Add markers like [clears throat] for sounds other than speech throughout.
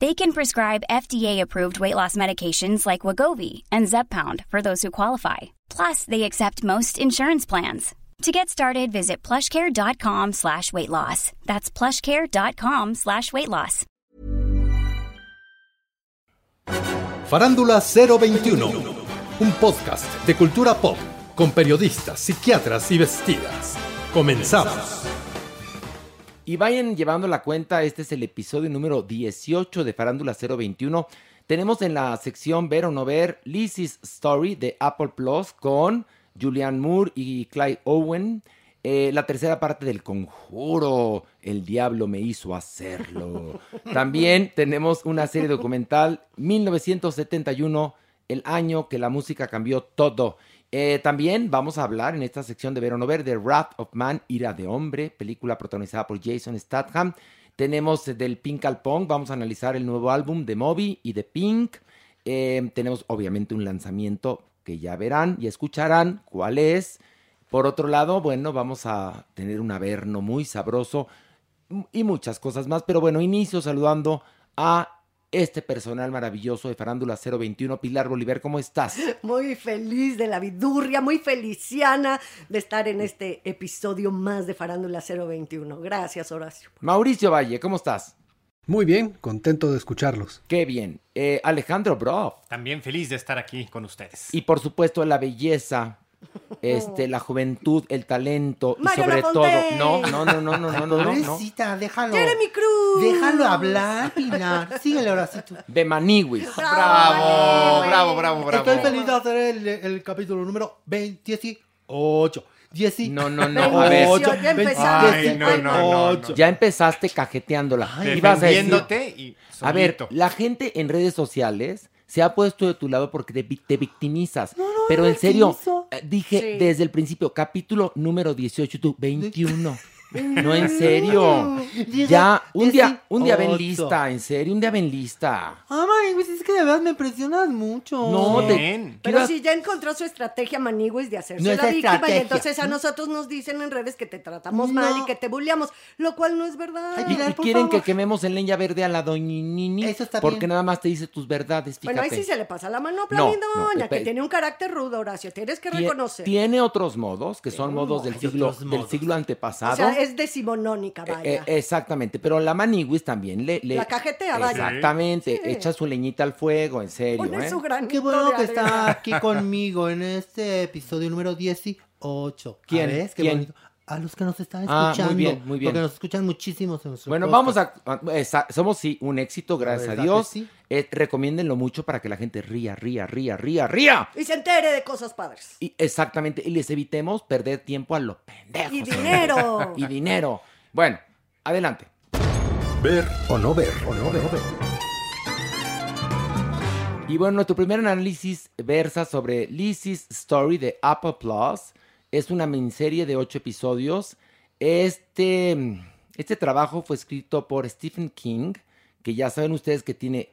They can prescribe FDA-approved weight loss medications like Wagovi and Zepbound for those who qualify. Plus, they accept most insurance plans. To get started, visit plushcare.com slash weight loss. That's plushcare.com slash weight loss. Farándula 021, un podcast de cultura pop con periodistas, psiquiatras y vestidas. Comenzamos. Y vayan llevando la cuenta, este es el episodio número 18 de Farándula 021. Tenemos en la sección Ver o no ver Lizzie's Story de Apple Plus con Julianne Moore y Clive Owen. Eh, la tercera parte del conjuro, El diablo me hizo hacerlo. También tenemos una serie documental, 1971, el año que la música cambió todo. Eh, también vamos a hablar en esta sección de Ver o no Ver de Wrath of Man, Ira de Hombre, película protagonizada por Jason Statham. Tenemos eh, del Pink al Pong, vamos a analizar el nuevo álbum de Moby y de Pink. Eh, tenemos obviamente un lanzamiento que ya verán y escucharán cuál es. Por otro lado, bueno, vamos a tener un averno muy sabroso y muchas cosas más. Pero bueno, inicio saludando a este personal maravilloso de Farándula 021, Pilar Bolívar, ¿cómo estás? Muy feliz de la vidurria, muy feliciana de estar en este episodio más de Farándula 021. Gracias, Horacio. Mauricio Valle, ¿cómo estás? Muy bien, contento de escucharlos. Qué bien. Eh, Alejandro Broff. También feliz de estar aquí con ustedes. Y por supuesto, la [laughs] belleza. Este, la juventud, el talento y Mario sobre todo. Lafontaine. No, no, no, no, no, no, no, no, no. Pobrecita, déjalo. Jeremy Cruz. Déjalo hablar, Pilar. Síguele, Horacito. De Maniwis. Bravo, Bravo, bravo, bravo, bravo. Estoy feliz de hacer el, el capítulo número 28. 18. No, no, no. A ver, Ocho, ya empezamos. Ay, no, no, no, no. ya empezaste cajeteándola. Ibas a decir- Defendiéndote y A ver, solito. la gente en redes sociales se ha puesto de tu lado porque te, vi- te victimizas. Pero en serio, eh, dije Sí. desde el principio, capítulo número 18, tú [laughs] 21. No, en serio. Ya, un día, un día ven lista, en serio, un día ven lista. Ah, Mari, pues es que de verdad me impresionas mucho. No, te, Bien. Pero quiero- si ya encontró su estrategia Manigüis de hacerse No es la víctima y estrategia. entonces a nosotros nos dicen en redes que te tratamos mal No. y que te bulleamos, lo cual no es verdad. Ay, y, Pilar, y por quieren que favor. quememos en leña verde a la doñinini Eso está porque bien. nada más te dice tus verdades, fíjate. bueno, ahí sí se le pasa la mano a No, mi no, doña, que espe- tiene un carácter rudo, Horacio, tienes que Tie- reconocer. Tiene otros modos, que son modos del Hay siglo, otros del modos. siglo o antepasado. sea, es decimonónica, Eh, vaya. eh, exactamente, pero la maniwis también le, le- La cajetea, vaya. Exactamente, Sí. echa su leñita al fuego, en serio, Pone ¿eh? su granito Qué bueno de que arena. está aquí conmigo en este episodio número 18. ¿Quién? ¿Ya ves? Qué ¿Quién? bonito. A los que nos están Ah, muy escuchando. bien, muy bien. Porque nos escuchan muchísimos en nuestro Bueno, vamos a, a- esa- somos sí un éxito, gracias a verdad Dios. que sí. Eh, recomiéndenlo mucho para que la gente ría, ría, ría, ría, ría. Y se entere de cosas padres. Y exactamente, y les evitemos perder tiempo a lo pendejos. Y dinero. [laughs] y dinero. Bueno, adelante. Ver o no ver o no ver. Y bueno, nuestro primer análisis versa sobre Lizzie's Story de Apple Plus. Es una miniserie de ocho episodios. Este, este trabajo fue escrito por Stephen King, que ya saben ustedes que tiene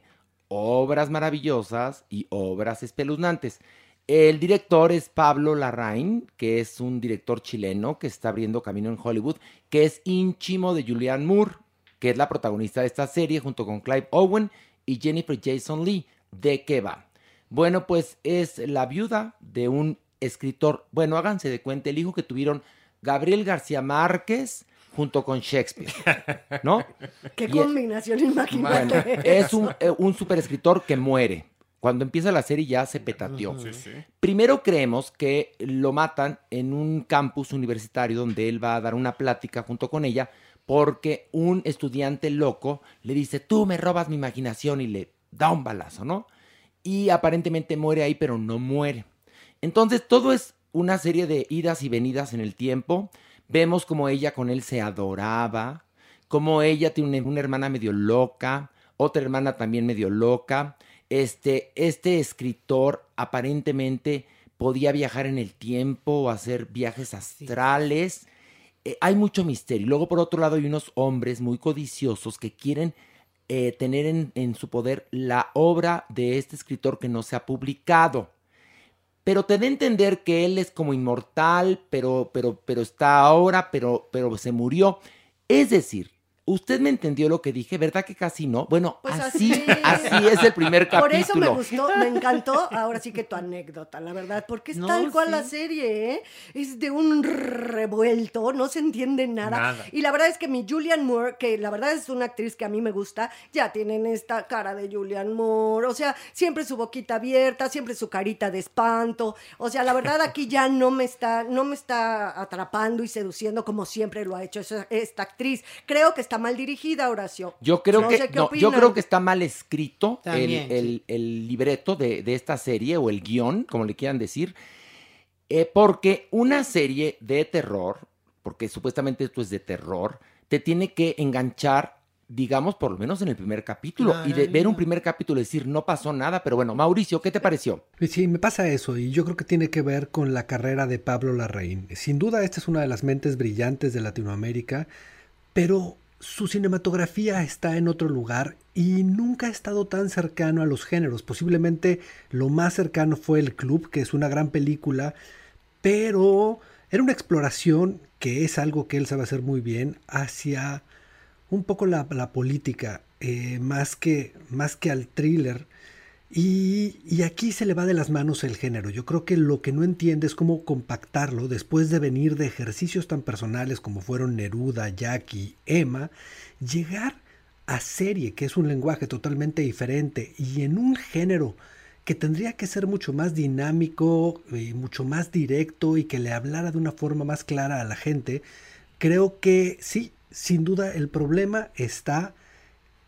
obras maravillosas y obras espeluznantes. El director es Pablo Larraín, que es un director chileno que está abriendo camino en Hollywood, que es ínchimo de Julianne Moore, que es la protagonista de esta serie, junto con Clive Owen y Jennifer Jason Lee. ¿De qué va? Bueno, pues es la viuda de un escritor. Bueno, háganse de cuenta el hijo que tuvieron Gabriel García Márquez junto con Shakespeare, ¿no? Qué Y- combinación, imagínate. bueno, es un, eh, un superescritor que muere. Cuando empieza la serie ya se petateó. Primero creemos que lo matan en un campus universitario donde él va a dar una plática junto con ella porque un estudiante loco le dice, tú me robas mi imaginación y le da un balazo, ¿no? Y aparentemente muere ahí, pero no muere. Entonces todo es una serie de idas y venidas en el tiempo. Vemos como ella con él se adoraba, como ella tiene una, una hermana medio loca, otra hermana también medio loca. Este, este escritor aparentemente podía viajar en el tiempo o hacer viajes astrales. Eh, hay mucho misterio. Luego, por otro lado, hay unos hombres muy codiciosos que quieren eh, tener en, en su poder la obra de este escritor que no se ha publicado. Pero te da a entender que él es como inmortal, pero, pero, pero está ahora, pero, pero se murió. Es decir, usted me entendió lo que dije, ¿verdad que casi no? Bueno, Pues así, así, es el primer capítulo. Por eso me gustó, me encantó. Ahora sí que tu anécdota, la verdad, porque es No, tal cual sí. la serie, ¿eh? Es de un revuelto, no se entiende nada. Nada. Y la verdad es que mi Julianne Moore, que la verdad es una actriz que a mí me gusta, ya tienen esta cara de Julianne Moore, o sea, siempre su boquita abierta, siempre su carita de espanto. O sea, la verdad aquí ya no me está, no me está atrapando y seduciendo como siempre lo ha hecho esa- esta actriz. Creo que está mal dirigida, Horacio. Yo creo No que sé qué no, yo opinan. creo que está mal escrito el- También, el, sí. el libreto de, de esta serie o el guión, como le quieran decir, eh, porque una serie de terror, porque supuestamente esto es de terror, te tiene que enganchar, digamos, por lo menos en el primer capítulo y de ver un primer capítulo y decir no pasó nada, pero bueno, Mauricio, ¿qué te pareció? Y Sí, me pasa eso y yo creo que tiene que ver con la carrera de Pablo Larraín. Sin duda, esta es una de las mentes brillantes de Latinoamérica, pero su cinematografía está en otro lugar y nunca ha estado tan cercano a los géneros. Posiblemente lo más cercano fue El Club, que es una gran película, pero era una exploración que es algo que él sabe hacer muy bien hacia un poco la, la política, eh, más, que, más que al thriller. Y, y aquí se le va de las manos el género. Yo creo que lo que no entiende es cómo compactarlo después de venir de ejercicios tan personales como fueron Neruda, Jackie, Emma, llegar a serie, que es un lenguaje totalmente diferente y en un género que tendría que ser mucho más dinámico y mucho más directo y que le hablara de una forma más clara a la gente, creo que sí, sin duda el problema está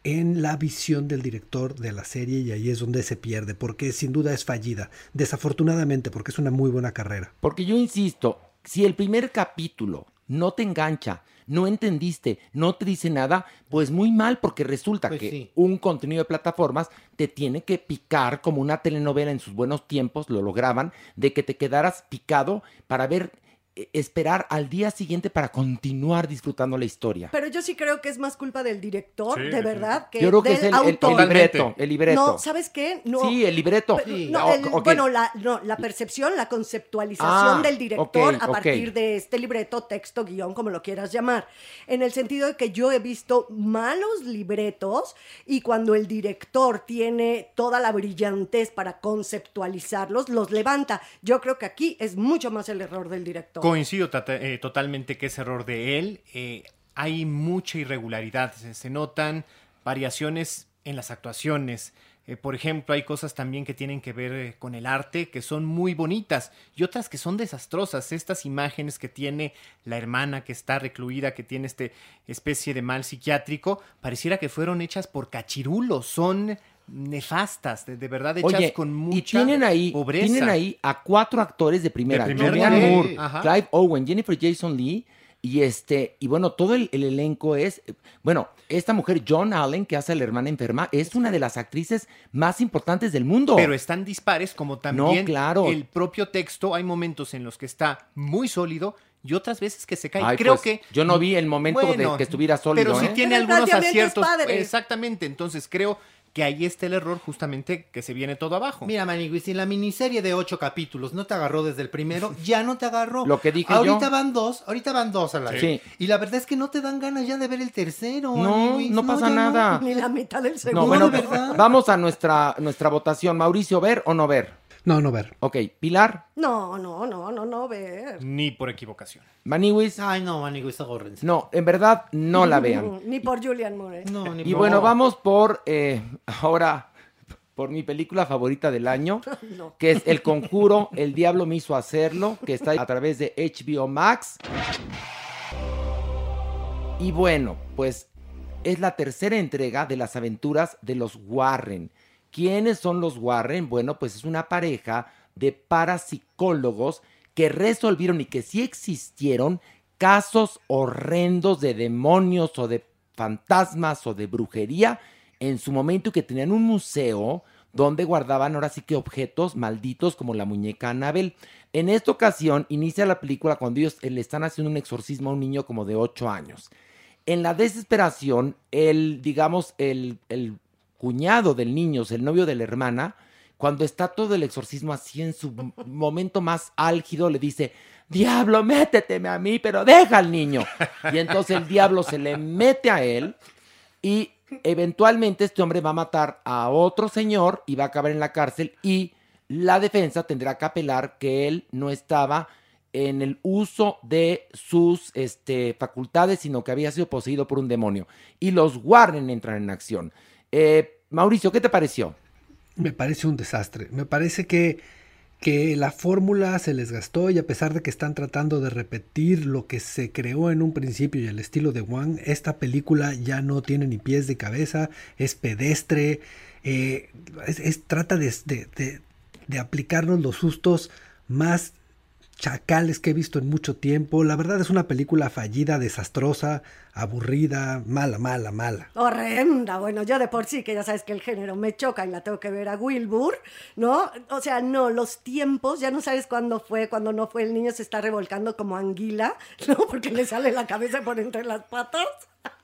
en la visión del director de la serie y ahí es donde se pierde, porque sin duda es fallida, desafortunadamente, porque es una muy buena carrera. Porque yo insisto, si el primer capítulo no te engancha, no entendiste, no te dice nada, pues muy mal, porque resulta Pues que sí. un contenido de plataformas te tiene que picar como una telenovela en sus buenos tiempos, lo lograban, de que te quedaras picado para ver, eh, esperar al día siguiente para continuar disfrutando la historia. Pero yo sí creo que es más culpa del director, Sí, de verdad, que yo creo que del es el, el- el autor. libreto, el libreto. No, ¿sabes qué? No. Sí, el libreto. Pe- Sí. no, O- el- ok. Bueno, la, no, la percepción, la conceptualización Ah, del director ok, a ok. partir de este libreto, texto, guión, como lo quieras llamar. En el sentido de que yo he visto malos libretos y cuando el director tiene toda la brillantez para conceptualizarlos, los levanta. Yo creo que aquí es mucho más el error del director. Coincido tata- eh, totalmente que es error de él. Eh, hay mucha irregularidad. Se, se notan variaciones en las actuaciones. Eh, por ejemplo, hay cosas también que tienen que ver eh, con el arte que son muy bonitas y otras que son desastrosas. Estas imágenes que tiene la hermana que está recluida, que tiene esta especie de mal psiquiátrico, pareciera que fueron hechas por cachirulos. Son nefastas, de, de verdad hechas Oye, con y mucha tienen ahí, pobreza. tienen ahí a cuatro actores de primera, De primer Julianne nivel. Moore, Ajá. Clive Owen, Jennifer Jason Lee y este y bueno todo el, el elenco es bueno esta mujer John Allen que hace a la hermana enferma es una de las actrices más importantes del mundo. Pero están dispares, como también claro. el propio texto. Hay momentos en los que está muy sólido y otras veces que se cae. Ay, Creo pues, que. yo no vi el momento de que estuviera sólido, Pero sí ¿eh? tiene Pero el algunos planteamiento es aciertos. padre. Exactamente. Entonces creo que ahí está el error justamente que se viene todo abajo. Mira, Manigui, si la miniserie de ocho capítulos no te agarró desde el [laughs] primero, ya no te agarró. Lo que dije ahorita yo. van dos, ahorita van dos al aire. Sí. Y la verdad es que no te dan ganas ya de ver el tercero. No, Manigui. no pasa [laughs] ya nada. Ni la mitad del segundo. No, [laughs] bueno, de verdad. vamos a nuestra, nuestra votación. Mauricio, ¿ver o no ver? No, no ver. Ok, Pilar, No, no, no, no, no, ver. Ni por equivocación. Maniwis. Ay, no, Manigui, agórrense. No, en verdad no la vean. Mm, Ni por Julian Moore. ¿eh? No, ni Y por- bueno, vamos por eh, ahora por mi película favorita del [laughs] año, que es El [laughs] Conjuro, El Diablo me hizo hacerlo, que está a través de HBO Max. Y bueno, pues es la tercera entrega de las aventuras de los Warren. ¿Quiénes son los Warren? Bueno, pues es una pareja de parapsicólogos que resolvieron y que sí existieron casos horrendos de demonios o de fantasmas o de brujería en su momento y que tenían un museo donde guardaban ahora sí que objetos malditos como la muñeca Anabel. En esta ocasión inicia la película cuando ellos eh, le están haciendo un exorcismo a un niño como de 8 años. En la desesperación, el, digamos, el, el cuñado del niño, o sea, el novio de la hermana, cuando está todo el exorcismo así en su m- momento más álgido, le dice, diablo, méteteme a mí, pero deja al niño. Y entonces el diablo se le mete a él y eventualmente este hombre va a matar a otro señor y va a acabar en la cárcel y la defensa tendrá que apelar que él no estaba en el uso de sus este, facultades, sino que había sido poseído por un demonio. Y los Warren entran en acción. Eh, Mauricio, ¿qué te pareció? Me parece un desastre. Me parece que, que la fórmula se les gastó y a pesar de que están tratando de repetir lo que se creó en un principio y el estilo de Wang, esta película ya no tiene ni pies de cabeza, es pedestre, eh, es, es- trata de, de- de- de aplicarnos los sustos más chacales que he visto en mucho tiempo. La verdad es una película fallida, desastrosa, aburrida, mala, mala, mala. Horrenda, bueno, yo de por sí, que ya sabes que el género me choca y la tengo que ver a Wilbur, ¿no? O sea, no, los tiempos, ya no sabes cuándo fue, cuándo no fue, el niño se está revolcando como anguila, [laughs] ¿no? Porque le sale la cabeza por entre las patas. [laughs]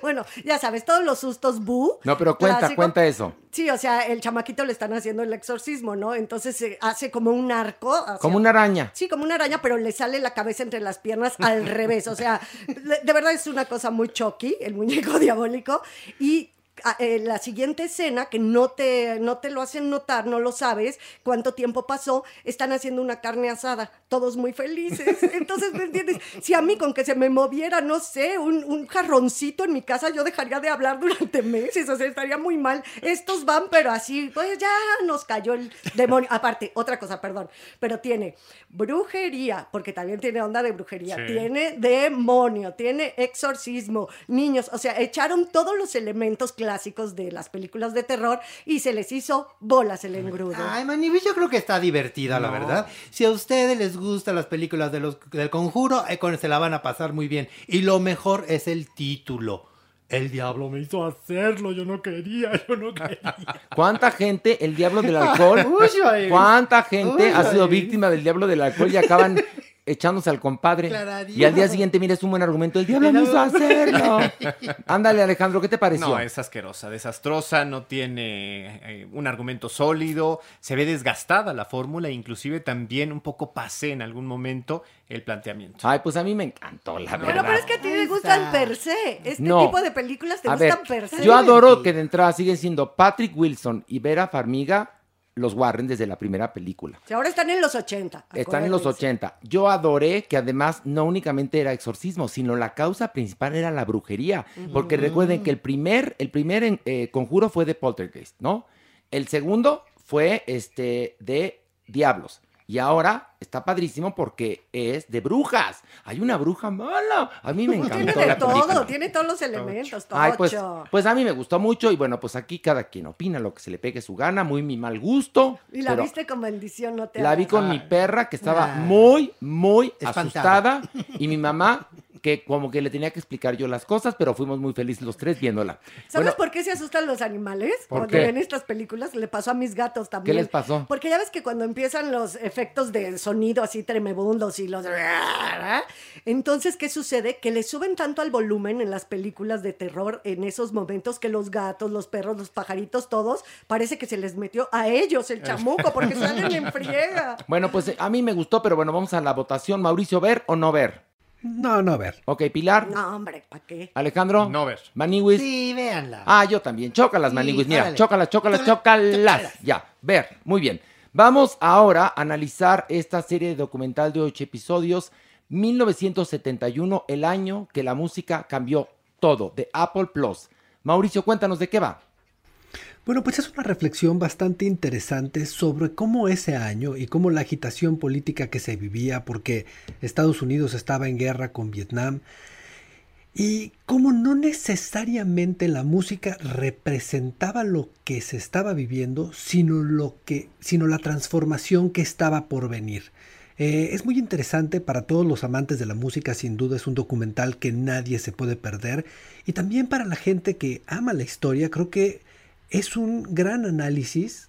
Bueno, ya sabes, todos los sustos bu. No, pero cuenta, clásico. cuenta eso. Sí, o sea, el chamaquito le están haciendo el exorcismo, ¿no? Entonces se hace como un arco. hacia- Como una araña. Sí, como una araña, pero le sale la cabeza entre las piernas al revés. O sea, le- de verdad es una cosa muy choqui, el muñeco [laughs] diabólico. Y a- eh, la siguiente escena, que no te, no te lo hacen notar, no lo sabes cuánto tiempo pasó, están haciendo una carne asada, todos muy felices. Entonces, ¿me entiendes? Si a mí con que se me moviera, no sé, un, un jarroncito en mi casa, yo dejaría de hablar durante meses, o sea, estaría muy mal. Estos van, pero así, pues ya nos cayó el demonio. Aparte, otra cosa, perdón, pero tiene brujería, porque también tiene onda de brujería, Sí. tiene demonio, tiene exorcismo, niños, o sea, echaron todos los elementos clásicos de las películas de terror y se les hizo bolas el engrudo. Ay, Manibis, yo creo que está divertida, la verdad. Si a ustedes les gustan las películas de los, del conjuro, eh, con- se la van a pasar muy bien. Y lo mejor es el título. El diablo me hizo hacerlo, yo no quería, yo no quería. ¿Cuánta gente, el diablo del alcohol? [laughs] Uy, ay. ¿Cuánta gente Uy, ha sido ay. víctima del diablo del alcohol [laughs] y acaban echándose al compadre? Clararía. Y al día siguiente, mira, es un buen argumento. El diablo me [laughs] hizo hacerlo. Ándale, Alejandro, ¿qué te pareció? No, es asquerosa, desastrosa, no tiene eh, un argumento sólido, se ve desgastada la fórmula, e inclusive también un poco pasé en algún momento el planteamiento. Ay, pues a mí me encantó, la Pero, verdad. pero es que a ti te gustan per se. Este No. tipo de películas te A ver, gustan per se. yo adoro que de entrada siguen siendo Patrick Wilson y Vera Farmiga los Warren desde la primera película. Si ahora están en los 80. Están en los acuérdense. 80. Yo adoré que además no únicamente era exorcismo, sino la causa principal era la brujería. Porque recuerden que el primer, el primer en- eh, conjuro fue de Poltergeist, ¿no? El segundo fue este de Diablos. Y ahora está padrísimo porque es de brujas. Hay una bruja mala. A mí me encantó. Tiene de la película. todo, tiene todos los elementos, tocho. Ay, pues, pues a mí me gustó mucho y bueno, pues aquí cada quien opina lo que se le pegue su gana, muy mi mal gusto. y la pero- viste con bendición, no te la vi Ah. hagas. Ah. con mi perra que Ah. estaba muy, muy [laughs] Espantada. asustada y mi mamá que como que le tenía que explicar yo las cosas, pero fuimos muy felices los tres viéndola. ¿Sabes Bueno, por qué se asustan los animales? ¿Por cuando qué? ven estas películas, le pasó a mis gatos también. ¿Qué les pasó? Porque ya ves que cuando empiezan los efectos de sonido así tremebundos y los... Entonces, ¿qué sucede? Que le suben tanto al volumen en las películas de terror en esos momentos que los gatos, los perros, los pajaritos, todos, parece que se les metió a ellos el chamuco porque salen [laughs] en friega. bueno, pues eh, a mí me gustó, pero bueno, vamos a la votación. Mauricio, ¿ver o no ver? No, no, a ver. Ok, Pilar. No, hombre, ¿para qué? Ah, Alejandro. No ver. Maniwis. Sí, véanla. Ah, yo también. Chócalas, Sí, maniwis. Mira, órale. chócalas, chócalas, Chócalas, chócalas. chócalas. Ya, ver. Muy bien. Vamos ahora a analizar esta serie documental de ocho episodios. 1971, el año que la música cambió todo, de Apple Plus. Mauricio, cuéntanos de qué va. Bueno, pues es una reflexión bastante interesante sobre cómo ese año y cómo la agitación política que se vivía porque Estados Unidos estaba en guerra con Vietnam y cómo no necesariamente la música representaba lo que se estaba viviendo, sino lo que sino la transformación que estaba por venir. Eh, es muy interesante para todos los amantes de la música, sin duda es un documental que nadie se puede perder y también para la gente que ama la historia, creo que es un gran análisis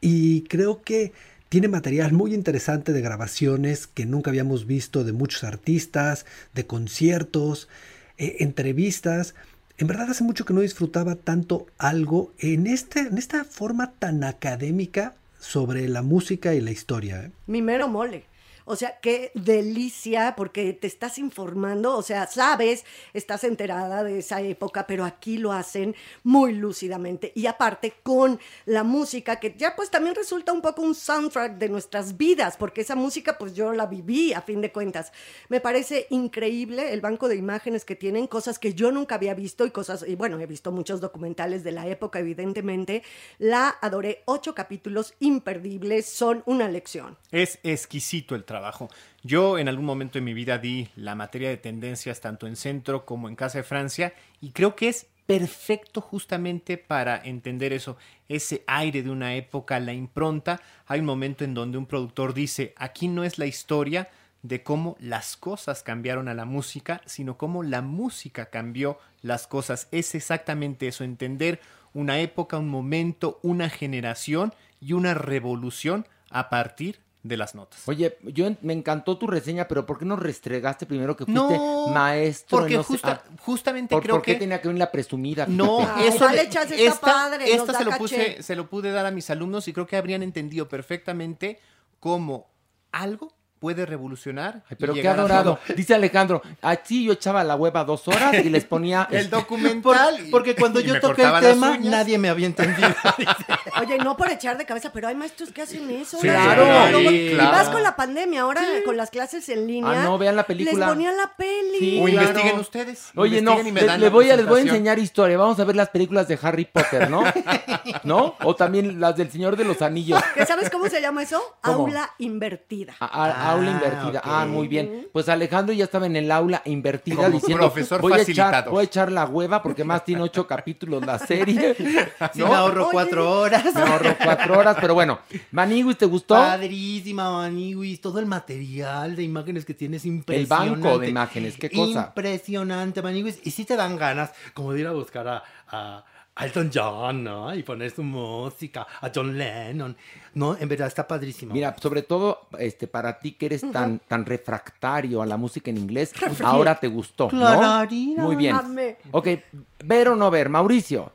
y creo que tiene material muy interesante de grabaciones que nunca habíamos visto de muchos artistas, de conciertos, eh, entrevistas. En verdad hace mucho que no disfrutaba tanto algo en, este, en esta forma tan académica sobre la música y la historia. ¿eh? Mi mero mole. O sea, qué delicia, porque te estás informando, o sea, sabes, estás enterada de esa época, pero aquí lo hacen muy lúcidamente. Y aparte con la música, que ya pues también resulta un poco un soundtrack de nuestras vidas, porque esa música pues yo la viví a fin de cuentas. Me parece increíble el banco de imágenes que tienen, cosas que yo nunca había visto y cosas, y bueno, he visto muchos documentales de la época, evidentemente. La adoré, ocho capítulos imperdibles, son una lección. Es exquisito el trabajo. Yo en algún momento de mi vida di la materia de tendencias tanto en Centro como en Casa de Francia y creo que es perfecto justamente para entender eso, ese aire de una época, la impronta. Hay un momento en donde un productor dice, aquí no es la historia de cómo las cosas cambiaron a la música, sino cómo la música cambió las cosas. Es exactamente eso, entender una época, un momento, una generación y una revolución a partir de las notas. Oye, yo en- me encantó tu reseña, pero ¿por qué nos restregaste primero que fuiste No, maestro? porque en no sé- justa- ah, justamente ¿por, creo por qué que- tenía que venir la presumida? No, Fíjate. Ay, eso dale de- chance, está padre, nos esta da se lo caché. puse, se lo pude dar a mis alumnos y creo que habrían entendido perfectamente cómo algo puede revolucionar. Ay, y pero qué llegar a adorado. todo. Dice Alejandro, así yo echaba la hueva dos horas y les ponía... [laughs] El Por- documental. y- porque cuando y yo me toqué cortaba el las tema, uñas. nadie me había entendido. Oye, no por echar de cabeza, pero hay maestros que hacen eso. Sí, ¿no? claro, Luego- sí, y claro. vas con la pandemia, ahora con las clases en línea. Ah, no, vean la película. Les ponían la peli. Sí, O claro. investiguen ustedes. Oye, no, investiguen y me le, dan le la voy a, les voy a presentación. enseñar historia. Vamos a ver las películas de Harry [laughs] Potter, ¿no? ¿No? O también las del Señor de los Anillos. ¿Que [laughs] ¿Sabes cómo se llama eso? ¿Cómo? Aula invertida. A- a- aula Ah, invertida. ok. Ah, muy bien. Pues Alejandro ya estaba en el aula invertida Como diciendo, profesor voy, a echar, facilitador". voy a echar la hueva porque más tiene ocho capítulos [laughs] la serie. Si me ahorro Oye. cuatro horas. Me ahorro cuatro horas, pero bueno. Maniguis, ¿te gustó? Padrísima, Maniwis. Todo el material de imágenes que tienes impresionante. banco de imágenes, qué cosa. Impresionante, Maniwis. Y sí te dan ganas como de ir a buscar a, a- a Elton John, ¿no? Y poner su música, a John Lennon. No, en verdad está padrísimo. Mira, sobre todo este para ti que eres tan tan refractario a la música en inglés, ahora te gustó, ¿no? Clararina. Muy bien. Amé. Ok, ver o no ver, Mauricio.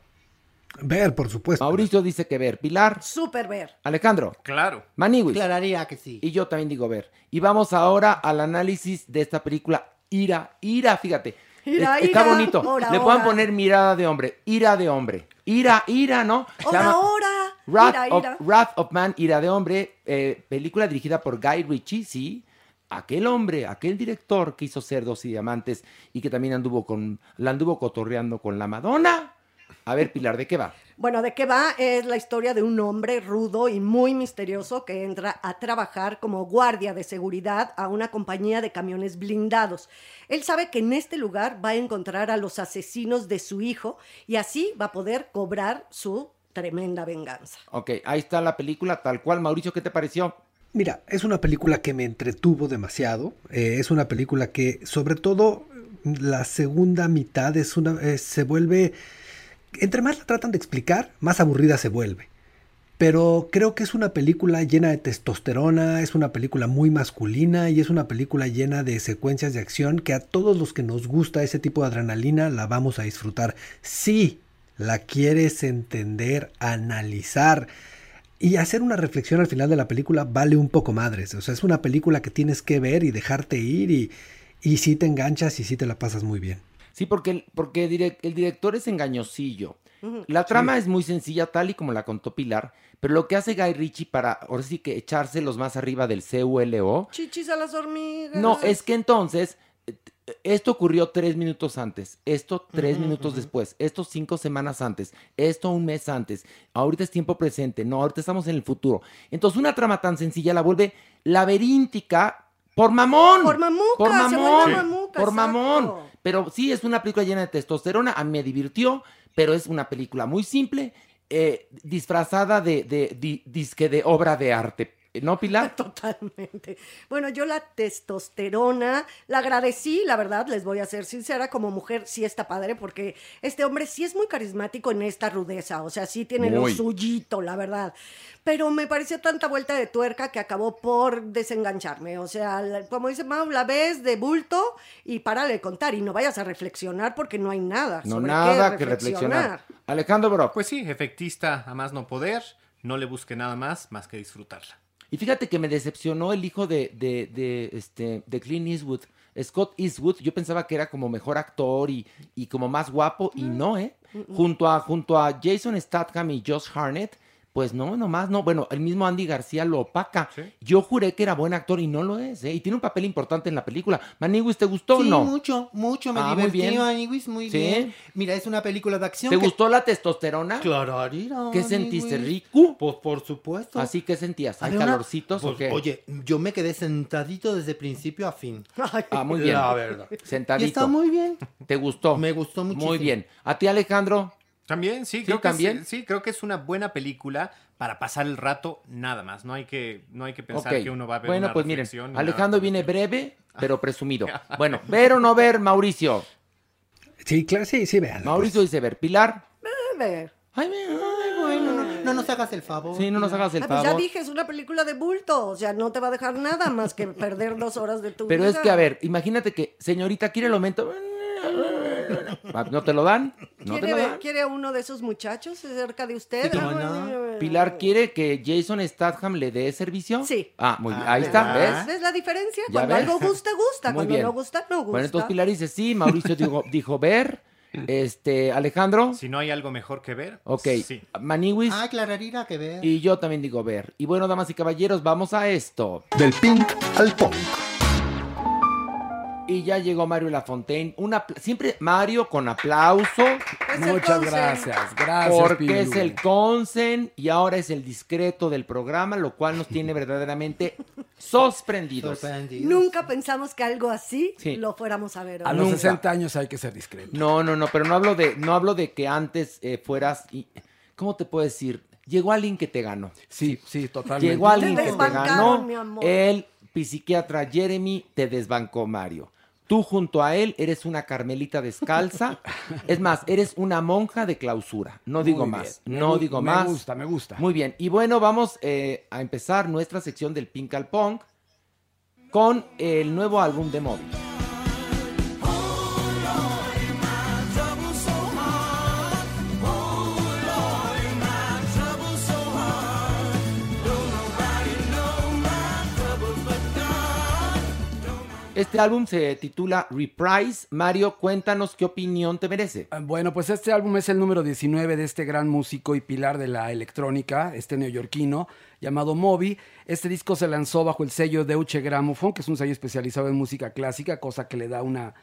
Ver, por supuesto. Mauricio dice que ver, Pilar, Súper ver. Alejandro, Claro. Maniwis Clararía que sí. y yo también digo ver. Y vamos ahora al análisis de esta película Ira, Ira, fíjate. Ira, Es- Está ira, bonito. ora, Le pueden ora. poner mirada de hombre, ira de hombre. Ira, ira, ¿no? Se Ahora, llama- ahora. Wrath, Mira, of, mira. Wrath of Man, Ira de Hombre, eh, película dirigida por Guy Ritchie, sí. Aquel hombre, aquel director que hizo Cerdos y Diamantes y que también anduvo con, la anduvo cotorreando con la Madonna. A ver, Pilar, ¿de qué va? Bueno, ¿de qué va? Es la historia de un hombre rudo y muy misterioso que entra a trabajar como guardia de seguridad a una compañía de camiones blindados. Él sabe que en este lugar va a encontrar a los asesinos de su hijo y así va a poder cobrar su tremenda venganza. Ok, ahí está la película, tal cual. Mauricio, ¿qué te pareció? Mira, es una película que me entretuvo demasiado. eh, es una película que, sobre todo, la segunda mitad es una, eh, se vuelve, entre más la tratan de explicar, más aburrida se vuelve. Pero creo que es una película llena de testosterona, es una película muy masculina y es una película llena de secuencias de acción que a todos los que nos gusta ese tipo de adrenalina la vamos a disfrutar. Sí, la quieres entender, analizar y hacer una reflexión al final de la película vale un poco madres. O sea, es una película que tienes que ver y dejarte ir y, y sí te enganchas y sí te la pasas muy bien. Sí, porque, el- porque direc- el director es engañosillo. La trama es muy sencilla, tal y como la contó Pilar, pero lo que hace Guy Ritchie para ahora sí que echárselos más arriba del CULO, Chichis a las hormigas. no, es que entonces eh, t- esto ocurrió tres minutos antes, esto tres minutos después, esto cinco semanas antes, esto un mes antes, ahorita es tiempo presente, no, ahorita estamos en el futuro. Entonces una trama tan sencilla la vuelve laberíntica por mamón. Por mamuca, Por se vuelve mamón. mamuca, por exacto. mamón. Pero sí, es una película llena de testosterona, a mí me divirtió, pero es una película muy simple, eh, disfrazada de, de, di- disque de obra de arte. ¿No, Pilar? Totalmente. [laughs] Bueno, yo la testosterona la agradecí, la verdad, les voy a ser sincera, como mujer sí está padre porque este hombre sí es muy carismático en esta rudeza, o sea, sí tiene Muy. lo suyito, la verdad. Pero me pareció tanta vuelta de tuerca que acabó por desengancharme, o sea, la- como dice Mau, la ves de bulto y para de contar y no vayas a reflexionar porque no hay nada. No, sobre nada qué que reflexionar. Alejandro Brock. Pues sí, efectista a más no poder, no le busque nada más más que disfrutarla. Y fíjate que me decepcionó el hijo de, de, de, este, de Clint Eastwood. Scott Eastwood, yo pensaba que era como mejor actor y, y como más guapo, Mm. y no, ¿eh? Junto a, junto a Jason Statham y Josh Harnett, pues no, nomás no. Bueno, el mismo Andy García lo opaca. Sí. Yo juré que era buen actor y no lo es, ¿eh? Y tiene un papel importante en la película. Maniwis, ¿te gustó o Sí, no? mucho, mucho. Me Ah, muy divertí, bien. amiguis, muy Sí. bien. Mira, es una película de acción. ¿Te que- gustó la testosterona? Clararira, ¿Qué sentiste, amiguis. rico? Pues por supuesto. Así que sentías, ¿hay Había una- calorcitos o Pues, qué? Oye, yo me quedé sentadito desde principio a [laughs] fin. Ay, Ah, [laughs] muy bien. La verdad. Sentadito. Y está muy bien. ¿Te gustó? Me gustó muchísimo. Muy bien. ¿A ti, Alejandro? También, sí, creo que también. Es, sí, creo que es una buena película para pasar el rato nada más. No hay que, no hay que pensar Ok. que uno va a ver Bueno, una pues miren, reflexión ni nada Alejandro por el viene breve, [laughs] pero presumido. Bueno, ver o no ver, Mauricio. Sí, claro, sí, sí, pues. vean. Mauricio dice ver. Pilar. a ver. Ay, me- ay, bueno, no. No nos hagas el favor. Sí, no nos hagas el Ah, pues ya favor. dije, es una película de bulto, o sea, no te va a dejar nada más que perder dos horas de tu Pero vida. es que, a ver, imagínate que, señorita, quiere el aumento. ah, ¿No te lo dan? ¿No te ¿Quiere, lo dan? ¿Quiere a uno de esos muchachos cerca de usted? Sí, cómo Ah, no. bueno. Pilar, ¿quiere que Jason Statham le dé servicio? Sí. Ah, muy bien. Ah, Ahí está, ¿verdad? ¿ves? ¿Ves la diferencia? ¿Ya Cuando ves? algo gusta, gusta. Muy Cuando bien. no gusta, no gusta. Bueno, entonces Pilar dice sí, [laughs] Mauricio dijo, dijo ver. Este, Alejandro. mundo. Si no hay algo mejor que ver, Ok. sí. Maniwis. Ah, clararira, que ver. Y yo también digo ver. Y bueno, damas y caballeros, vamos a esto. Del pink al punk. Y ya llegó Mario Lafontaine. Una, siempre Mario con aplauso, Es el Muchas Ponce. gracias, gracias. porque Pilu. es el consen y ahora es el discreto del programa, lo cual nos tiene [laughs] verdaderamente sorprendidos. Sorprendido. Nunca pensamos que algo así Sí. lo fuéramos a ver. A hoy. los Nunca. 60 años hay que ser discreto. No, no, no, pero no hablo de, no hablo de que antes eh, fueras. y- ¿Cómo te puedo decir? Llegó alguien que te ganó. Sí, sí, totalmente. Llegó alguien que te desbancaron, ganó. mi amor. El psiquiatra Jeremy te desbancó, Mario. Tú junto a él eres una [laughs] carmelita descalza. es más, eres una monja de clausura. No Muy digo bien. más. Me No gu- digo me más. gusta, me gusta. Muy bien. Y bueno, vamos eh, a empezar nuestra sección del Pink al Punk con el nuevo álbum de móvil. Este álbum se titula Reprise. Mario, cuéntanos qué opinión te merece. Ah, Bueno, pues este álbum es el número 19 de este gran músico y pilar de la electrónica, este neoyorquino, llamado Moby. Este disco se lanzó bajo el sello Deutsche Grammophon, que es un sello especializado en música clásica, cosa que le da una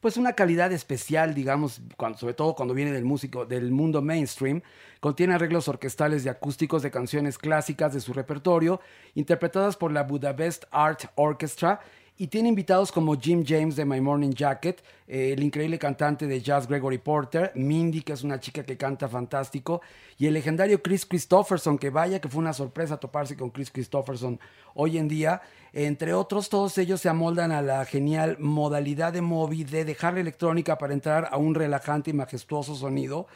pues una calidad especial, digamos, cuando- sobre todo cuando viene del músico del mundo mainstream, contiene arreglos orquestales y acústicos de canciones clásicas de su repertorio, interpretadas por la Budapest Art Orchestra y tiene invitados como Jim James de My Morning Jacket, eh, el increíble cantante de jazz Gregory Porter, Mindy, que es una chica que canta fantástico, y el legendario Chris Christopherson, que vaya que fue una sorpresa toparse con Chris Christopherson hoy en día. Entre otros, todos ellos se amoldan a la genial modalidad de Moby de dejar la electrónica para entrar a un relajante y majestuoso sonido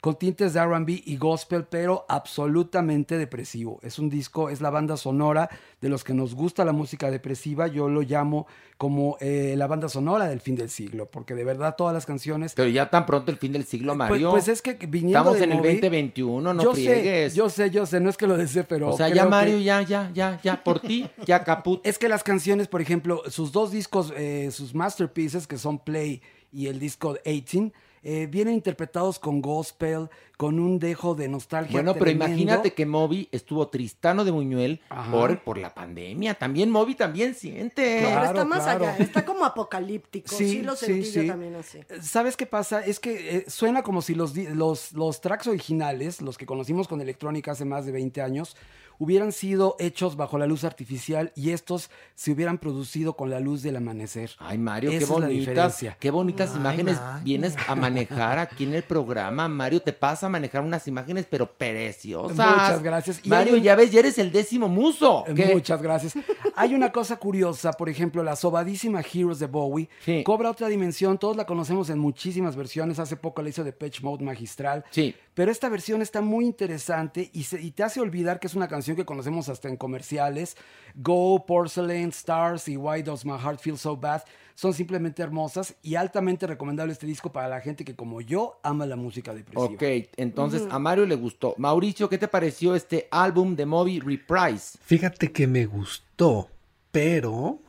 con tintes de RB y gospel, pero absolutamente depresivo. Es un disco, es la banda sonora de los que nos gusta la música depresiva. Yo lo llamo como eh, la banda sonora del fin del siglo, porque de verdad todas las canciones. Pero ya tan pronto el fin del siglo, Pues, Mario. pues es que viniendo Estamos de en el Moby, 2021, no yo friegues. sé, yo sé, yo sé, no es que lo desee, pero. o sea, ya creo que- Mario, ya, ya, ya, ya, por ti, ya caput. [laughs] Es que las canciones, por ejemplo, sus dos discos, eh, sus masterpieces, que son Play y el disco 18, eh, vienen interpretados con gospel, con un dejo de nostalgia. Bueno, pero tremendo. imagínate que Moby estuvo Tristano de Muñuel Ajá. por, por la pandemia. También Moby también siente. Pero Claro, está más claro. allá, está como apocalíptico. Sí, Sí, lo sí, sentí yo sí. también así. Eh, ¿Sabes qué pasa? Es que eh, suena como si los, di- los, los tracks originales, los que conocimos con electrónica hace más de 20 años, hubieran sido hechos bajo la luz artificial y estos se hubieran producido con la luz del amanecer. Ay, Mario, Esa qué es la bonitas, diferencia. qué bonitas Ay, imágenes Mario. vienes a manejar aquí en el programa. Mario, te pasa a manejar unas imágenes, pero preciosas. Muchas gracias. Y Mario, hay un- ya ves, ya eres el décimo muso. Eh, ¿Qué? Muchas gracias. Hay una cosa curiosa, por ejemplo, la sobadísima Heroes de Bowie Sí. cobra otra dimensión. Todos la conocemos en muchísimas versiones. Hace poco la hizo de Pitch Mode magistral. Sí. Pero esta versión está muy interesante y, se- y te hace olvidar que es una canción que conocemos hasta en comerciales. Go, Porcelain, Stars y Why Does My Heart Feel So Bad son simplemente hermosas y altamente recomendable este disco para la gente que, como yo, ama la música depresiva. Ok, entonces a Mario le gustó. Mauricio, ¿qué te pareció este álbum de Moby Reprise? Fíjate que me gustó, pero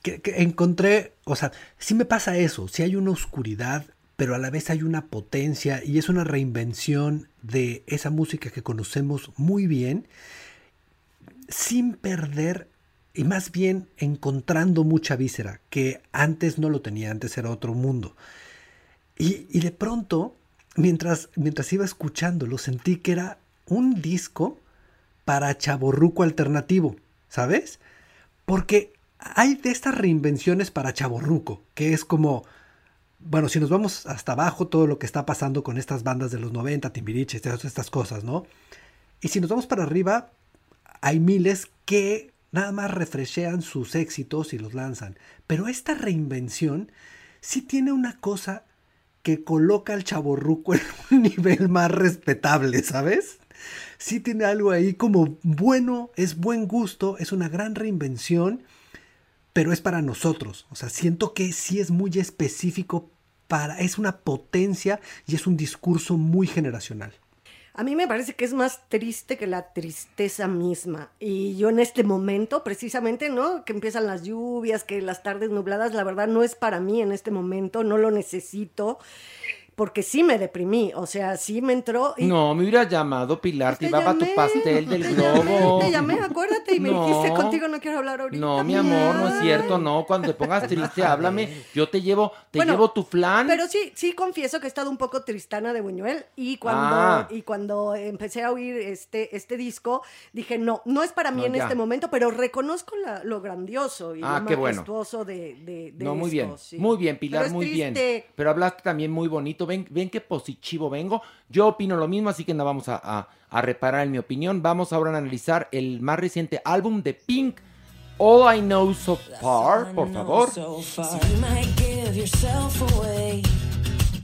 que, que encontré, o sea, sí me pasa eso, sí hay una oscuridad, pero a la vez hay una potencia y es una reinvención de esa música que conocemos muy bien, sin perder y más bien encontrando mucha víscera, que antes no lo tenía, antes era otro mundo. Y, y de pronto, mientras, mientras iba escuchándolo, sentí que era un disco para chaborruco alternativo, ¿sabes? Porque hay de estas reinvenciones para chaborruco, que es como, bueno, si nos vamos hasta abajo, todo lo que está pasando con estas bandas de los 90, Timbiriche, todas estas cosas, ¿no? Y si nos vamos para arriba, hay miles que nada más refreshean sus éxitos y los lanzan. Pero esta reinvención sí tiene una cosa que coloca al chaborruco en un [laughs] nivel más respetable, ¿sabes? Sí tiene algo ahí como bueno, es buen gusto, es una gran reinvención, pero es para nosotros. O sea, siento que sí es muy específico para, es una potencia y es un discurso muy generacional. A mí me parece que es más triste que la tristeza misma. Y yo en este momento, precisamente, ¿no? Que empiezan las lluvias, que las tardes nubladas, la verdad no es para mí en este momento, no lo necesito, porque sí me deprimí, o sea, sí me entró y... No, me hubieras llamado Pilar, te, Te iba para tu llamé, pastel te del globo. llamé, [laughs] te llamé, acuérdate, y me No. dijiste contigo no quiero hablar ahorita. No, mi amor, no es Ay. cierto, no. Cuando te pongas triste, háblame. Yo te llevo, te Bueno, llevo tu flan. Pero sí, sí confieso que he estado un poco tristana de Buñuel y cuando, Ah. y cuando empecé a oír este, este disco, dije, no, no es para mí No, en ya. este momento, pero reconozco la- lo grandioso y Ah, lo qué bueno. majestuoso de, de, de no, muy esto, bien. sí. Muy bien, Pilar, Pero es muy bien. triste. Pero hablaste también muy bonito. Ven, ven qué positivo vengo. Yo opino lo mismo, así que no vamos a, a- a reparar en mi opinión. Vamos ahora a analizar el más reciente álbum de Pink, All I Know So Far, por favor. You might give yourself away.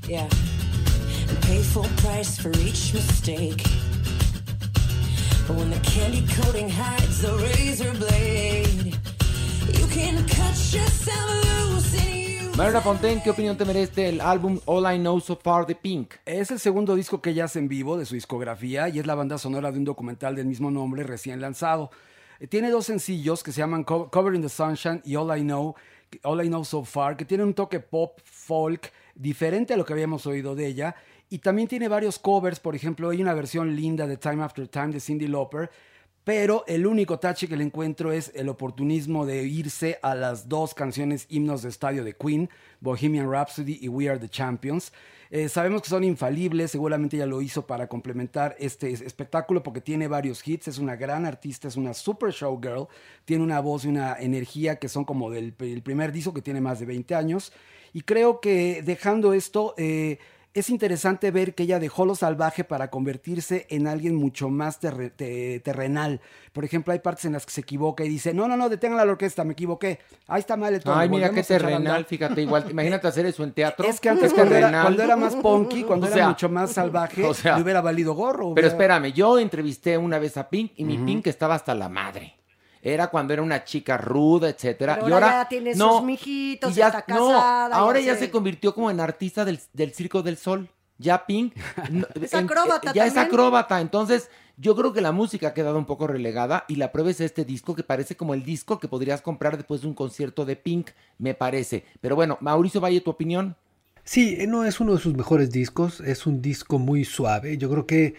Yeah. And pay full price for each mistake. But when the candy coating hides the razor blade, you can cut yourself loose and you. Marina Fontaine, ¿qué opinión te merece el álbum All I Know So Far de Pink? Es el segundo disco que ella hace en vivo de su discografía y es la banda sonora de un documental del mismo nombre recién lanzado. Eh, Tiene dos sencillos que se llaman Co- Cover in the Sunshine y All I Know, que- All I Know So Far, que tienen un toque pop, folk, diferente a lo que habíamos oído de ella. Y también tiene varios covers, por ejemplo, hay una versión linda de Time After Time de Cindy Lauper, Pero el único tache que le encuentro es el oportunismo de irse a las dos canciones himnos de estadio de Queen, Bohemian Rhapsody y We Are the Champions. Eh, sabemos que son infalibles, seguramente ya lo hizo para complementar este es- espectáculo porque tiene varios hits, es una gran artista, es una super showgirl, tiene una voz y una energía que son como del el primer disco que tiene más de 20 años. Y creo que dejando esto... eh, es interesante ver que ella dejó lo salvaje para convertirse en alguien mucho más terre- te- terrenal. Por ejemplo, hay partes en las que se equivoca y dice, no, no, no, detengan a la orquesta, me equivoqué. Ahí está mal de todo. Ay, mira qué volvemos a echar a terrenal, andar". fíjate, igual. Imagínate hacer eso en teatro. Es que antes Qué cuando, era, terrenal. cuando era más punky, cuando O era sea, mucho más salvaje, o sea, le hubiera valido gorro. Pero hubiera- espérame, yo entrevisté una vez a Pink y mi Ujú. Pink estaba hasta la madre. Era cuando era una chica ruda, etcétera. Pero y ahora ahora ya tiene no, sus mijitos, y ya- está no, casada, ya ahora ya se- se convirtió como en artista del, del Circo del Sol. Ya [laughs] Pink no, Es en- acróbata ya es también. acróbata. Entonces, yo creo que la música ha quedado un poco relegada y la prueba es este disco que parece como el disco que podrías comprar después de un concierto de Pink, me parece. Pero bueno, Mauricio Valle, tu opinión. Sí, eh, no es uno de sus mejores discos, es un disco muy suave. Yo creo que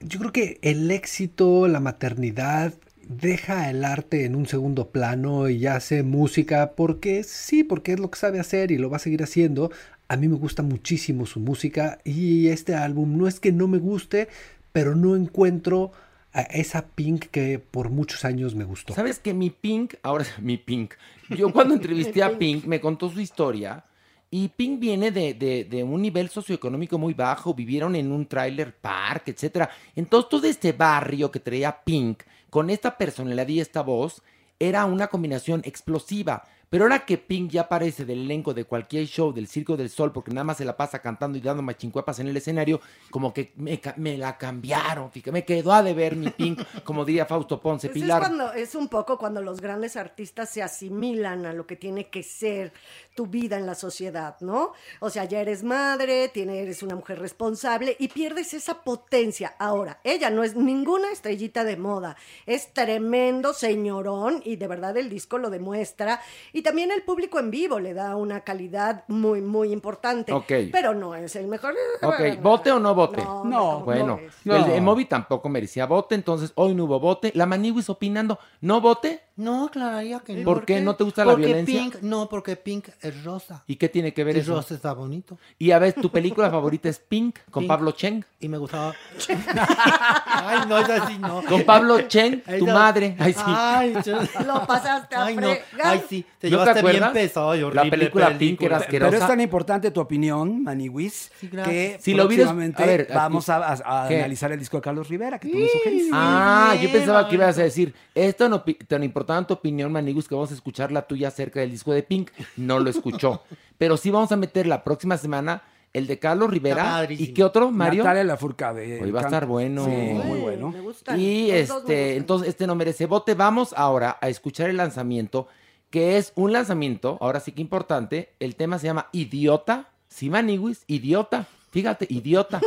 yo creo que el éxito, la maternidad deja el arte en un segundo plano y hace música porque sí, porque es lo que sabe hacer y lo va a seguir haciendo. A mí me gusta muchísimo su música y este álbum no es que no me guste, pero no encuentro a esa Pink que por muchos años me gustó. ¿Sabes que mi Pink, ahora [laughs] mi Pink, yo cuando [laughs] entrevisté a Pink me contó su historia y Pink viene de, de- de un nivel socioeconómico muy bajo, vivieron en un trailer park, etcétera. Entonces todo este barrio que traía Pink con esta personalidad y esta voz era una combinación explosiva. Pero ahora que Pink ya aparece del elenco de cualquier show del Circo del Sol, porque nada más se la pasa cantando y dando machincuepas en el escenario, como que me, ca- me la cambiaron, fíjate, me quedó a deber mi Pink, como diría Fausto Ponce Pues Pilar. Es, cuando, es un poco cuando los grandes artistas se asimilan a lo que tiene que ser tu vida en la sociedad, ¿no? O sea, ya eres madre, tiene- eres una mujer responsable y pierdes esa potencia. Ahora, ella no es ninguna estrellita de moda, es tremendo señorón y de verdad el disco lo demuestra. Y también el público en vivo le da una calidad muy, muy importante. Ok. Pero no es el mejor. Ok, ¿vote o no vote? No, hombre, ¿cómo Bueno, crees? no. el de Moby tampoco merecía vote, entonces hoy no hubo vote. La Maniwis opinando, ¿no vote? No, claro, ya que no. ¿Por qué? ¿No te gusta la Porque violencia? Pink, no, porque Pink es rosa. ¿Y qué tiene que ver Y eso? rosa está bonito. Y a ver, [laughs] ¿tu película favorita es Pink con Pink. Pablo Cheng? Y me gustaba. [laughs] Ay, no, es así, no. Con Pablo Cheng, tu Esa- madre. Ay, sí. Ay, yo- [laughs] Lo pasaste a Ay, no. fregar. Ay, sí. Te ¿No te llevaste bien acuerdas? pesado. y horrible La película Pink era Pero asquerosa. es tan importante tu opinión, Maniwis, gracias. que Si lo vieras- próximamente a ver, aquí- vamos a, a- a ¿Qué? analizar el disco de Carlos Rivera, que tú me sugeriste. Ah, yo bien, pensaba que Manuel. ibas a decir, es tan, opi- tan importante tu opinión, Manigus, que vamos a escuchar la tuya acerca del disco de Pink. No [laughs] lo escuchó. Pero sí vamos a meter la próxima semana el de Carlos Rivera. padrísimo. ¿Y qué otro, Mario? Natalia Lafourcade. Hoy va a estar bueno. Sí, muy Ay, bueno. Me gustan. Y Los dos este, me gustan. entonces este no merece bote. Vamos ahora a escuchar el lanzamiento, que es un lanzamiento, ahora sí que importante. El tema se llama Idiota. Simaniwis, idiota. Fíjate, [laughs] idiota.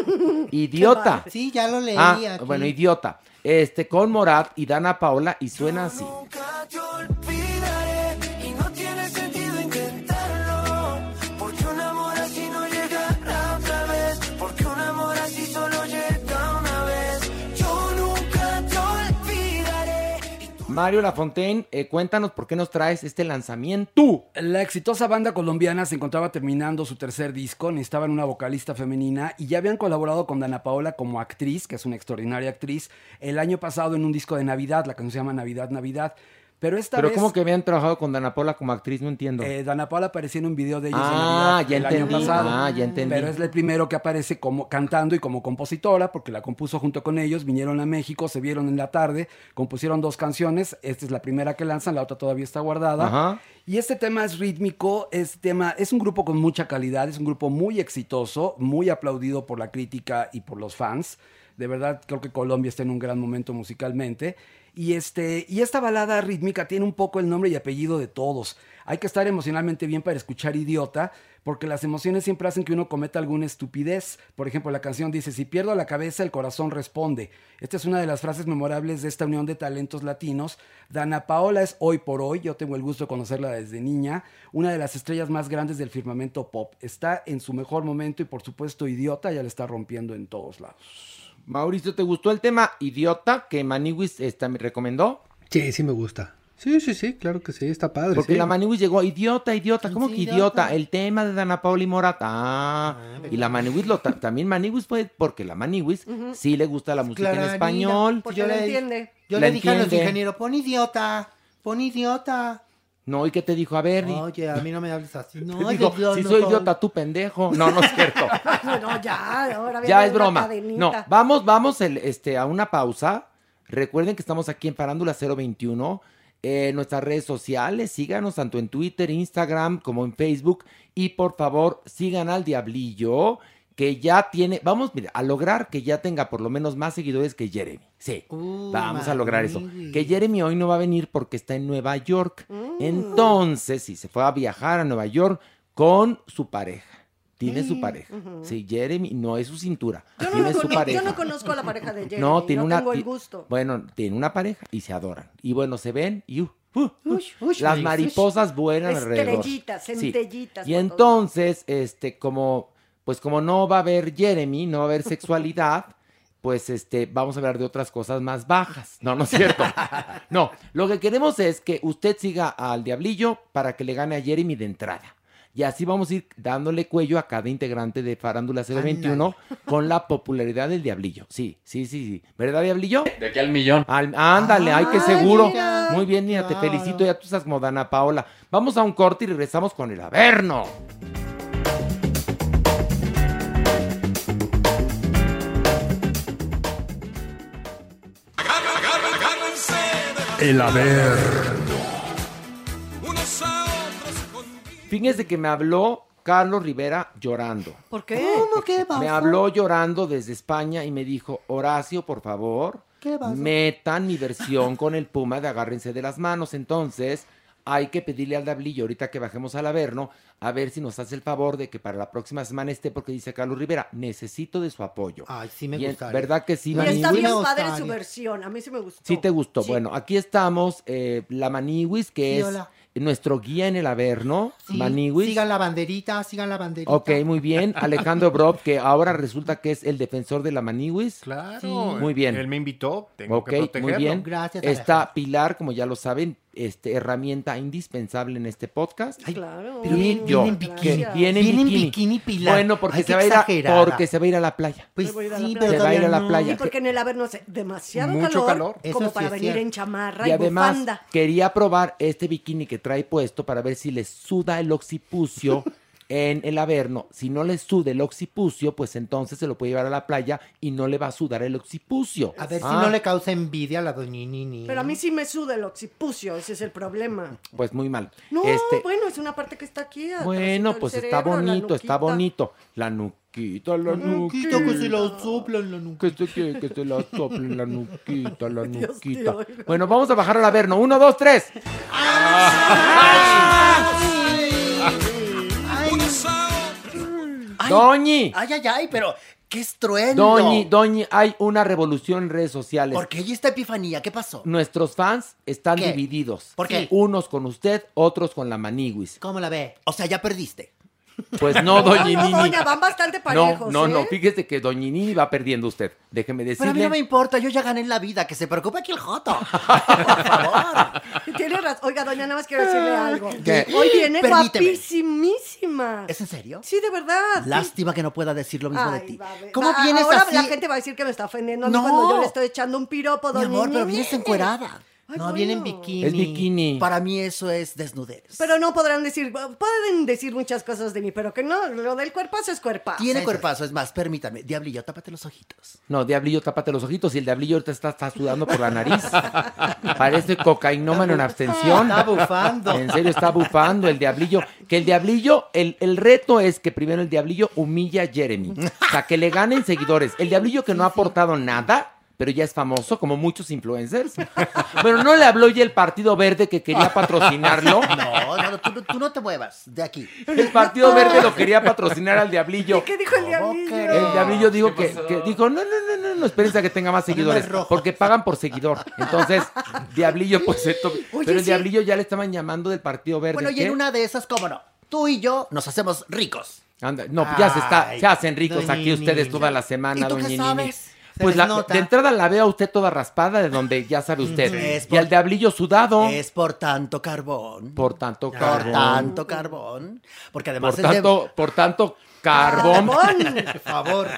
idiota. Sí, ya lo leí. Ah, aquí. bueno, idiota. Este, con Morat y Dana Paola, y Ah, suena así. Nunca te olvidaré y no tiene sentido intentarlo. Porque un amor así no llegará otra vez. Porque un amor así solo llega una vez. Yo nunca te [laughs] olvidaré. Mario Lafontaine, eh, cuéntanos por qué nos traes este lanzamiento. La exitosa banda colombiana se encontraba terminando su tercer disco, necesitaban una vocalista femenina y ya habían colaborado con Dana Paola como actriz, que es una extraordinaria actriz, el año pasado en un disco de Navidad, la canción se llama Navidad, Navidad. Pero esta Pero vez ¿cómo que habían trabajado con Dana Paola como actriz? No entiendo. eh, Dana Paola apareció en un video de ellos de Ah, Navidad ya el entendí. año pasado. Ah, ya entendí. Pero es el primero que aparece como cantando y como compositora, porque la compuso junto con ellos, vinieron a México, se vieron en la tarde, compusieron dos canciones, esta es la primera que lanzan, la otra todavía está guardada. Ajá. Y este tema es rítmico, es tema, es un grupo con mucha calidad, es un grupo muy exitoso, muy aplaudido por la crítica y por los fans. De verdad, creo que Colombia está en un gran momento musicalmente. Y, este, y esta balada rítmica tiene un poco el nombre y apellido de todos. Hay que estar emocionalmente bien para escuchar Idiota, porque las emociones siempre hacen que uno cometa alguna estupidez. Por ejemplo, la canción dice, si pierdo la cabeza, el corazón responde. Esta es una de las frases memorables de esta unión de talentos latinos. Dana Paola es hoy por hoy, yo tengo el gusto de conocerla desde niña, una de las estrellas más grandes del firmamento pop. Está en su mejor momento y por supuesto idiota, ya le está rompiendo en todos lados. Mauricio, ¿te gustó el tema Idiota que Maniwis esta, me recomendó? Sí, sí me gusta. Sí, sí, sí, claro que sí, está padre. Porque sí. la Maniwis llegó, idiota, idiota, ¿cómo Sí, que idiota? idiota. El tema de Dana Pauli Morata. Ah, y la Maniwis, lo ta- también Maniwis fue, porque la Maniwis Ujú. sí le gusta la música en Clararina. español. Porque yo la le- entiende. Yo La le dije a los entiende. ingenieros, pon idiota, pon idiota. No, ¿y qué te dijo? A ver, y- Oye, a mí no me hables así. No, te de dijo, Dios, si no soy soy". idiota, tú pendejo. [laughs] No, no es cierto. [laughs] No, ya, ahora ya viene es una broma. cadenita. No, vamos, vamos el- este, a una pausa. Recuerden que estamos aquí en Parándula 021. eh, en nuestras redes sociales, síganos tanto en Twitter, Instagram como en Facebook. Y por favor, sigan al Diablillo, que ya tiene. Vamos, mira, a lograr que ya tenga por lo menos más seguidores que Jeremy. Sí. Uh, Vamos a lograr eso. Maniwis. Que Jeremy hoy no va a venir porque está en Nueva York. Entonces, si se fue a viajar a Nueva York con su pareja. Tiene su pareja. Sí, Jeremy no es su cintura. Yo no, tiene lo su conozco, pareja. yo no conozco a la pareja de Jeremy. No, tiene una. tengo el ti- gusto. Bueno, tiene una pareja y se adoran. Y bueno, se ven y uh, uh, uh, Ush, ush, las ush. mariposas vuelan alrededor. Estrellitas, Sí. centellitas. Y por entonces, este, como, pues como no va a haber Jeremy, no va a haber sexualidad, pues este, vamos a hablar de otras cosas más bajas. No, no es [laughs] cierto. No, lo que queremos es que usted siga al diablillo para que le gane a Jeremy de entrada. Y así vamos a ir dándole cuello a cada integrante de Farándula 021 con la popularidad del diablillo. Sí, sí, sí, sí. ¿Verdad, diablillo? De aquí al millón. Al- ándale, ay, qué Ay, seguro. mira. Muy bien, mira, te Claro. felicito, ya tú estás como Dana Paola. Vamos a un corte y regresamos con el Averno. El haber. [laughs] Fíjense que me habló Carlos Rivera llorando. todo. ¿Por qué? ¿Cómo que pasó? Me habló llorando desde España y me dijo, Horacio, por favor, ¿Qué pasó? metan mi versión con el Puma de Agárrense de las manos. Entonces, hay que pedirle al Dablillo, ahorita que bajemos al Averno, a ver si nos hace el favor de que para la próxima semana esté, porque dice Carlos Rivera, necesito de su apoyo. Ay, sí me Y en- gustaría. ¿Verdad que sí, Y Y Maniwis? está Maniwis. bien Me padre su gustaría. versión. A mí sí me gustó. Sí te gustó. Sí. Bueno, aquí estamos, eh, la Maniwis, que Sí, es hola. nuestro guía en el Averno. Sí, Maniwis. Sigan la banderita, sigan la banderita. Ok, muy bien. Alejandro Brob, que ahora resulta que es el defensor de la Maniwis. Claro. Sí. Muy bien. Él me invitó, tengo ok, que protegerlo. muy bien. Gracias, Está Alejandro. Pilar, como ya lo saben, este, herramienta indispensable en este podcast. Claro. Pero viene- yo, viene en que bikini. viene en Viene en bikini. bikini, Pilar. Bueno, porque Ay, se, qué va a ir a, exagerada. porque se va a ir a la playa. Pues Me voy a ir a la sí, playa. pero Se va a ir a todavía la no. playa. Sí, porque en el Averno hace demasiado Mucho calor, calor. como Eso para sí es venir en cierto. chamarra Y y, además bufanda. quería probar este bikini que trae puesto para ver si le suda [laughs] el occipucio en el averno. Si no le suda el occipucio, pues entonces se lo puede llevar a la playa y no le va a sudar el occipucio. A ver Ah, si no le causa envidia a la doñinini. Pero a mí sí me suda el occipucio, ese es el problema. Pues muy mal. No, Este, pues bueno, es una parte que está aquí. atrásito bueno, del pues está cerebro, la bonito, está nuquita. bonito. La nuquita, la nuquita. Quito que se la soplan la nuca. Que se, que, que se la sople la nuquita, [laughs] la Dios te nuquita. oiga. Bueno, vamos a bajar al averno. Uno, dos, tres. Ay, Doñi. Ay, ay, ay, pero qué estruendo. Doñi, Doñi, hay una revolución en redes sociales. ¿Por qué y esta epifanía? ¿Qué pasó? Nuestros fans están ¿Qué? divididos. ¿Por qué? Unos con usted, otros con la maniwis. ¿Cómo la ve? O sea, ya perdiste. Pues no, Doñi No, no, Nini. doña, van bastante No, parejos. no, ¿eh? no, fíjese que Doñi Nini va perdiendo usted. Déjeme Pero a mí decirle. no me importa, yo ya gané en la vida, que se preocupe aquí el [laughs] Joto. Por favor. Tiene razón. Oiga, doña, nada más [laughs] quiero decirle algo. ¿Qué? Hoy viene Permíteme. guapísimísima. ¿Es en serio? Sí, de verdad. sí. Lástima que no pueda decir lo mismo de Ay, ti. va a ver- ¿Cómo va- vienes ahora así? la gente va a decir que me está ofendiendo a mí No. cuando yo le estoy echando un piropo, Mi doña amor, pero Nini. vienes encuerada. Ay, no, viene en bueno. bikini. Es bikini. Para mí eso es desnudez. Pero no podrán decir, pueden decir muchas cosas de mí, pero que no, lo del cuerpazo es cuerpazo. Tiene cuerpazo, es más, permítame. Diablillo, tápate los ojitos. No, Diablillo, tápate los ojitos. Y el Diablillo ahorita está, está sudando por la nariz. Parece cocainómano en abstención. Está bufando. En serio, está bufando el Diablillo. Que el Diablillo, el, el reto es que primero el Diablillo humilla a Jeremy. O sea, que le ganen seguidores. El Diablillo que no ha aportado nada. Pero ya es famoso, como muchos influencers. Pero no le habló ya el Partido Verde que quería patrocinarlo. [laughs] No, no, no, tú, no- tú no te muevas de [laughs] aquí. El Partido Verde lo quería patrocinar al Diablillo. ¿Qué dijo el diablillo? crees? El diablillo dijo que, que dijo, no, no, no, no, no, espérense a que tenga más seguidores, Más rojo. porque pagan por seguidor. Entonces, diablillo, pues esto, Oye, pero el sí. diablillo ya le estaban llamando del Partido Verde. Bueno, y ¿qué? en una de esas, cómo no, tú y yo nos hacemos ricos. Anda, no, pues, ya se está, Ay, se hacen ricos doña aquí ustedes Nini. toda la semana, ¿Y tú doña qué Nini. sabes? Pues les la, nota. de entrada la veo a usted toda raspada, de donde ya sabe usted. Sí. Y Es al diablillo sudado. Es por tanto carbón. Por tanto Por carbón. tanto carbón. Porque además por, es de- Ah, tanto, por tanto carbón. [laughs] Por favor.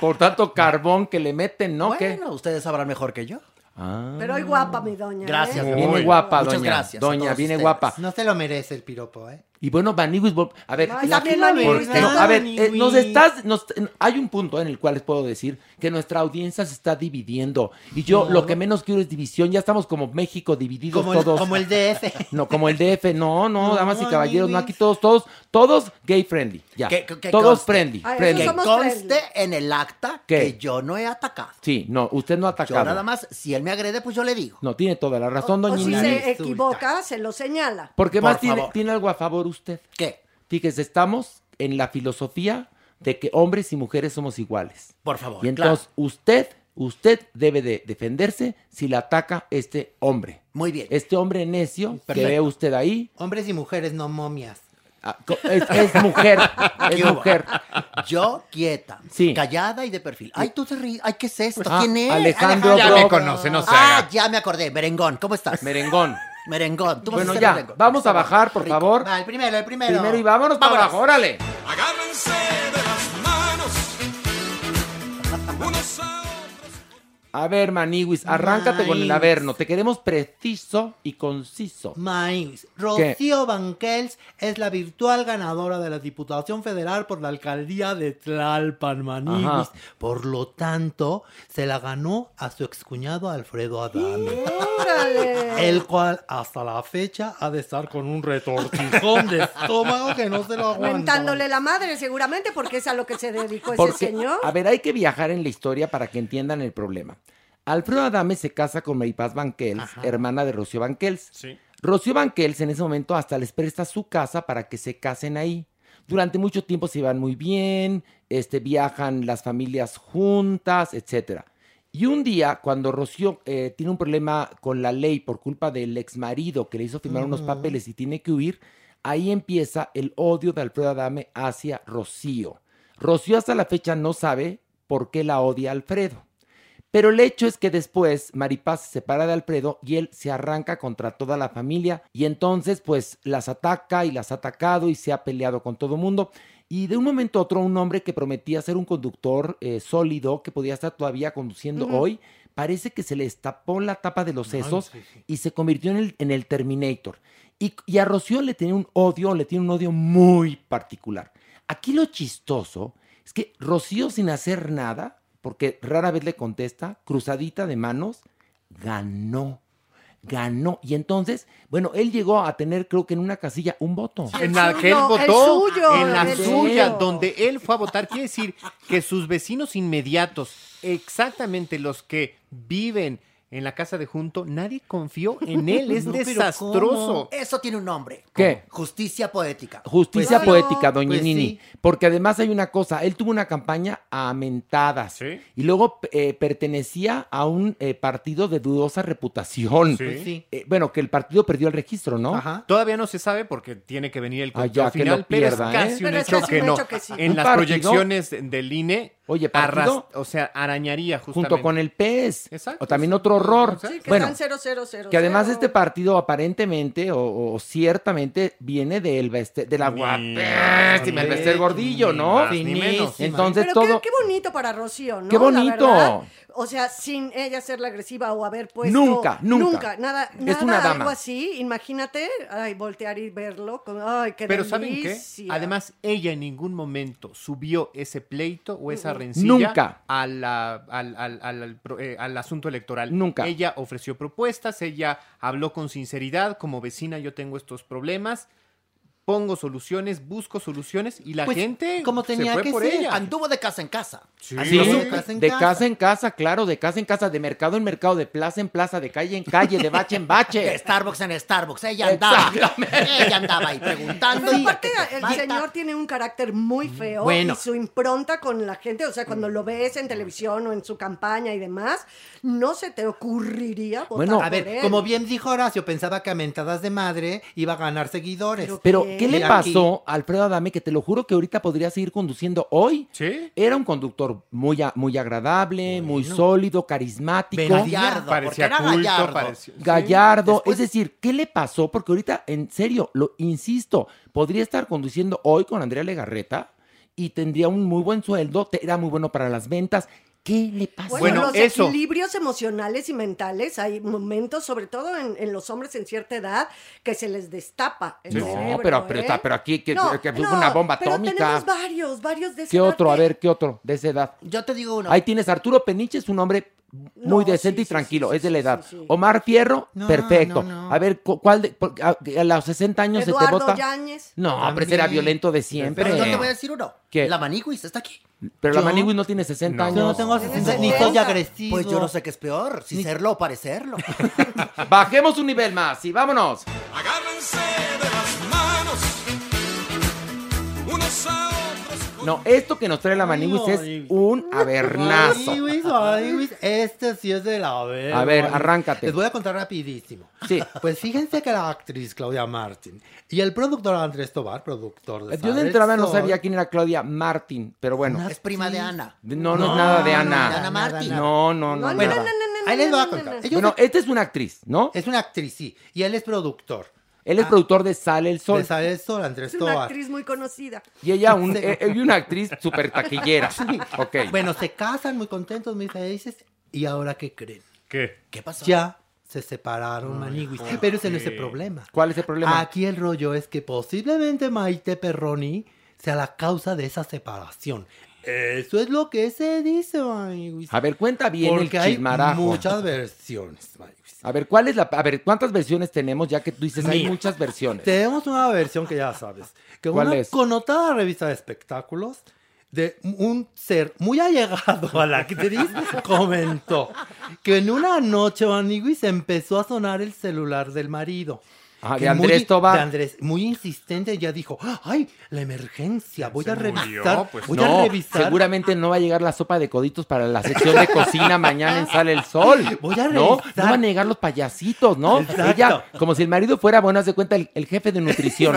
Por tanto carbón que le meten, ¿no? ¿Qué? Bueno, ustedes sabrán mejor que yo. Ah. Pero hoy guapa, mi doña. Gracias, ¿eh? mi Viene Muy. guapa, Muchas doña. gracias a doña, todos viene ustedes. guapa. No se lo merece el piropo, ¿eh? Y bueno, Baniwis, vol- a ver, Ay, también Baniwis, porque- no, también a ver, Baniwis. eh, nos estás, nos- hay un punto en el cual les puedo decir que nuestra audiencia se está dividiendo y yo No. lo que menos quiero es división. Ya estamos como México divididos Como el, todos. como el DF. No, como el DF, no, no, No, damas y caballeros, no Baniwis. aquí todos, todos, todos gay friendly, ya. Que- que- que todos conste. friendly, Ay, friendly. Que conste en el acta ¿Qué? que yo no he atacado. Sí, no, usted no ha Yo atacado. nada más, si él me agrede, pues yo le digo. No, tiene toda la razón, O doña si Inés. se equivoca, se lo señala. Porque Por más tiene, favor. tiene algo a favor usted. ¿Qué? Fíjese, estamos en la filosofía de que hombres y mujeres somos iguales. Por favor. Y entonces usted, usted debe de defenderse si la ataca este hombre. Muy bien. Este hombre necio que Perfecto. ve usted ahí [laughs] Hombres y mujeres, no momias. ah, co- es, es mujer, ¿Qué es hubo? mujer. Yo quieta, Sí. callada y de perfil. Ay, tú te ríes. Ay, ¿qué es esto? Ah, ¿Quién es? Alejandro Alejandro. Ya me conoce, no se Ah, haga. ya me acordé. Merengón, ¿cómo estás? Merengón. [laughs] Merengón. Tú vas Bueno, a ser ya, merengón. vamos a bajar, por favor. Va, el primero, el primero. Primero y vámonos, para abajo, órale. Agárrense de las manos. Unos a A ver, Maniwis, arráncate con el Maniwis. averno. Te queremos preciso y conciso. Maíz. Rocío Banquels es la virtual ganadora de la Diputación Federal por la alcaldía de Tlalpan, Maniguis. Ajá. Por lo tanto, se la ganó a su excuñado Alfredo Adame, Órale. el cual hasta la fecha ha de estar con un retortijón de estómago [laughs] que no se lo aguanta. Mentándole la madre, seguramente, porque es a lo que se dedicó ese Porque, Pues, señor. a ver, hay que viajar en la historia para que entiendan el problema. Alfredo Adame se casa con Maripaz Banquels, hermana de Rocío Banquels. Sí. Rocío Banquels en ese momento hasta les presta su casa para que se casen ahí. Durante mucho tiempo se iban muy bien, este, viajan las familias juntas, etcétera. Y un día, cuando Rocío eh, tiene un problema con la ley por culpa del exmarido que le hizo firmar unos papeles y tiene que huir, ahí empieza el odio de Alfredo Adame hacia Rocío. Rocío hasta la fecha no sabe por qué la odia Alfredo. Pero el hecho es que después Maripaz se separa de Alfredo y él se arranca contra toda la familia y entonces pues las ataca y las ha atacado y se ha peleado con todo el mundo. Y de un momento a otro un hombre que prometía ser un conductor eh, sólido, que podía estar todavía conduciendo Ujú. hoy, parece que se le tapó la tapa de los Ay, sesos sí, sí. y se convirtió en el, en el Terminator. Y, y a Rocío le tenía un odio, le tiene un odio muy particular. Aquí lo chistoso es que Rocío sin hacer nada, porque rara vez le contesta, cruzadita de manos, ganó. Ganó. Y entonces, bueno, él llegó a tener, creo que en una casilla, un voto. Sí, en el la que él suyo, el votó, suyo, en la el suya, suyo. donde él fue a votar. Quiere decir que sus vecinos inmediatos, exactamente los que viven en la casa de junto, nadie confió en [laughs] él. Es No, pero desastroso. ¿cómo? Eso tiene un nombre. ¿Qué? Justicia poética. Justicia Pues sí. poética, doña Pues Nini. sí. Porque además hay una cosa, él tuvo una campaña a mentadas. Sí. Y luego eh, pertenecía a un eh, partido de dudosa reputación. Sí. Pues sí. Eh, bueno, que el partido perdió el registro, ¿no? Ajá. Todavía no se sabe porque tiene que venir el Ay, conteo Ah, ya, que lo final, pero pierda, ¿eh? es casi un Pero es hecho casi que un no. hecho que sí. En Un las partido- proyecciones del E, INE, Oye, partido- arras- o sea, arañaría justamente. Junto con el PES. Exacto. O también otro horror. Sí, que bueno, están cero, cero, cero, que además cero. este partido aparentemente o, o ciertamente viene del Beste- de la Ni- guapésima, el ni- Bester Gordillo, ¿no? más ni menos. Entonces Pero todo... qué, qué bonito para Rocío, ¿no? Qué bonito. La verdad, o sea, sin ella ser la agresiva o haber puesto. Nunca, nunca. nada, Es nada, una dama. algo así. Imagínate, ay, voltear y verlo. con- ay, qué Pero ¿saben qué? delicia. Además, ella en ningún momento subió ese pleito o esa Mm-mm. rencilla Nunca. a la- al, al- al- al pro- eh, al asunto electoral. Nunca. Ella ofreció propuestas, ella habló con sinceridad, como vecina yo tengo estos problemas, pongo soluciones, busco soluciones y la Pues, gente como tenía se fue que por ser, ella. Anduvo de casa en casa. Sí. Sí, Así de es. casa en casa. claro, de casa en casa, de mercado en mercado, de plaza en plaza, de calle en calle, de bache en [laughs] De bache. Starbucks en Starbucks. Pues Ella andaba. Ella andaba ahí preguntando. Pero aparte, ¿qué te el falta? señor tiene un carácter muy Mm. feo Bueno. y su impronta con la gente, o sea, cuando lo ves en televisión o en su campaña y demás, no se te ocurriría votar Bueno, por A ver, él. como bien dijo Horacio, pensaba que a mentadas de madre iba a ganar seguidores. Pero Pero ¿qué? ¿Qué le Aquí. pasó a Alfredo Adame? Que te lo juro que ahorita podría seguir conduciendo hoy. Sí. Era un conductor muy, a- muy agradable, muy sólido, carismático. Gallardo, Parecía porque era culto, gallardo. parecía- sí. Gallardo. Es decir, ¿qué le pasó? Porque ahorita, en serio, lo insisto, podría estar conduciendo hoy con Andrea Legarreta y tendría un muy buen sueldo, te- era muy bueno para las ventas. ¿Qué le pasó? Bueno, los equilibrios emocionales y mentales, hay momentos, sobre todo en, en los hombres en cierta edad, que se les destapa el No, cerebro, pero- pero ¿eh? está- pero aquí que- que fue no, una bomba pero atómica. tenemos varios, varios de ¿Qué esa edad otro? A que- ver, ¿qué otro de esa edad? Yo te digo uno. Ahí tienes a Arturo Peniche, es un hombre muy decente y tranquilo, es de la edad. Omar Fierro, perfecto. A ver, cu- ¿cuál de, por- a, a los 60 años se te Eduardo vota? Yáñez. No, hombre, ese era También. violento de siempre. Pero yo te voy a decir uno. ¿Qué? La Maniguis está aquí. Pero la Yo- Manigui no tiene 60 años. Yo no tengo sesenta, ni soy agresivo. Pues yo no sé qué es peor, si serlo o parecerlo. [laughs] Bajemos un nivel más y vámonos. Agárrense de las manos, unos a otros. No, esto que nos trae la Maniguis es horrible. un avernazo. Ay, Luis, ay, Luis, este sí es de la verga. A ver, Luis. arráncate. Les voy a contar rapidísimo. Sí. Pues fíjense que la actriz Claudia Martin y el productor Andrés Tobar, productor de Eh, Yo de Father entrada no Son, sabía quién era Claudia Martín, pero bueno. Es prima de Ana. No, no es nada de no, Ana. de Ana Martín. No, no, no. Bueno, nada. ahí les voy a contar. Ellos Bueno, esta es una actriz, ¿no? es una actriz, sí, y él es productor. Ah. Él es productor de Sale el Sol. De Sale el Sol, Andrés Es una Tobar. actriz muy conocida. Y ella, [laughs] un, Sí. eh, eh, y una actriz súper [laughs] taquillera. Sí. Ok. Bueno, se casan muy contentos, mis felices. ¿Y ahora qué creen? ¿Qué? ¿Qué pasó? Ya se separaron, Maniguis. Pero ese no es el ok. problema. ¿Cuál es el problema? Aquí el rollo es que posiblemente Maite Perroni sea la causa de esa separación. Eso es lo que se dice, Maniguis. A ver, cuenta bien el Porque hay chismarajo. muchas versiones, Maniguis. A ver, ¿cuál es la... A ver, ¿cuántas versiones tenemos? Ya que tú dices, hay Mira. muchas versiones. Tenemos una versión que ya sabes, que ¿Cuál una es? connotada revista de espectáculos de un ser muy allegado a la [laughs] actriz comentó que en una noche Maniguis empezó a sonar el celular del marido. Ah, de Que muy- Andrés Tobar. de Andrés, muy insistente, ya dijo, ay, la emergencia, voy a revisar, murió, pues voy no, a revisar. seguramente no va a llegar la sopa de coditos para la sección de cocina mañana en Sale el Sol. Voy a No, revisar. no van a llegar los payasitos, ¿no? Exacto. Ella, como si el marido fuera, bueno, haz de cuenta, el, el jefe de nutrición.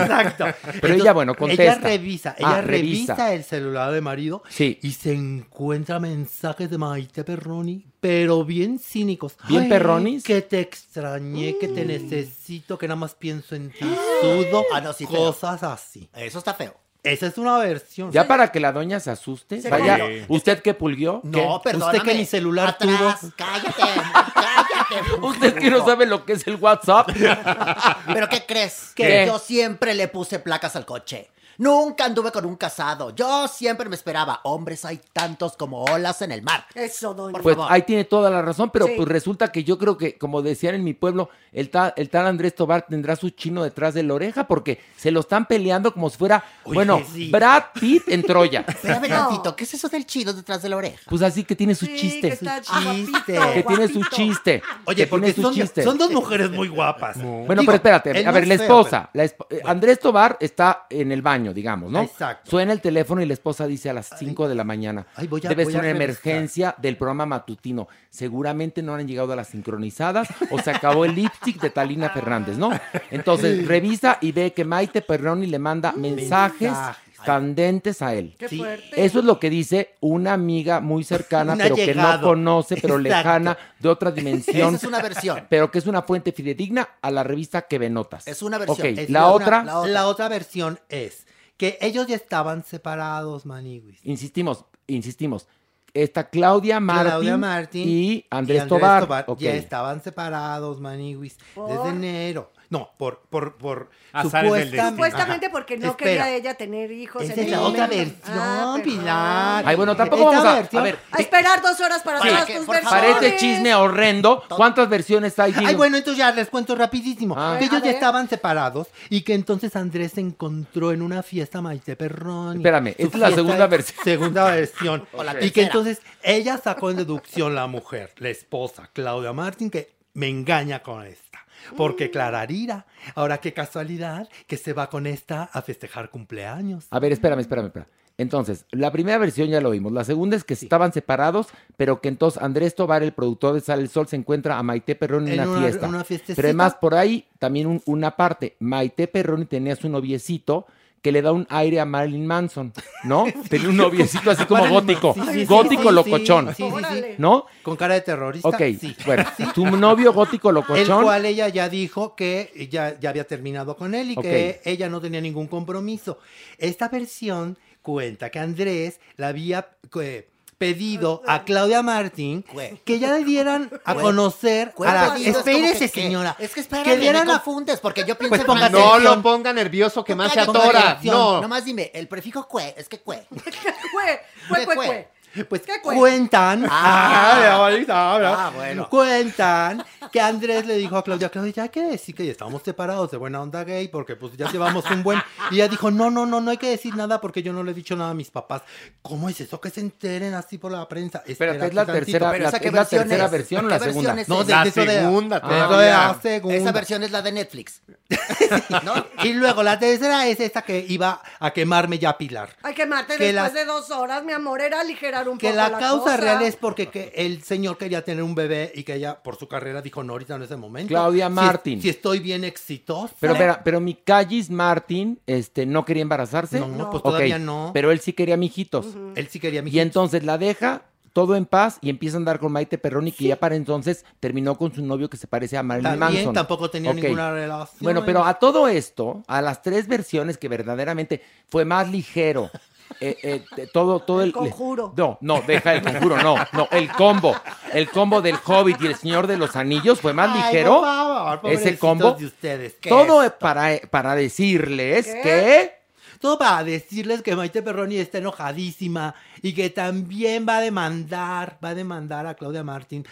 [laughs] Exacto. Pero ella, bueno, contesta. Ella revisa, Ah, ella revisa. el celular de marido Sí. y se encuentra mensajes de Maite Perroni, pero bien cínicos. ¿Bien perronis? Que te extrañé, que te necesito, que nada más pienso en ti, sudo, Mm. Ah, no, sí, feo. cosas así. Eso está feo. Esa es una versión. Ya para que la doña se asuste, Se vaya, cayó. usted que pulguió, No, ¿Qué? perdóname. Usted que ni celular Atrás, tuvo. cállate, [laughs] cállate. usted que no burro. sabe lo que es el WhatsApp. [laughs] ¿Pero qué crees? ¿Qué? Que yo siempre le puse placas al coche. Nunca anduve con un casado. Yo siempre me esperaba. Hombres hay tantos como olas en el mar. Eso, doña. Por Pues favor. ahí tiene toda la razón, pero Sí. pues resulta que yo creo que, como decían en mi pueblo, el, ta- el tal Andrés Tobar tendrá su chino detrás de la oreja porque se lo están peleando como si fuera, Oye, bueno, sí. Brad Pitt en Troya. pues [laughs] Espérame No. tantito, ¿qué es eso del chido detrás de la oreja? Ah, Pues así que tiene su Sí, chiste. Que, está Su chiste. guapito, que tiene su guapito. chiste. Oye, que porque tiene su son, chiste. son dos mujeres muy guapas. Bueno, Digo, pero espérate, él a no ver, es la feo, esposa, la esp- eh, Andrés Tobar está en el baño, digamos, ¿no? Exacto. Suena el teléfono y la esposa dice a las 5 de la mañana, Ay, voy a- debe voy ser a una revisar". emergencia del programa matutino, seguramente no han llegado a las sincronizadas o se acabó el lipstick de Talina Fernández, ¿no? Entonces revisa y ve que Maite Perroni le manda mensajes Mm. Mensajes. candentes a él. Qué Sí. fuerte. Eso es lo que dice una amiga muy cercana, Un pero que no allegado. conoce, pero Exacto. lejana, de otra dimensión. Esa es una versión. Pero que es una fuente fidedigna a la revista que ve notas. Es una versión. Ok, Es la una- otra, la- otra. La otra versión es que ellos ya estaban separados, Maniguis. insistimos, insistimos. Está Claudia Martín, Claudia Martín y Andrés, y Tobar. Ok. Ya estaban separados, Maniguis, ¿Por? desde enero. No, por, por, por Azares Ah, del destino. Supuestamente porque no Espera. quería ella tener hijos. Esa en es el la otra momento. versión, Ah, perdón. Pilar. Ay, bueno, tampoco Esta vamos a... versión- A ver, A esperar dos horas para Sí. todas Que, tus por favor. versiones. parece chisme horrendo. ¿Cuántas versiones hay? Ay, Gino? bueno, entonces ya les cuento rapidísimo. Ah. Que ellos A ya ver. estaban separados y que entonces Andrés se encontró en una fiesta Maite Perroni. Su Espérame, esta es la fiesta segunda de- versión. Segunda versión. [laughs] O la y que tercera. entonces ella sacó en deducción la mujer, la esposa, Claudia Martín, que me engaña con esta. Mm. Porque Clararira, ahora qué casualidad que se va con esta a festejar cumpleaños. A ver, espérame, espérame, espérame. Entonces, la primera versión ya lo vimos. La segunda es que estaban separados, pero que entonces Andrés Tobar, el productor de Sale el Sol, se encuentra a Maite Perroni en, En una, una- fiesta. una fiestecita. Pero además, por ahí también un- una parte. Maite Perroni tenía su noviecito que le da un aire a Marilyn Manson, [laughs] ¿no? Tenía un noviecito así como Marilyn gótico, Manson. Sí, sí, gótico sí, sí, locochón, sí, sí, sí. ¿no? Con cara de terrorista. Ok, sí. bueno, tu novio gótico locochón. El cual ella ya dijo que ya, ya había terminado con él y que ella no tenía ningún compromiso. Esta versión cuenta que Andrés le había eh, pedido a Claudia Martín que ya le dieran a Güey. conocer Güey, a la- pedido, es como Espérese, que- que- señora. Es que espérame, Que me dieran a... confundes, porque yo pienso Pues en ponga Manuel. No lo atención. ponga nervioso, que más se Ponga atora. atención. No. Nomás dime, el prefijo cue, es que cue. [laughs] Cue, cue, cue, cue. Pues ¿Qué cue? cuentan. Ah. Ah, ahorita habla. Ah, bueno. Cuentan que Andrés le dijo a Claudia, Claudia, ya hay que decir que ya estamos separados de buena onda gay, porque pues ya llevamos un buen. Y ella dijo, no, no, no, no hay que decir nada porque yo no le he dicho nada a mis papás. ¿Cómo es eso que se enteren así por la prensa? Espérate, es la tantito. tercera- Pero la- ¿esa qué es la versión tercera es? versión o la ¿Qué segunda? versión es No, esa? la dentro de- segunda, dentro todavía. de la segunda. Esa versión es la de Netflix. Y luego la tercera es esta que iba a quemarme ya Pilar. Hay que mate Que después las- de dos horas, mi amor, era aligerar un Que poco la, la, causa cosa. real es porque que el señor quería tener un bebé y que ella, por su carrera, dijo no, ahorita no es el momento. Claudia Si- Martín. Si, estoy bien exitosa. Pero, espera, pero mi Callis Martin este, no quería embarazarse. No, no, pues Ok, todavía no. Pero él sí quería mijitos. Él sí quería mijitos. Y entonces la deja todo en paz y empieza a andar con Maite Perroni, que ya para entonces terminó con su novio que se parece a Marilyn También, Manson. tampoco tenía Ok. ninguna relación. Bueno, pero a todo esto, a las tres versiones que verdaderamente fue más ligero. [laughs] eh, eh, te- todo, todo el, conjuro. No, no, deja el conjuro, no, no, el combo. El combo del Hobbit y el Señor de los Anillos fue más Ay, ligero. por favor, ese pobrecitos combo. de ustedes. ¿Qué Todo es para, para decirles ¿Qué? que. Todo para decirles que Maite Perroni está enojadísima y que también va a demandar, va a demandar a Claudia Martín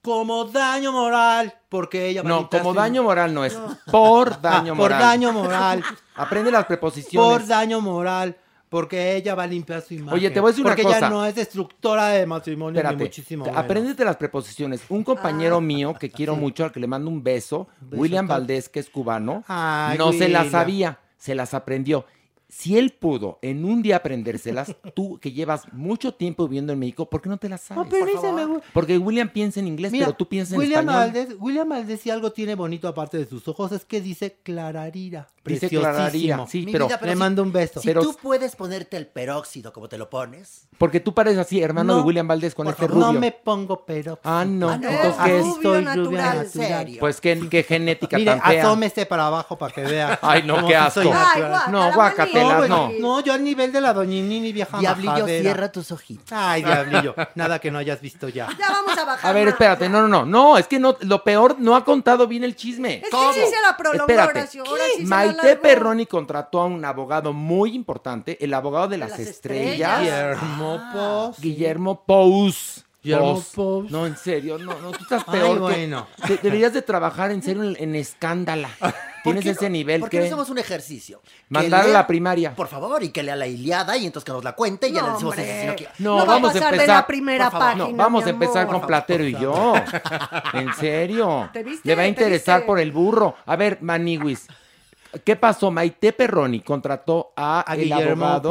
como daño moral, porque ella va a No, quitar como su- daño moral no es. Por Ah, daño [laughs] moral. Por daño moral. Aprende las preposiciones. Por daño moral. Porque ella va a limpiar su imagen. Oye, te voy a decir una porque cosa. ella no es destructora de matrimonio ni Espérate, muchísimo Ah. te- menos. apréndete las preposiciones. Un compañero mío que quiero mucho, al que le mando un beso, William Valdés, que es cubano, Ay, no se las William. sabía, se las aprendió. Si él pudo en un [laughs] día aprendérselas, tú que llevas mucho tiempo viviendo en México, ¿por qué no te las sabes? No, Pues, pero Por ese favor. me gu- Porque William piensa en inglés, Mira, pero tú piensas en William español. Valdés- William Valdés, si algo tiene bonito aparte de sus ojos, es que dice clararira. Dice Preciosísimo. clararira, sí, Mi pero- vida, le mando un beso. Si tú puedes ponerte el peróxido como te lo pones. Porque tú pareces así, hermano de No, William Valdés, con este no rubio. me pongo pero. Ah, no. Ah, no. Entonces, ¿qué es? Rubio Estoy rubia natural, natural. serio. Pues qué, qué genética Mire, tan fea. asómese para abajo para que vea. [laughs] Ay, no, cómo qué sí asco. soy natural. no, guacatelas, no. pues, No, yo al nivel de la doñinini vieja Diablillo, majadera. cierra tus ojitos. Ay, diablillo, [laughs] nada que no hayas visto ya. Ya vamos a bajar. A ver, más. espérate, no, no, no, no, es que no, lo peor, no ha contado bien el chisme. Es que ¿Cómo? sí se la prolongó, Horacio, ahora sí se la Maite alargó. Perroni contrató a un abogado muy importante, el abogado de las, las Ah. estrellas. estrellas. Guillermo Pous. Guillermo Pous. Guillermo Pous. No, en serio, no, no, tú estás Ay, peor. que- bueno. de- deberías de trabajar en serio en, [laughs] en escándala. Tienes ese nivel ¿Por qué que... no hacemos un ejercicio? Que Mandar a lea, la primaria. Por favor, y que lea la Iliada y entonces que nos la cuente y ya No, le decimos eso, hombre. sino que- No, No va a vamos a pasar empezar. de la primera Por favor, página, No, vamos a mi empezar amor. con Platero y yo. En serio. [laughs] ¿Te viste? Le va a ¿Te interesar viste? por el burro. A ver, Maniwis. ¿Qué pasó? Maite Perroni contrató a, A el Guillermo abogado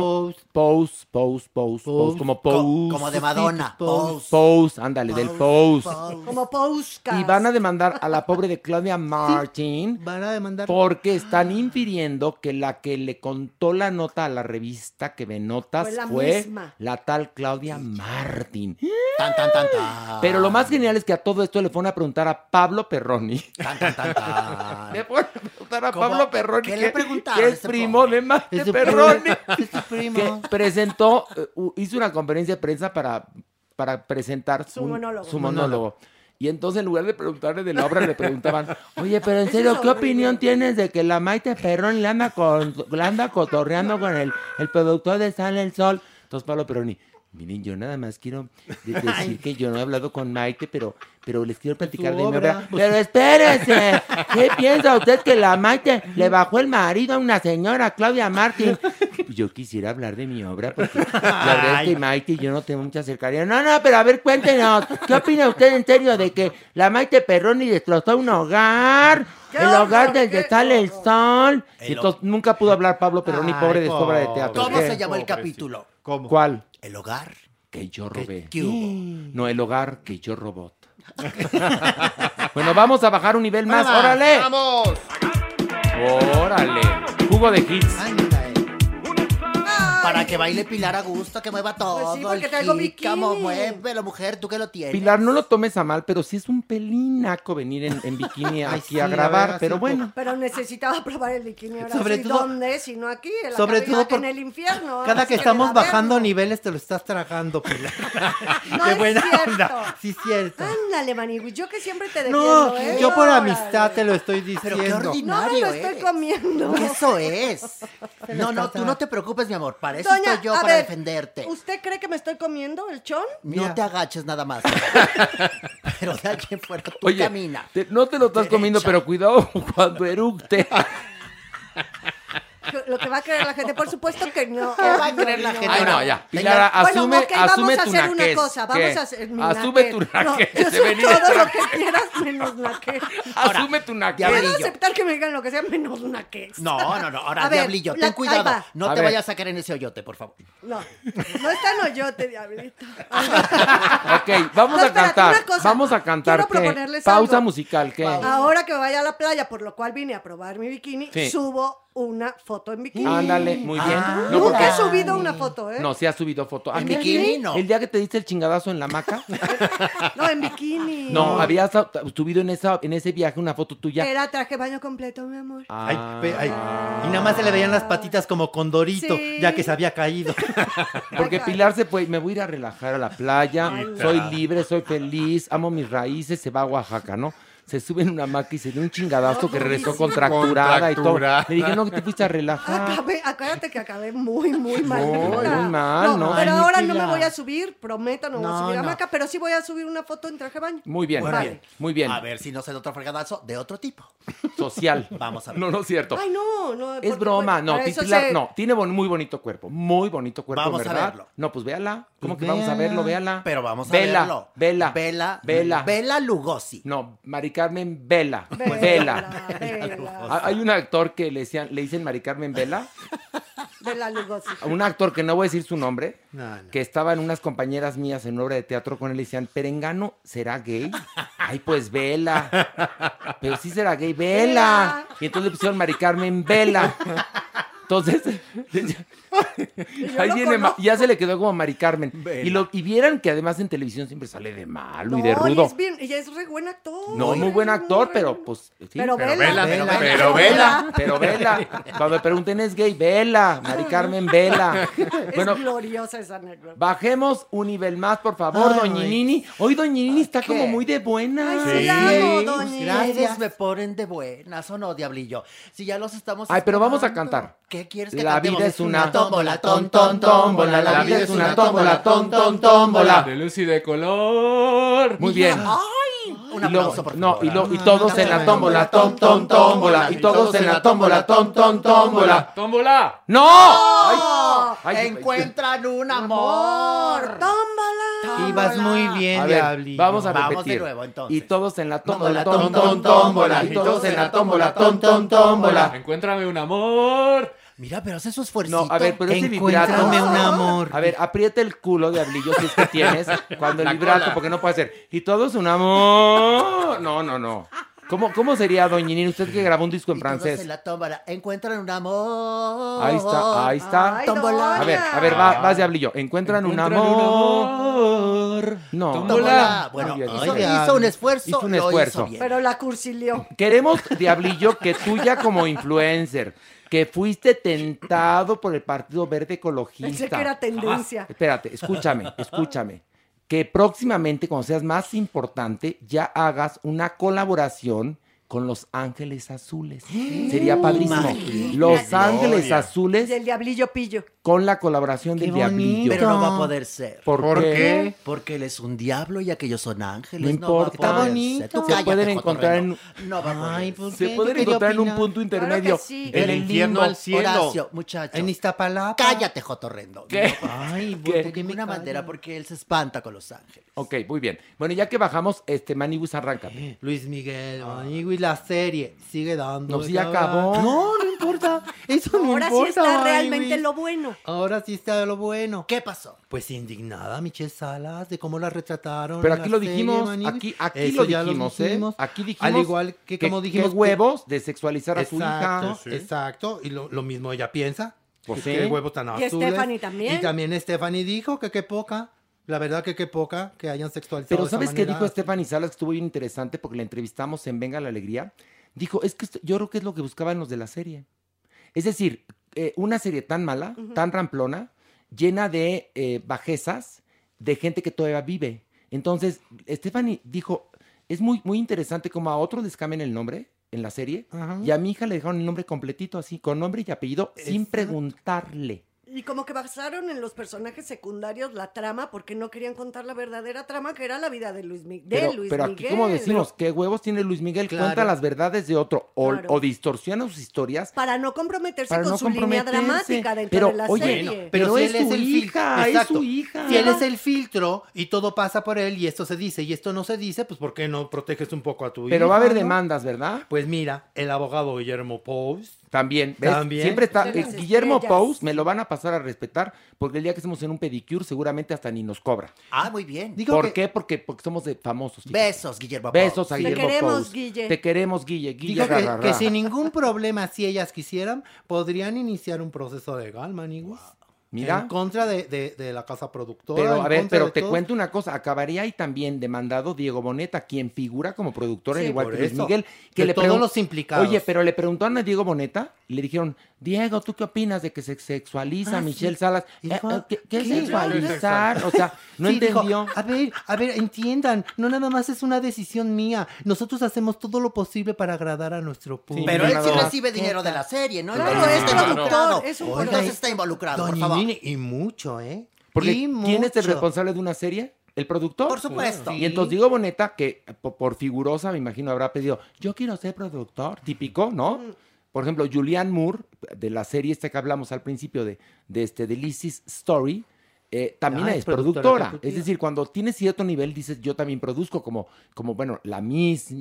Pous, Pous, Pous, Pous, como Co- Pous. como de [laughs] Madonna, Pous, Pous. Pous, ándale, del Pous. Pous, Como Pouscas. Y van a demandar a la pobre de Claudia Martin Van a demandar. porque están infiriendo que la que le contó la nota a la revista que ve notas Fue fue la la, misma. tal Claudia Martín. Tan, tan, tan, tan. Pero lo más genial es que a todo esto le fueron a preguntar a Pablo Perroni. Tan, tan, tan, tan. Le fueron a preguntar a ¿Cómo? Pablo Perroni. ¿Qué que le preguntaron que a es ese primo pobre? de Marte Es su Perroni. [laughs] primo. Que presentó, eh, u- hizo una conferencia de prensa para, para presentar Su monólogo. su monólogo. Y entonces en lugar de preguntarle de la obra, le [laughs] preguntaban, oye, pero en serio, ¿qué opinión tienes de que la Maite Perroni le anda, con, le anda cotorreando con el, el productor de Sale el Sol? Entonces Pablo Perroni, Miren, yo nada más quiero de- [laughs] decir que yo no he hablado con Maite, pero, pero les quiero platicar Su de mi obra. obra. Pero espérese, ¿qué piensa usted que la Maite le bajó el marido a una señora, Claudia Martín? Pues, Yo quisiera hablar de mi obra [laughs] porque la verdad es que Maite y yo no tengo mucha cercanía. No, no, pero a ver, cuéntenos, ¿qué opina usted en serio de que la Maite Perroni destrozó un hogar? El hogar desde sale el sol. Y entonces nunca pudo hablar Pablo Perroni, pobre de su obra de teatro. ¿Cómo ¿Qué? se llama el capítulo? ¿Cómo? ¿Cuál? El hogar. Que yo robé. qué hubo? Mm. No, el hogar que yo robot. [laughs] bueno, vamos a bajar un nivel más. ¡Órale! ¡Vamos! ¡Órale! Jugo de hits. eh. Para que baile Pilar a gusto, que mueva todo. Pues sí, porque el traigo jícamo, bikini. muévelo, mujer, tú que lo tienes. Pilar, no lo tomes a mal, pero sí es un pelinaco venir en, en bikini Ay, aquí sí, a a ver, grabar, así pero un bueno. Pero necesitaba probar el bikini ahora. Sobre sí, todo- ¿Dónde? Si no aquí, en, la sobre cabina- todo por- en el infierno. Cada así que le va estamos a ver. bajando niveles te lo estás tragando, [laughs] Pilar. No Qué es buena cierto. onda. Sí, cierto. Ándale, Manigui, yo que siempre te defiendo, No, ¿eh? yo por Órale. amistad te lo estoy diciendo. qué No me ordinario lo estoy eres. comiendo. Eso es. No, no, tú no te preocupes, mi amor. Para eso Doña, estoy yo, a para ver, defenderte. ¿Usted cree que me estoy comiendo el chon? No te agaches nada [laughs] más. Pero de alguien fuera tú Oye, camina. te- no te lo estás comiendo, pero cuidado [laughs] cuando eructe. Lo que va a creer la gente, por supuesto que [laughs] no. ¿Qué va a creer la No, gente? Ay, no, Ahora, ya. venga. Pilar, Bueno, asume, ok, vamos asume a tu hacer una naquez. cosa, vamos ¿Qué? a hacer mi Asume naquez. tu No, naquez. yo de soy venir todo a- lo que quieras menos naquez. Asume tu naquez. Puedo aceptar que me digan lo que sea menos naquez. No, no, no. Ahora, A ver, diablillo, la- ten ahí cuidado. va. No A te ver. vayas a caer en ese hoyote, por favor. No, no está en [laughs] hoyote, diablito. Ok, vamos No, a espérate, cantar. una cosa. Vamos a cantar. Quiero ¿qué? proponerles Pausa algo. musical, ¿qué? Ahora que vaya a la playa, por lo cual vine a probar mi bikini, Sí. subo una foto en bikini. Ándale, muy bien. Ah, No, Nunca porque- he subido una foto, ¿eh? No, sí ha subido foto. ¿En Aquel bikini? día- No. El día que te diste el chingadazo en la hamaca. No, en bikini. No, habías a- subido en, esa, en ese viaje una foto tuya. Era traje baño completo, mi amor. Ay, pe- ay. Y nada más se le veían las patitas como condorito, Sí. ya que se había [laughs] caído. Porque Pilar se fue, me voy a ir a relajar a la playa, Ay, no. soy libre, soy feliz, amo mis raíces, se va a Oaxaca, ¿no? Se sube en una hamaca y se dio un chingadazo que regresó Durísimo. contracturada y todo. Contracturada. Le dije, no, que te fuiste a relajar. Acabé- Ah, acuérdate que acabé muy, muy mal. Muy, neta. muy mal, ¿no? Pero Ay, ahora no me Pilar. voy a subir, prometo, no, voy No, a subir a no. Maca, pero sí voy a subir una foto en traje de baño. Muy bien, Vale. muy bien. A ver si no se da otro fregadazo de otro tipo. Social. Vamos a ver. No, no es cierto. Ay, no, no. Es porque, broma, bueno, no, para ti- eso Pilar, se- no, tiene bon- muy bonito cuerpo, muy bonito cuerpo, Vamos a ¿verdad? verlo. No, pues véala, ¿cómo Pues que vamos a verlo? véala. Véala. Pero vamos a Vela, verlo. Vela, Vela, Vela. Vela Lugosi. No, Mari Carmen Vela, Vela, Vela. vela, Ah, Hay un actor que le, decían, le dicen Mari Carmen Vela, Vela Lugosi. a un actor que no voy a decir su nombre, que estaba en unas compañeras mías en obra de teatro con él y le decían, ¿Perengano será gay? Ay, pues Vela. Pero sí será gay, Vela. Vela. Y entonces le pusieron Mari Carmen Vela. Entonces, Yo ahí lo viene, Ma- conozco. ya se le quedó como Mari Carmen. Y, lo, y vieran que además en televisión siempre sale de malo y de No, y rudo. es bien, ella es re buen actor. No, muy buen actor, pero pues. sí, Pero Pero vela, vela, vela, vela, pero vela. Pero vela. Cuando me pregunten es gay, vela. Mari Carmen, vela. [laughs] [laughs] Es Bueno, gloriosa esa anécdota. bajemos un nivel más, por favor, Ay. Doñinini. Hoy Doñinini está como muy de Ay, buena. sí, la amo, doña. Pues Gracias, me ponen de buenas o no, diablillo. Si ya los estamos. Ay, pero vamos a esperando. cantar. ¿Qué quieres que La cantemos? vida es una tómbola, ton, ton, tómbola. La vida es una tómbola, ton, ton, tómbola. De luz y de color. Muy bien. Ah, Ah, ¡Ay! Un Y luego- aplauso, por no, favor. y, lo- y todos en la tómbola, tom, tom, tómbola. Y todos en la tómbola, tom, tom, tómbola. ¡Tómbola! ¡No! ¡Oh! Ay, ay, Encuentran un amor. ¡Tómbola! Ibas muy bien, A ver, Diablillo. vamos a Vamos repetir. de nuevo, entonces. Y todos en la tómbola, Tómbola, tom, tom, tom, tómbola. Y todos en la tómbola, tom, tom, tómbola. Encuéntrame un amor. Mira, pero hace su esfuerzo. No, a ver, pero ese vibrato. Encuéntrame un amor. A ver, aprieta el culo, diablillo, si es que tienes, cuando el vibrato, porque no puede ser. Y todos un amor. No, no, no. ¿Cómo, cómo sería, doñinini, usted que grabó un disco en en francés? la tómbola encuentran un amor. Ahí está, ahí está. Ay, Tómbola. A ver, a ver, va, vas diablillo. Encuentran, Encuentran un un amor. No. Tómbola. Bueno, Muy bien. hizo, Oigan. hizo un esfuerzo. Hizo un lo esfuerzo. bien. Pero la cursilió. Queremos, diablillo, que tú ya como influencer, que fuiste tentado por el Partido Verde Pensé que era Ecologista. Ah, tendencia. Espérate, escúchame, escúchame. Que próximamente, cuando seas más importante, ya hagas una colaboración con Los Ángeles Azules. Sería padrísimo. Imagínate. Los Ángeles Gloria. Azules Y el diablillo pillo. con la colaboración del Diablillo. Pero no va a poder ser. ¿Por, qué? Porque él es un diablo y aquellos son ángeles. No va importa. a poder Está bonito. ser. Tú Se cállate, pueden encontrar en- cotorreno. No va a poder Ay, ser. pues, Se ¿qué? pueden Yo quería encontrar en un opinar. punto Claro intermedio. que sí. En Del el infierno limbo. al cielo. Horacio, muchacho. En Iztapalapa. Cállate, Jotorrendo. ¿Qué? pues, Ay, ¿Qué? porque una bandera porque él se espanta con los ángeles. Ok, muy bien. Bueno, ya que bajamos, este Manibus, arráncate. Luis Miguel, amigo, y la serie sigue dando. No, de sí, ya qué acabó. hablar. No, no importa. Eso [laughs] no Ahora sí importa, está ay, realmente Luis. lo bueno. Ahora sí está lo bueno. ¿Qué pasó? Pues indignada Michelle Salas de cómo la retrataron. Pero en aquí la lo dijimos, serie, Maniguis. aquí, aquí Eso lo ya dijimos, ¿eh? dijimos. Aquí dijimos Al igual que, como dijimos. qué que- huevos de sexualizar a su hija. Exacto, exacto. Y lo, lo mismo ella piensa. Pues que sí. Qué huevo tan Y azules. eh, Stephanie también. Y también Stephanie dijo que qué poca. La verdad que qué poca que hayan sexualizado. Pero de esa ¿sabes qué manera. dijo Stephanie Salas? Que estuvo bien interesante porque la entrevistamos en Venga la Alegría. Dijo, es que esto- yo creo que es lo que buscaban los de la serie. Es decir, eh, una serie tan mala, tan ramplona, llena de eh, bajezas, de gente que todavía vive. Entonces, Stephanie dijo, es muy, muy interesante como a otros les cambian el nombre en la serie Ajá. y a mi hija le dejaron el nombre completito así, con nombre y apellido, sin Exacto. preguntarle. Y como que basaron en los personajes secundarios la trama porque no querían contar la verdadera trama que era la vida de Luis, Mi- de Pero, Luis pero aquí, Miguel. como decimos, ¿qué huevos tiene Luis Miguel? Claro. Cuenta las verdades de otro o, Claro. o distorsiona sus historias Para no comprometerse para con no su línea comprometerse. dramática dentro Pero, de la oye, serie. bueno, Pero, Pero si es él es su el hija, filtro. es su hija. Si él Ajá. es el filtro y todo pasa por él y esto se dice y esto no se dice, pues ¿por qué no proteges un poco a tu hija? Pero va a haber no? demandas, ¿verdad? Pues mira, el abogado Guillermo Post. También, ¿ves? También. Siempre está. eh, De las Guillermo estrellas. Pous me lo van a pasar a respetar porque el día que estemos en un pedicure seguramente hasta ni nos cobra. Ah, muy bien. Digo ¿Por que- qué? Porque, porque somos de famosos. fíjate. Besos, Guillermo. Besos a Te Guillermo queremos, Pous. Guille. Te queremos, Guille. Guille, Digo que, ra, ra, que ra. sin ningún problema, si ellas quisieran, podrían iniciar un proceso legal, maniguis. Mira. En contra de, de- de la casa productora. Pero, en a ver, contra pero de te todos. cuento una cosa. Acabaría ahí también demandado Diego Boneta, quien figura como productor, al Sí, igual por que Luis eso. Miguel. Que De le todos pregun- los implicados. Oye, pero le preguntaron a Diego Boneta y le dijeron, Diego, ¿tú qué opinas de que se sexualiza a Ah, sí. Michelle Salas? Hijo, Eh, eh, ¿qué, qué es ¿qué? sexualizar? O sea, no Sí, dijo, entendió. a ver, a ver, entiendan, no nada más es una decisión mía. Nosotros hacemos todo lo posible para agradar a nuestro público. Pero él sí Pues, Nada más. recibe dinero de la serie, ¿no? Claro, Entonces es está productor, involucrado. es un Oiga, productor. Entonces está involucrado, por Doña favor. Irene, y mucho, ¿eh? Porque Y ¿quién es mucho. el responsable de una serie? ¿El productor? Por supuesto. Y entonces Diego Boneta, que po- por figurosa, me imagino, habrá pedido, yo quiero ser productor, típico, ¿no? Por ejemplo, Julianne Moore, de la serie esta que hablamos al principio de, de, este, de Lizzie's Story, eh, también Ah, es es productora productora. Es ejecutiva. decir, cuando tienes cierto nivel, dices, yo también produzco, como, como bueno, la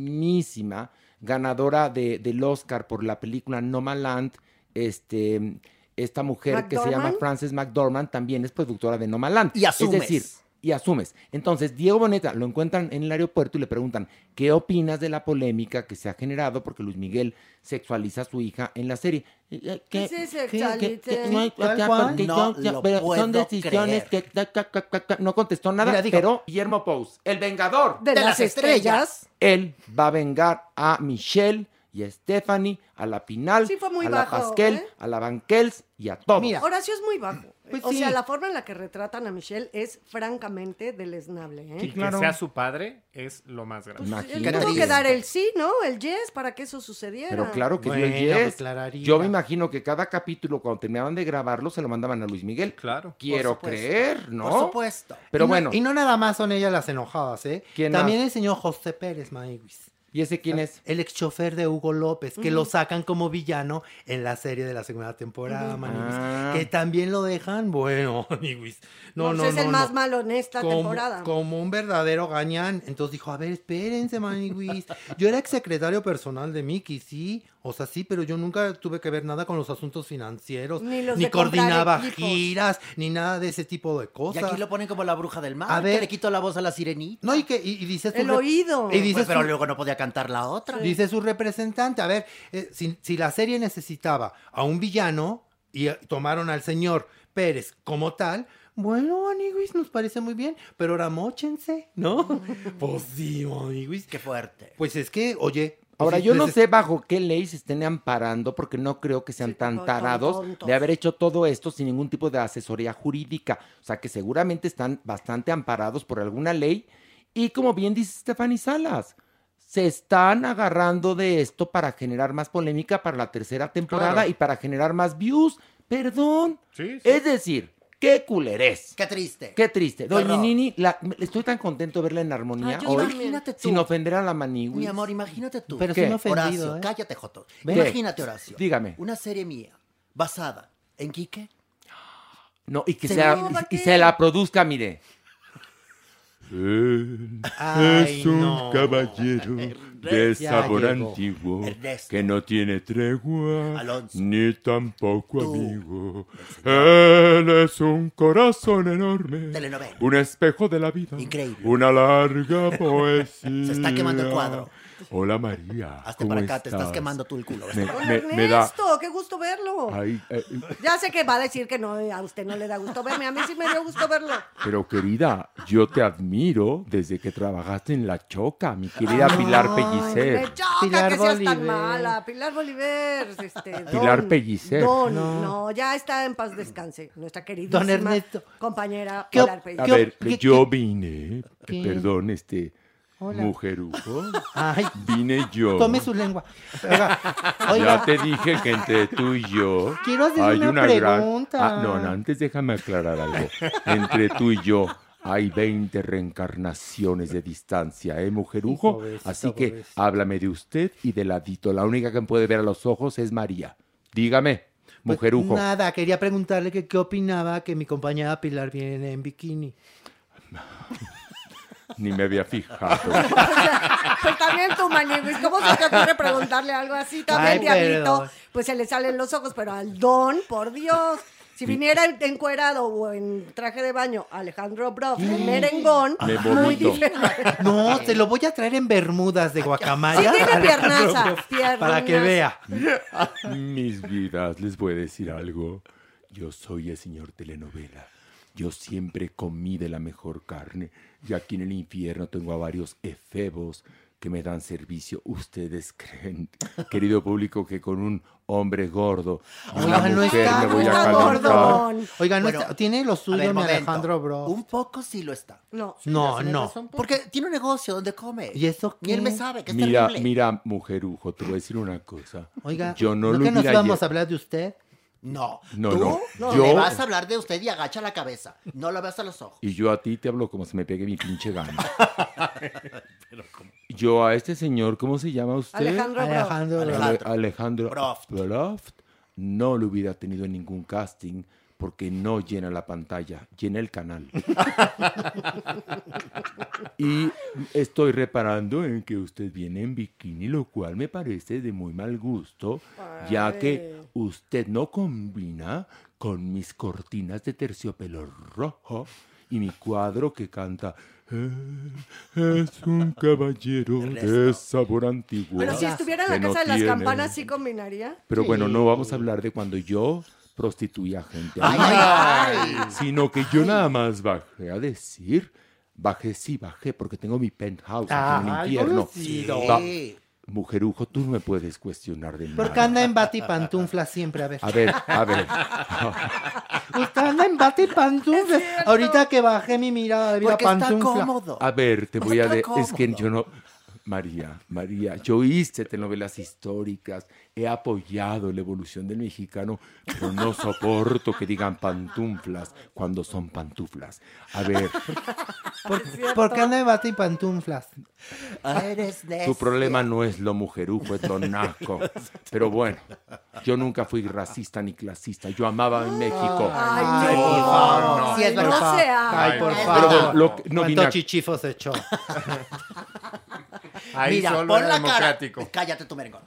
mismísima ganadora de- del Oscar por la película Nomaland, este, esta mujer que se llama ¿McDormand? Frances McDormand, también es productora de Nomaland. Y asumes. Es decir, y asumes. Entonces, Diego Boneta lo encuentran en el aeropuerto y le preguntan, ¿qué opinas de la polémica que se ha generado porque Luis Miguel sexualiza a su hija en la serie? Eh, ¿Qué, se sexualiza? no, hay- Tal o sea, cual. porque No yo- yo- lo pero puedo son decisiones creer. que... ta, ta, ta, ta, ta. No contestó nada, Mira, dijo- pero Guillermo Pous, el vengador. de, las, estrellas. Él va a vengar a Michelle y a Stephanie, a la Pinal, Sí, fue muy a bajo, la Pasquel, ¿eh? a la Banquels y a todos. Mira, Horacio es muy bajo. [clears throat] Pues o sí. sea, la forma en la que retratan a Michelle es francamente deleznable. ¿eh? Y Sí, claro. que sea su padre es lo más grande. Pues, él Imagínate. tuvo Qué que dar el sí, ¿no? El yes para que eso sucediera. Pero claro que dio el Bueno, yes. pues, Clararita. Yo me imagino que cada capítulo, cuando terminaban de grabarlo, se lo mandaban a Luis Miguel. Claro. Quiero supuesto. creer, ¿no? Por supuesto. Pero y no- bueno, y no nada más son ellas las enojadas, ¿eh? ¿Quién También más? el señor José Pérez Maiguis. ¿y ese quién es? Mm. El ex chofer de Hugo López, que lo sacan como villano en la serie de la segunda temporada, Maniguis. Ah. Que también lo dejan, bueno, [laughs] Maniguis. No, Pues no, es no, el no. más malo en esta como, temporada. como un verdadero gañán. Entonces dijo, a ver, espérense, Maniguis. Yo era exsecretario personal de Mickey, sí. O sea, sí, pero yo nunca tuve que ver nada con los asuntos financieros. Ni los de comprar coordinaba equipos. giras, ni nada de ese tipo de Y cosas. aquí lo ponen como la bruja del mar. A ver. Que le quito la voz a la sirenita. No, y que y, y dice su El rep- oído. Y dice Pues, pero su- luego no podía cantar la otra. Dice su representante, a ver, eh, si, si la serie necesitaba a un villano y eh, tomaron al señor Pérez como tal, bueno, amiguis, nos parece muy bien, pero ahora mochense, ¿no? [laughs] pues sí, amiguis. Mm. Qué fuerte. Pues es que, oye... Ahora, pues, yo no neces- sé bajo qué ley se estén amparando, porque no creo que sean Sí, tan no, tan tarados tontos. de haber hecho todo esto sin ningún tipo de asesoría jurídica. O sea, que seguramente están bastante amparados por alguna ley. Y como bien dice Stephanie Salas, se están agarrando de esto para generar más polémica para la tercera temporada Claro. y para generar más views. Perdón. Sí, sí. Es decir, qué culerés. Qué triste. Qué triste. Doña horror. Nini, la- estoy tan contento de verla en armonía Ay, yo hoy. imagínate tú. Sin ofender a la maniwis. Mi amor, imagínate tú. Pero sí ¿Qué? me ha ofendido, Horacio, ¿eh? cállate, Joto. ¿Ves? Imagínate, Horacio. Dígame. Una serie mía basada en Quique. No, y que Se sea, me- y- ¿para y qué? se la produzca, mire. Él Ay, es un no. Eh, caballero de Ernesto. Ya sabor llegó. antiguo Ernesto. que no tiene tregua Alonso. ni tampoco amigo. Él es un corazón enorme, Telenovela. un espejo de la vida, Increíble. [laughs] una larga poesía. Se está quemando el cuadro. Hola María. Hazte ¿cómo para acá, te estás estás? quemando tú el culo. Me, Don me- me da. Ernesto, qué gusto verlo. Ay, eh, Ya sé que va a decir que no, eh, a usted no le da gusto verme, a mí sí me dio gusto verlo. Pero querida, yo te admiro desde que trabajaste en La Choca, mi querida Pilar Pellicer. Me choca que seas tan mala. Pilar Bolívar. [laughs] Este, don- Pilar Pellicer. Don, no. No. ya está en paz descanse. Nuestra queridísima Don Ernesto. compañera ¿Qué op- Pilar Pellicer. A ver, ¿Qué- pues, yo vine, ¿Qué? perdón, este Hola. mujerujo, Ay. Oh, vine yo. Tome su lengua. Oiga, Ya oiga, te dije que entre tú y yo Quiero hacer hay una una, gran- pregunta. Ah, no, no, antes déjame aclarar algo. Entre tú y yo hay 20 reencarnaciones de distancia, ¿eh, mujerujo? pobrecita, Así que pobrecita. háblame de usted y de ladito. La única que me puede ver a los ojos es María. Dígame, Pues mujerujo. nada, quería preguntarle que qué opinaba que mi compañera Pilar viene en bikini. Ni me [laughs] había fijado. Pues también tu maniguis, ¿cómo se te ocurre preguntarle algo así? También, Ay, diablito, perdón. pues se le salen los ojos, pero al don, por Dios. Si viniera en- encuerado o en traje de baño Alejandro Broff, el merengón, Me muy vomito. diferente. No, te lo voy a traer en bermudas de Sí, guacamaya. tiene [laughs] ah, piernaza, Para que piernas. vea. [laughs] Mis vidas, les voy a decir algo. Yo soy el señor telenovela. Yo siempre comí de la mejor carne. Y aquí en el infierno tengo a varios efebos que me dan servicio. ¿Ustedes creen, querido público, que con un hombre gordo y Ah, una Oiga, no mujer está me voy a gordo. calentar? Oiga, no Bueno, está- tiene lo suyo a ver, mi momento. Alejandro Bro. Un poco sí lo está. No. No, no. Porque tiene un negocio donde come. ¿Y eso Y él qué? me sabe que es Mira, terrible. mira, mujerujo, te voy a decir una cosa. Oiga, yo no, lo que nos hubiera lle- vamos a hablar de usted? No. No, Tú no. no. Yo- le vas a hablar de usted y agacha la cabeza. No lo veas a los ojos. Y yo a ti te hablo como si me pegue mi pinche gana. Yo a este señor, ¿cómo se llama usted? Alejandro Broff. Alejandro Bro. Ale- Alejandro Broft. Broft no lo hubiera tenido en ningún casting porque no llena la pantalla, llena el [laughs] canal. y estoy reparando en que usted viene en bikini, lo cual me parece de muy mal gusto, ya que usted no combina con mis cortinas de terciopelo rojo y mi cuadro que canta. "Él Es un caballero de [laughs] sabor antiguo. Pero si estuviera en la que no casa de las tiene". campanas, sí combinaría. Pero bueno, no vamos a hablar de cuando yo prostituía a gente, Ay, ay, ay. sino que yo nada más bajé a decir, bajé sí, bajé, porque tengo mi penthouse aquí en el Ay, infierno. pobrecito. Va- mujerujo, tú no me puedes cuestionar de nada. Porque anda en bata y pantufla siempre, a ver. A ver, a ver. [laughs] Usted anda en bata y pantufla. Ahorita que bajé mi mirada de vida Porque está pantufla. cómodo. A ver, te O voy sea, está a de- Es que cómodo. yo no. María, María, yo hice telenovelas históricas, he apoyado la evolución del mexicano, pero no soporto que digan pantuflas cuando son pantuflas. A [laughs] ver, ¿Por, por qué anda en bata y pantuflas? Ah, Eres necio. tu problema no es lo mujerujo, es lo naco. [laughs] Pero bueno, yo nunca fui racista ni clasista, yo amaba a México. Ay, Ay, no. por favor, no. Sí, es no verdad. se haga. Ay, por Ay, favor. Pero bueno, lo que- no vine ¿Cuánto a- chichifo se echó? [laughs] Ahí Mira, solo pon era la democrático. cara. Cállate tu merengón.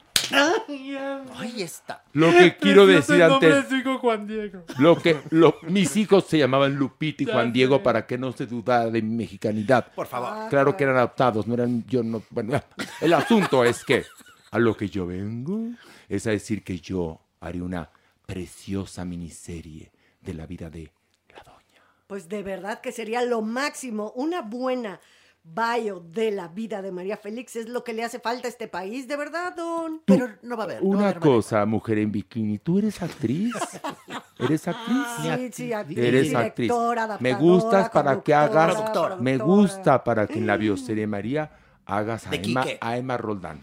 Ahí está. [laughs] Lo Este que quiero decir antes, Juan Diego. Lo que lo- mis hijos se llamaban Lupita y Juan Diego para que no se dudara de mi mexicanidad. Ah, Por Ah, favor. Claro que eran adoptados, no eran yo no. Bueno, el asunto es que a lo que yo vengo es a decir que yo haré una preciosa miniserie de la vida de la doña. Pues de verdad que sería lo máximo. Una buena bio de la vida de María Félix es lo que le hace falta a este país, de verdad, don. Pero no va a haber. no va a Una haber cosa, mujer en bikini, ¿tú eres actriz? ¿Eres actriz? Sí, sí, actriz, Eres directora, actriz. adaptadora, Me gustas para que conductora, hagas. Productora. Me gusta para que en la bioserie María hagas a De Emma, [laughs] Quique. a Emma Roldán.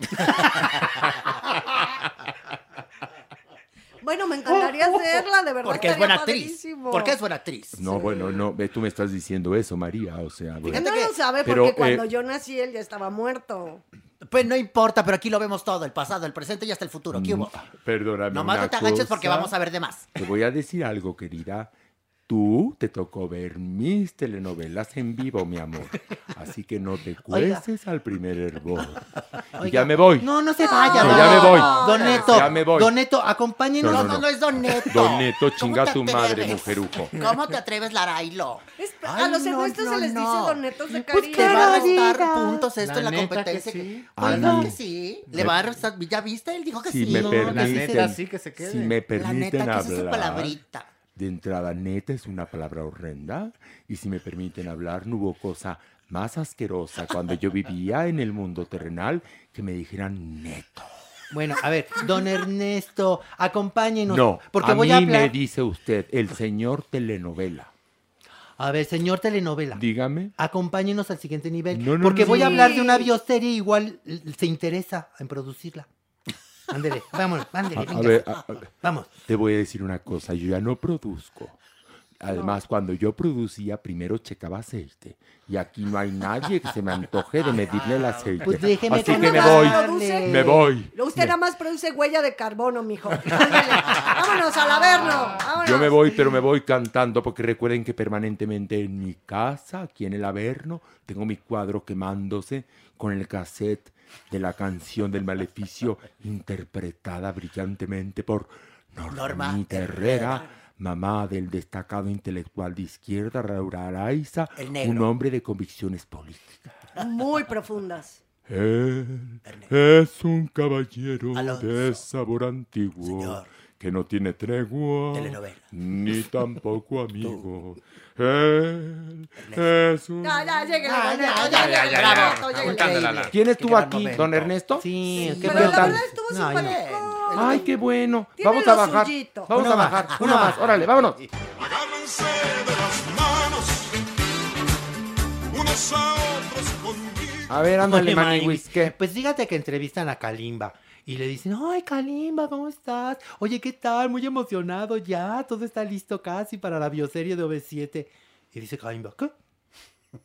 Bueno, me encantaría hacerla, de verdad. Porque es estaría buena actriz. padrísimo. Porque es buena actriz. No, bueno, no, ve, tú me estás diciendo eso, María, o sea, bueno. no lo sabe porque Pero, eh, cuando yo nací él ya estaba muerto. Pues no importa, pero aquí lo vemos todo, el pasado, el presente y hasta el futuro. ¿Qué Mm. hubo? Perdóname. Nomás una no te agaches porque cosa. vamos a ver de más. Te voy a decir algo, querida. Tú te tocó ver mis telenovelas en vivo, mi amor. Así que no te Oiga. cueces al primer hervor. Y Oiga. ya me voy. No, no se vaya. Que don ya me Neto. voy. Don Neto. Ya me voy. Don Neto, acompáñenos. No, No, no, no, no. no es Don Neto. Don Neto, chinga te tu madre, atreves? mujeruco. ¿Cómo te atreves, Larailo? a los egoístas se les dice donetos de cariño. Te Pues va a restar puntos esto La en la neta que competencia. sí. Ah, Oigan no. que sí. Le Me- va a restar. ¿Ya viste? Él dijo que si sí. me No, la permiten, neta, si La me permiten neta, que esa es su hablar, palabrita. de entrada neta es una palabra horrenda y si me permiten hablar no hubo cosa más asquerosa cuando yo vivía en el mundo terrenal que me dijeran neto. Bueno, a ver, don Ernesto, acompáñenos. No, porque a voy mí a me hablar. dice usted el señor telenovela. A ver, señor telenovela. Dígame. Acompáñenos al siguiente nivel. No, no, porque no, voy no, a no. hablar de una bioserie igual l- se interesa en producirla. Ándele, vámonos, ándele, A, a venga. ver, a- a- Vamos. Te voy a decir una cosa, yo ya no produzco. Además, cuando yo producía, primero checaba aceite. Y aquí no hay nadie que se me antoje de medirle el aceite. Pues déjeme Así que contarle. me voy. Produce- Me voy. Usted nada más produce huella de carbono, mijo. Ándale, Vámonos al averno. vámonos. Yo me voy, pero me voy cantando, porque recuerden que permanentemente en mi casa, aquí en el Averno, tengo mi cuadro quemándose con el cassette de la canción del maleficio, interpretada brillantemente por Norma Herrera, mamá del destacado intelectual de izquierda, Raúl Araiza, El negro. un hombre de convicciones políticas. Muy profundas. Él es un caballero de sabor antiguo que no tiene tregua ni tampoco amigo. Él es un... Ya, ya, lléguenle, Ya, ya, ya, ya, ya, ya, ya, bravo, ya. todo lléguenle. Apuntándola a la- ¿Quién Qué estuvo gran aquí, momento. don Ernesto? Sí, Pero la verdad estuvo súper bien. Ay, qué bueno. Tiene Vamos a lo bajar. suyito. Vamos Una a más, bajar. una Una más. más. Órale, vámonos. Agárrense de las manos, unos a otros conmigo. A ver, ándale, Maniwis, ¿qué? Pues fíjate que entrevistan a Kalimba y le dicen, ay, Kalimba, ¿cómo estás? Oye, ¿qué tal? Muy emocionado ya, todo está listo casi para la bioserie de OV7. Y dice Kalimba, ¿qué?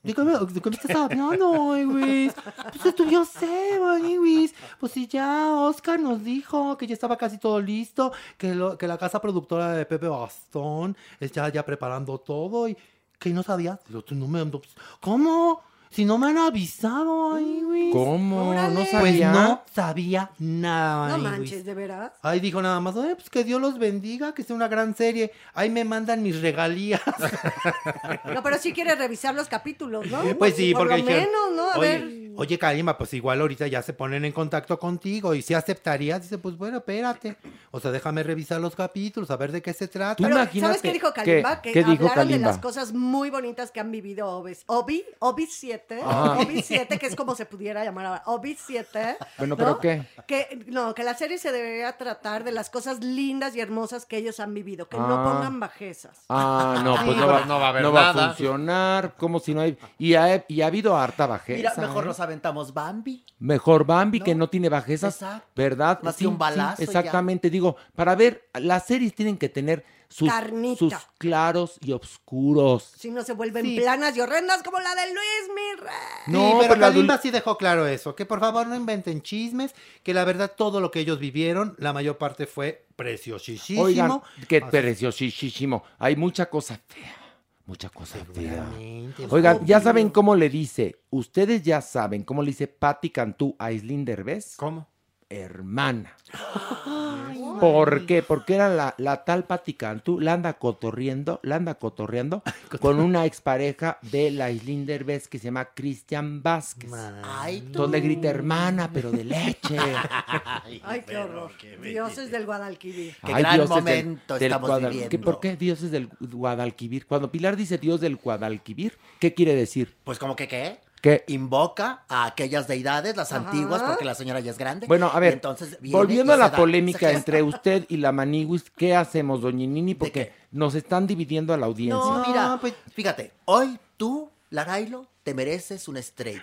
¿De qué me, de qué me estás hablando, ay, güey? Pues de tu bioserie, Maniwis. Pues si ya Oscar nos dijo que ya estaba casi todo listo, que, lo- que la casa productora de Pepe Bastón está ya preparando todo y que no sabías. Yo, tú no me- no, pues, ¿Cómo? Si no me han avisado, ay, güey. ¿Cómo? ¿No Pues sabía? no sabía nada. No ay, manches, Luis. de veras. Ay, dijo nada más, "Ay, pues que Dios los bendiga, que sea una gran serie. Ahí me mandan mis regalías. [laughs] [laughs] No, pero sí quiere revisar los capítulos, ¿no? pues sí, Por porque lo dijeron, menos, ¿no? A oye, ver. Oye, Karima, pues igual ahorita ya se ponen en contacto contigo y si aceptarías, dice, pues bueno, espérate. O sea, déjame revisar los capítulos, a ver de qué se trata. Pero, ¿sabes qué dijo Kalimba? Que hablaron de las cosas muy bonitas que han vivido Obis. Obi, Obi 7, Ajá. Obi 7, que es como se pudiera llamar ahora, Obi 7. Bueno, ¿pero ¿no? qué? Que, no, que la serie se debería tratar de las cosas lindas y hermosas que ellos han vivido, que no Ah. pongan bajezas. Ah, no, pues Sí, no va, pero no va a haber no va a nada. funcionar. Como si no hay. Y ha, y ha habido harta bajeza. Mira, mejor ¿eh? nos aventamos Bambi. Mejor Bambi que no tiene bajezas, Exacto. ¿verdad? Más que un balazo y ya. exactamente, digo, para ver, las series tienen que tener sus, Carnita. sus claros y oscuros. Si no se vuelven planas y horrendas como la de Luis, mi rey. No, No, pero, pero la Kalimba dul- sí dejó claro eso, que por favor no inventen chismes, que la verdad todo lo que ellos vivieron, la mayor parte fue preciosísimo. Oigan, qué Así- preciosísimo. Hay mucha cosa fea, mucha cosa fea. Seguramente, Oigan, ya obvio. saben cómo le dice, ustedes ya saben cómo le dice Patti Cantú a Aislinn Derbez. ¿Cómo? Hermana. ¿Por qué? Porque era la, la tal Patti Cantú, la anda cotorriendo, la anda [laughs] cotorreando con una expareja de la Aislinn Derbez que se llama Cristian Vázquez. Ay, tú. Donde grita hermana, pero de leche. Ah, Ay, qué horror. Dioses del Guadalquivir. [laughs] Qué gran dioses momento estamos Guadal- viviendo. ¿Qué- ¿Por qué dioses del Guadalquivir? Cuando Pilar dice dios del Guadalquivir, ¿qué quiere decir? Pues como que qué? Que Invoca a aquellas deidades, las antiguas, porque la señora ya es grande. Bueno, a Y ver, entonces viene y volviendo a se la da- polémica se- entre usted y la Maniwis, ¿qué hacemos, doñinini? Porque nos están dividiendo a la audiencia. No, mira, fíjate, hoy tú, Larailo, te mereces una estrella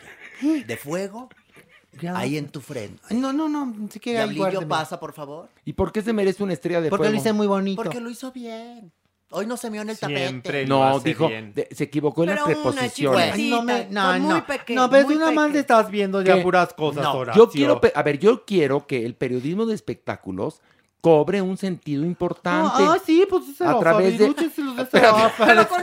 de fuego Ahí en tu frente. No, no, no. ni siquiera ahí, Diablillo, guárdemelo. pasa, por favor. ¿Y por qué se merece una estrella de Porque lo fuego? hice muy bonito. Porque lo hizo bien. Hoy no se mió en el tapete. No, dijo, de- se equivocó en las Pero una preposiciones. Ay, no me, no, con muy no. peque- no, pero muy tú nada más peque- le estás viendo ya ¿Qué? puras cosas, No, Horacio. yo quiero, pe- a ver, yo quiero que el periodismo de espectáculos cobre un sentido importante. Ah, ah, sí, pues sí se a los través de aviruches y los de Espérame. Pero con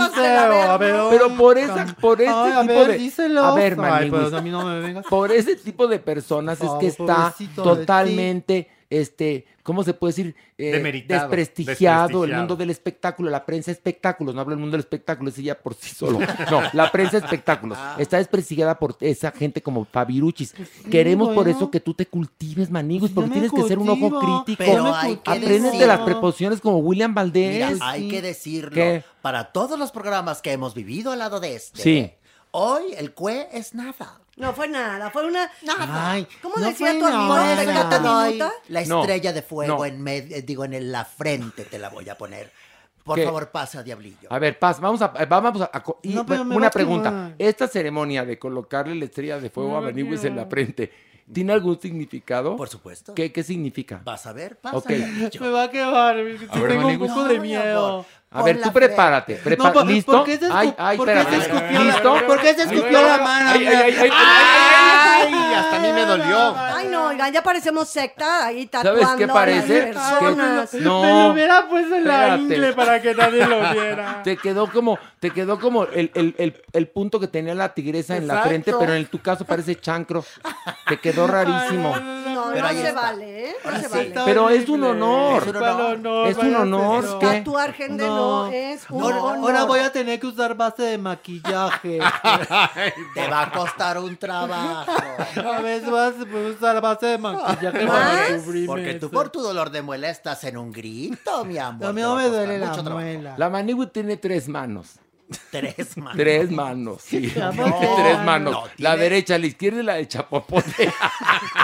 "Oh, Pero por esas, por ese Ay, a tipo ver, de díselos. A ver, Ay, Maniguis, pues, a mí no me vengas. Por ese tipo de personas es Oh, que está pobrecito de ti. totalmente este, ¿cómo se puede decir? Eh, Demeritado, desprestigiado el desprestigiado. mundo del espectáculo, la prensa espectáculos, no hablo del mundo del espectáculo, ese ya por sí solo. No, la prensa espectáculos Ah. está desprestigiada por esa gente como Fabiruchis. Queremos por Pues bueno. Pues eso que tú te cultives, Manigos, porque me tienes que ser un ojo cultivo, crítico. pero No me hay que Aprendes de decirlo. las preposiciones como William Valdés. Mira, hay este que decirlo. ¿Qué? Para todos los programas que hemos vivido al lado de este. Sí. Hoy el cue es nada. No fue nada, fue una. Nada. ¿Cómo decía tu amigo? Por eso Regata te doy minuta. la No, estrella de fuego no. en med- eh, digo en el- la frente te la voy a poner. Por ¿Qué? favor, pasa, diablillo. A ver, Paz, vamos a, eh, vamos a, a co- y No, pero me va una a pregunta. quemar. Esta ceremonia de colocarle la estrella de fuego Me a va a Benítez en la quemar. frente, ¿tiene algún significado? Por supuesto. ¿Qué, qué significa? Vas a ver, pasa, Ok. diablillo. [laughs] Me va a quemar. ver, tengo un Manigus. poco de miedo. A ver, tú prepárate. prepa- No, por- ¿Listo? ¿por qué se escu- ay, ay, por qué espérate. se escupió la- ¿Listo? por qué se escupió la mano? Ay, ay, ay, ay, ay, ay, ay, hasta a mí me dolió. Ay, no, oigan, ya parecemos secta ahí tatuando ¿Sabes qué a parece? las personas. [laughs] Que- Me lo no. hubiera puesto en la espérate. ingle para que nadie lo viera. [laughs] Te quedó como, te quedó como el, el- el- el punto que tenía la tigresa en la Exacto. frente, pero en el- tu caso parece chancro. Te quedó rarísimo. No, Pero no ahí se está. vale, ¿eh? No se vale. Pero es un honor. Es un honor. Es un honor. ¿qué? Tatuar gente no, es un Ahora- honor. Ahora voy a tener que usar base de [laughs] maquillaje. Te va a costar un trabajo. A ver, vas a usar base de maquillaje para cubrirme. Porque tú eso. por tu dolor de muela estás en un grito, mi amor. A mí Te no va me costar duele la mucho trabajo. muela. La manigua tiene tres manos. Tres manos. Tres manos, [laughs] sí. La Tiene boca. tres manos. No, La tiene- derecha, la izquierda y la [laughs] de chapopote. [laughs]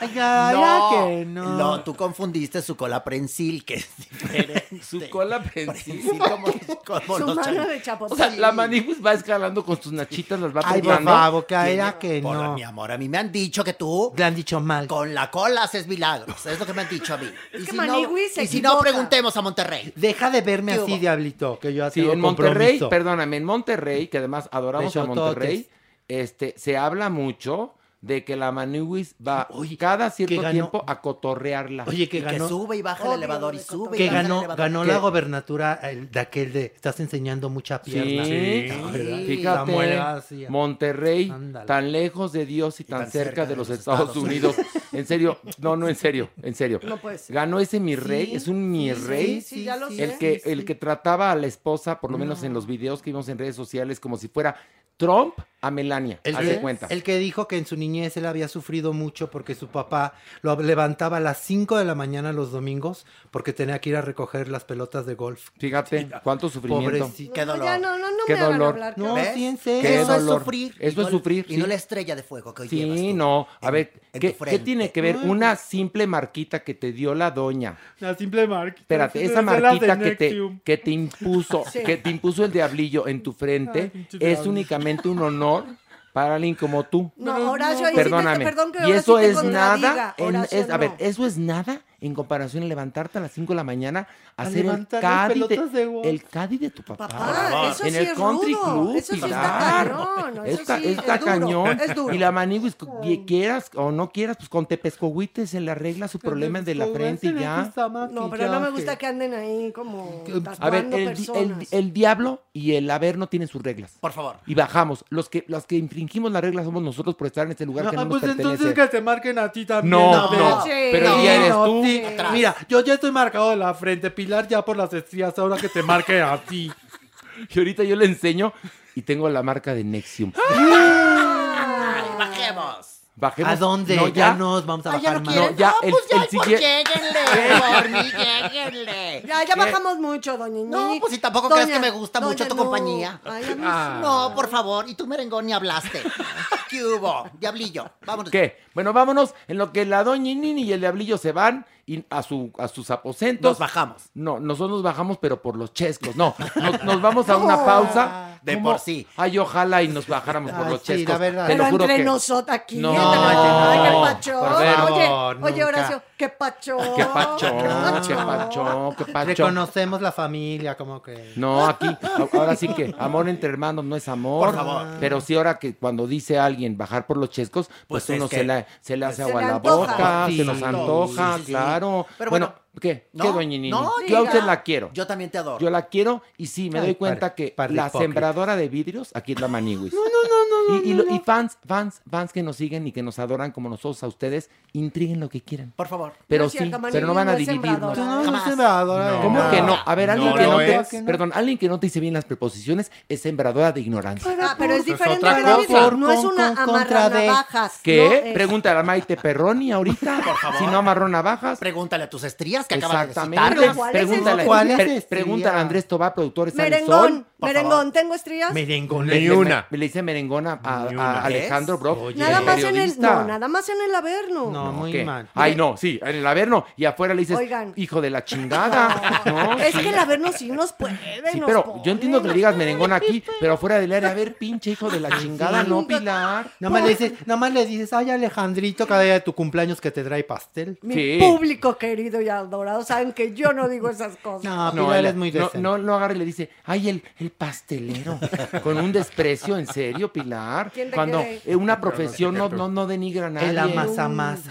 Ay, ya, ya que no. no, tú confundiste su cola prensil, que es [laughs] diferente. Su cola prensil. Prensil como, como Su los mano chan- de chapopote. O sea, la manigua va escalando con sus nachitas, las va Ay, por probando. favor, que a ella que Por- no. Mi amor, a mí me han dicho que tú Le han dicho mal. con la cola haces milagros. Es lo que me han dicho a mí. Y que si, no, Manigui se y si no, equivoca. preguntemos a Monterrey. Deja de verme ¿Qué así, hubo? diablito, que yo ya Sí, tengo en Monterrey, compromiso. perdóname, en Monterrey, que además adoramos a Besototes. Monterrey, este, se habla mucho de que la Maniwis va cada cierto ganó- tiempo a cotorrearla. Oye, que Y que ganó, sube y baja Obvio, el elevador y de sube y que baja el ganó, elevador. ganó ¿Qué? la gobernatura el- de aquel de estás enseñando mucha pierna. Ah, Sí, ¿verdad? fíjate, Samuel García. Monterrey, Ándale. tan lejos de Dios y tan, tan cerca de los Estados, Unidos. [laughs] en serio, no, no, en serio, en serio. No puede ser. Ganó ese mi rey, Sí, es un sí, mi rey. sí, ya lo el sé. que, sí, el sí. que trataba a la esposa, por lo menos en los videos que vimos en redes sociales, como si fuera Trump a Melania. El haz que, de cuenta. el que dijo que en su niñez él había sufrido mucho porque su papá lo levantaba a las 5 de la mañana los domingos porque tenía que ir a recoger las pelotas de golf. Fíjate, cuánto sufrimiento. Y Pobrecito. qué No, dolor. ya no, no, no Qué me hagan dolor. hablar. No, ¿ves? sí, en serio. Que eso Qué es dolor. sufrir. y Eso no es el- sufrir, Y no sí. la estrella de fuego que hoy llevas Sí, tú no. A en- ver, en ¿qué, tu qué tiene frente. que ver una simple marquita que te dio la doña? Mm. La simple marca. Espérate, esa marquita que te, que te impuso, Sí. que te impuso el diablillo en tu frente, pinche es diablillo. únicamente un honor [laughs] para alguien como tú. No, Horacio, ahí sí te- Perdóname. perdón que y ahora eso sí te es nada. contradiga, en- Horacio, es- a ver, no. eso es nada en comparación a levantarte a las 5 de la mañana a A hacer el levantar las cadi, pelotas de de, golf. el cadi de tu papá. Papá, eso en sí el es country rudo. club, eso sí está Pilar. cañón. eso Está, sí, está es duro, cañón. Es duro. Y la maniguis, cu- que quieras o no quieras, pues con tepescohuite se le arregla su problema de la frente y ya. No, pero no me gusta que anden ahí como eh, A ver, tatuando el, di- el- personas. el diablo y el haber no tienen sus reglas. Por favor. Y bajamos. Los que, los que infringimos las reglas somos nosotros por estar en este lugar que no nos pues entonces pertenece. que te marquen a ti también. No, a ver. no, Sí, pero no, ya eres tú. sí. Atrás. Mira, yo ya estoy marcado de la frente. Pilar ya por las estrías. Ahora que te marque a ti. [laughs] Y ahorita yo le enseño y tengo la marca de Nexium. ¡Ay, bajemos! Bajemos. ¿A dónde? No, ya ya nos vamos a Ah, ya bajar no más. quieren. No, ya, No, el- pues ya, el pues siguiente- lléguenle, [laughs] por mí, lléguenle. Ya, ya bajamos mucho, doña No, Ñiñi. pues si tampoco Doña- crees que me gusta mucho doña, tu no. compañía. Ay, a mí sí. Ah. No, por favor. Y tú, merengón, ni hablaste. ¿Qué hubo? Diablillo, vámonos. ¿Qué? Bueno, vámonos. En lo que la doña Nini y el diablillo se van y a, su, a sus aposentos. Nos bajamos. [laughs] No, nosotros nos bajamos, pero por los chescos. No, nos, nos vamos a una pausa. De ¿Cómo? por sí. Ay, ojalá y nos bajáramos por Ay, los sí, la chescos. verdad. Te lo Pero juro entre que- nosotras aquí. No, Ay, qué pacho. por ver. Oye, oye, nunca. Horacio, qué pacho. Qué [laughs] pachón, qué pachón, qué pachón. Reconocemos la familia, como que. No, aquí, a- ahora sí que amor entre hermanos no es amor. Por favor. Pero sí, ahora que cuando dice alguien bajar por los chescos, pues, Pues es uno se, que- la, se le hace Se le agua a la antoja. boca, Sí, se nos sí, antoja, sí, sí, sí. claro. Pero bueno, bueno, ¿qué? no, ¿Qué, doña Nini? no, Yo a usted diga. la quiero. Yo también te adoro. Yo la quiero y sí, me Ay, doy cuenta par- que par de la hipócritas. sembradora de vidrios aquí es la Maniwis. No, no, no, no. Y, y lo- y fans, fans, fans que nos siguen y que nos adoran como nosotros a ustedes, intriguen lo que quieran. Por favor. Pero No es sí, cierto, Maniwis pero no van a no es dividirnos. sembradora. No, no es Jamás. sembradora, eh. ¿Cómo No. que no? A ver, No alguien lo que no es. te, perdón, alguien que no te dice bien las preposiciones es sembradora de ignorancia. Ah, pero es Eso pues, es diferente. otra pero cosa. mira, No es Con- una con- contra amarra de- navajas. ¿Qué? Pues No, eh. es- Pregunta a Maite [laughs] Perroni ahorita. Si no amarró navajas. Pregúntale a tus estrías que acaban de Exactamente. citarlas. Pregúntale, ¿Cuáles pre- estrías? pregúntale a Andrés Tobá, productor de Sal y Sol. Merengón, Por merengón, ¿tengo estrías? Merengón. Ni Le- le- una. Me, le dice merengona a, a una. Alejandro Brock. Nada más en el, periodista. no, nada más en el Averno. No, muy ¿qué? mal. Ay, no, sí, en el Averno. Y afuera le dices, Oigan. hijo de la [laughs] chingada. [laughs] No, es sí. que el Averno sí nos puede, Sí, nos pero pone. yo entiendo que le digas merengón aquí, pero fuera del área, a ver, pinche hijo de la chingada, no, Pilar. Nada más, le dices, nada más le dices, ay Alejandrito, cada día de tu cumpleaños que te trae pastel. Mi público querido y adorado saben que yo no [laughs] digo esas cosas. No, Pilar él- es muy no, decente. no lo agarra y le dice, ay, el, el pastelero. [laughs] Con un desprecio, ¿en serio, Pilar? ¿Quién te Cuando quiere? eh, una profesión no, no, no denigra a nadie. El amasamasa.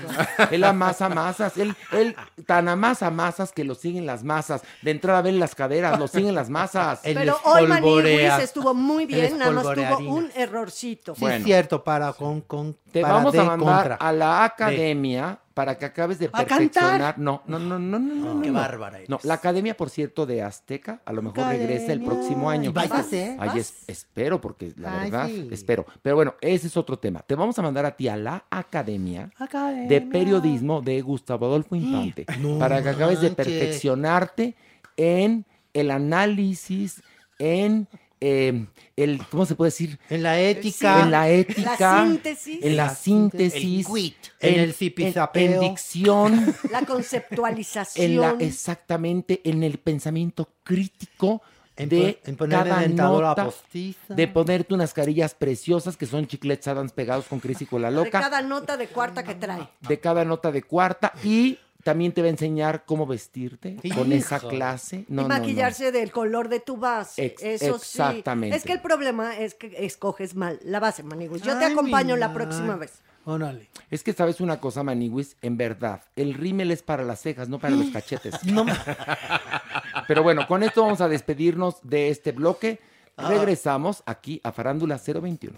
Él amasa masas. Él, él tan amasa masas que lo siguen las masas. De entrada ven las caderas, lo siguen las [laughs] masas. Pero hoy Maniwis espolvorea. estuvo muy Él bien, nada más espolvorea tuvo harina. un errorcito. Sí, es cierto, para con. con Te para vamos de a mandar contra. a la De- academia para que acabes de ¿A perfeccionar. cantar? No, no, no, no, no, no. qué no. bárbara eres. No, la academia, por cierto, de Azteca, a lo mejor regresa el próximo año. ¿Y vas a hacer? Ay, es- ¿Vas? espero, porque la Ay, verdad, sí. espero. Pero bueno, ese es otro tema. Te vamos a mandar a ti a la academia, Academia. de periodismo de Gustavo [gasps] Adolfo Infante No para que acabes de manches. perfeccionarte en el análisis, en eh, el, ¿cómo se puede decir? En la ética. En la ética. La síntesis. En la síntesis. El quit. En el En, zipizapeo. dicción. La conceptualización. en la, exactamente, en el pensamiento crítico En, de po- en ponerle cada dentadura nota, postiza. de ponerte unas carillas preciosas que son chiclets Adams pegados con Cris y Cola de Loca, cada nota de cuarta que trae. de cada nota de cuarta y también te va a enseñar cómo vestirte con esa Hijo. clase. No, no, y no. maquillarse del color de tu base. Ex- Eso exactamente. sí. Es que el problema es que escoges mal la base, Manigus. Yo te Ay, acompaño la mira. próxima vez. Órale. Es que sabes una cosa, Maniwis, en verdad, el rímel es para las cejas, no para los cachetes. Pero bueno, con esto vamos a despedirnos de este bloque. Regresamos aquí a Farándula 021.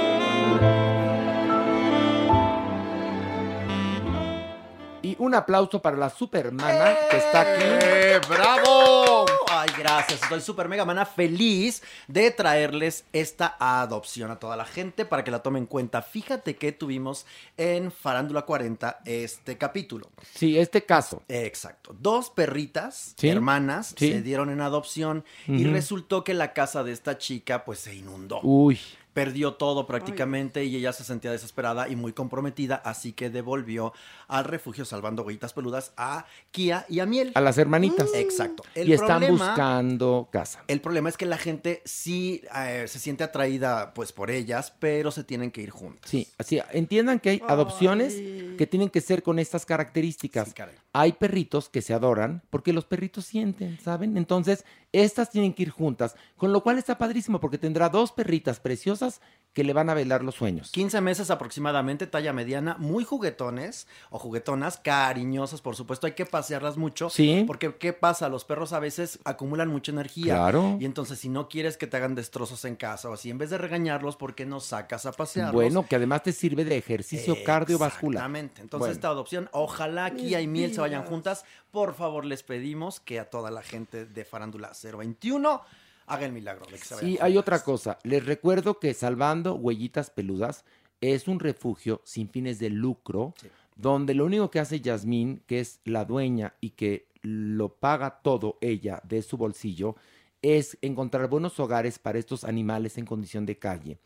Y Un aplauso para la supermana que está aquí. ¡Eh! ¡Bravo! Ay, gracias. Estoy súper mega mana feliz de traerles esta adopción a toda la gente para que la tomen en cuenta. Fíjate que tuvimos en Farándula 40 este capítulo. Sí, este caso. Exacto. Dos perritas, Sí. hermanas, Sí. se dieron en adopción y Ujú. resultó que la casa de esta chica pues se inundó. Uy. Perdió todo prácticamente y ella se sentía desesperada y muy comprometida, así que devolvió al refugio salvando huellitas peludas a Kia y a Miel. A las Mm. hermanitas. Exacto. y están problema- buscando casa. El problema es que la gente sí eh, se siente atraída pues por ellas, pero se tienen que ir juntas. Sí, así entiendan que hay adopciones que tienen que ser con estas características. hay perritos que se adoran porque los perritos sienten, ¿saben? Entonces, estas tienen que ir juntas, con lo cual está padrísimo porque tendrá dos perritas preciosas que le van a velar los sueños. 15 meses aproximadamente, talla mediana, muy juguetones o juguetonas, cariñosas, por supuesto, hay que pasearlas mucho. Sí. Porque, ¿qué pasa? Los perros a veces acumulan mucha energía. Claro. Y entonces, si no quieres que te hagan destrozos en casa o así, en vez de regañarlos, ¿por qué no sacas a pasearlos? Bueno, que además te sirve de ejercicio cardiovascular. Exactamente. Entonces, Bueno, esta adopción, ojalá Mis Kia y Miel se vayan vidas. juntas. Por favor, les pedimos que a toda la gente de Farándula 021 haga el milagro de que se vayan Y hay otra cosa, les recuerdo que Salvando Huellitas Peludas es un refugio sin fines de lucro, donde lo único que hace Yasmín, que es la dueña y que lo paga todo ella de su bolsillo, es encontrar buenos hogares para estos animales en condición de calle.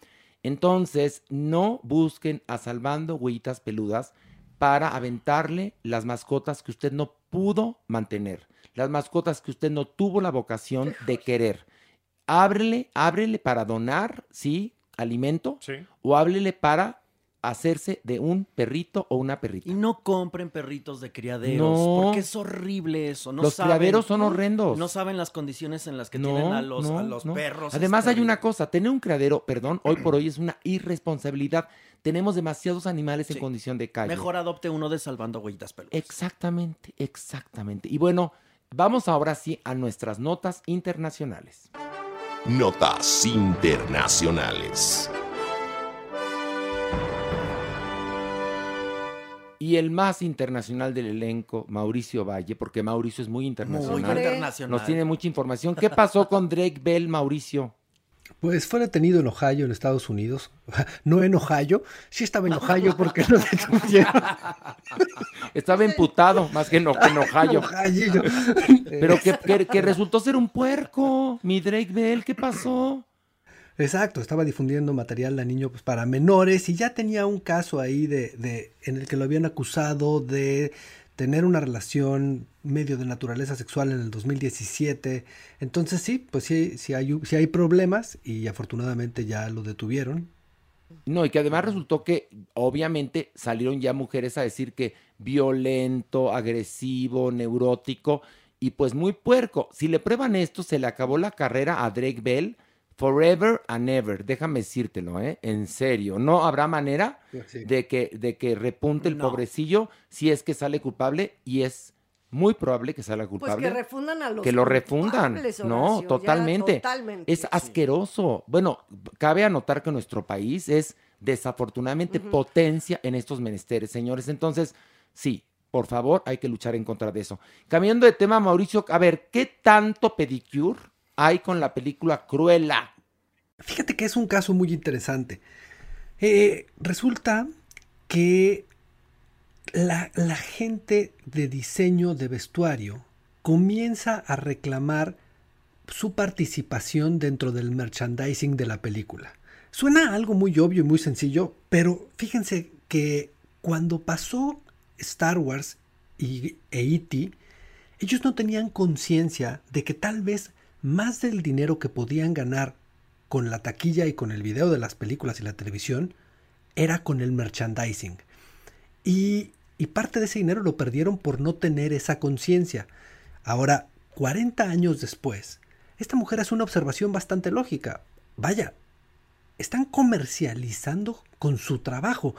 Entonces, no busquen a Salvando Huellitas Peludas para aventarle las mascotas que usted no pudo mantener, las mascotas que usted no tuvo la vocación de querer ábrele, ábrele para donar, ¿sí? Alimento. O ábrele para hacerse de un perrito o una perrita. Y no compren perritos de criaderos, No. porque es horrible eso. No Los saben- criaderos son horrendos. No saben las condiciones en las que No, tienen a los, no, a los no. perros. este, Además, hay una cosa: tener un criadero, perdón, hoy por hoy es una irresponsabilidad. Tenemos demasiados animales en condición de calle. Mejor adopte uno de Salvando Huellitas Peludas. Exactamente, exactamente. Y bueno, vamos ahora sí a nuestras notas internacionales. Notas internacionales. Y el más internacional del elenco, Mauricio Valle, porque Mauricio es muy internacional. internacional. Nos tiene mucha información. ¿Qué pasó con Drake Bell, Mauricio? Pues fue detenido en Ohio, en Estados Unidos. [laughs] No en Ohio, sí estaba en Ohio porque no detuvieron. Estaba emputado, más que no, que [laughs] en Ohio. Ohio. [laughs] Pero que, que- que resultó ser un puerco, mi Drake Bell, ¿qué pasó? Exacto, estaba difundiendo material de niño pues, para menores y ya tenía un caso ahí de, de- en el que lo habían acusado de tener una relación medio de naturaleza sexual en el 2017. Entonces sí, pues sí, sí hay, sí hay problemas y afortunadamente ya lo detuvieron. No, y que además resultó que obviamente salieron ya mujeres a decir que violento, agresivo, neurótico y pues muy puerco. Si le prueban esto, se le acabó la carrera a Drake Bell forever and ever. Déjame decírtelo, ¿eh? En serio, no habrá manera de que, de que repunte el pobrecillo si es que sale culpable y es muy probable que salga Pues culpable. que refundan a los que lo refundan. culpables, No, Horacio, ya, totalmente. totalmente. Es asqueroso. Bueno, cabe anotar que nuestro país es desafortunadamente Ujú. potencia en estos menesteres, señores. Entonces, sí, por favor, hay que luchar en contra de eso. Cambiando de tema, Mauricio, a ver, ¿qué tanto pedicure hay con la película Cruella? Fíjate que es un caso muy interesante. Eh, resulta que la, la gente de diseño de vestuario comienza a reclamar su participación dentro del merchandising de la película. Suena algo muy obvio y muy sencillo, pero fíjense que cuando pasó Star Wars y e E.T., ellos no tenían conciencia de que tal vez más del dinero que podían ganar con la taquilla y con el video de las películas y la televisión era con el merchandising. Y, y parte de ese dinero lo perdieron por no tener esa conciencia. Ahora, 40 años después, esta mujer hace una observación bastante lógica. Vaya, están comercializando con su trabajo.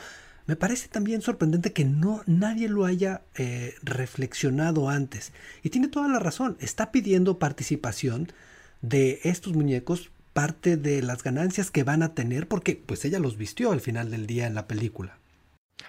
Me parece también sorprendente que no nadie lo haya eh, reflexionado antes. Y tiene toda la razón. Está pidiendo participación de estos muñecos, parte de las ganancias que van a tener, porque pues ella los vistió al final del día en la película.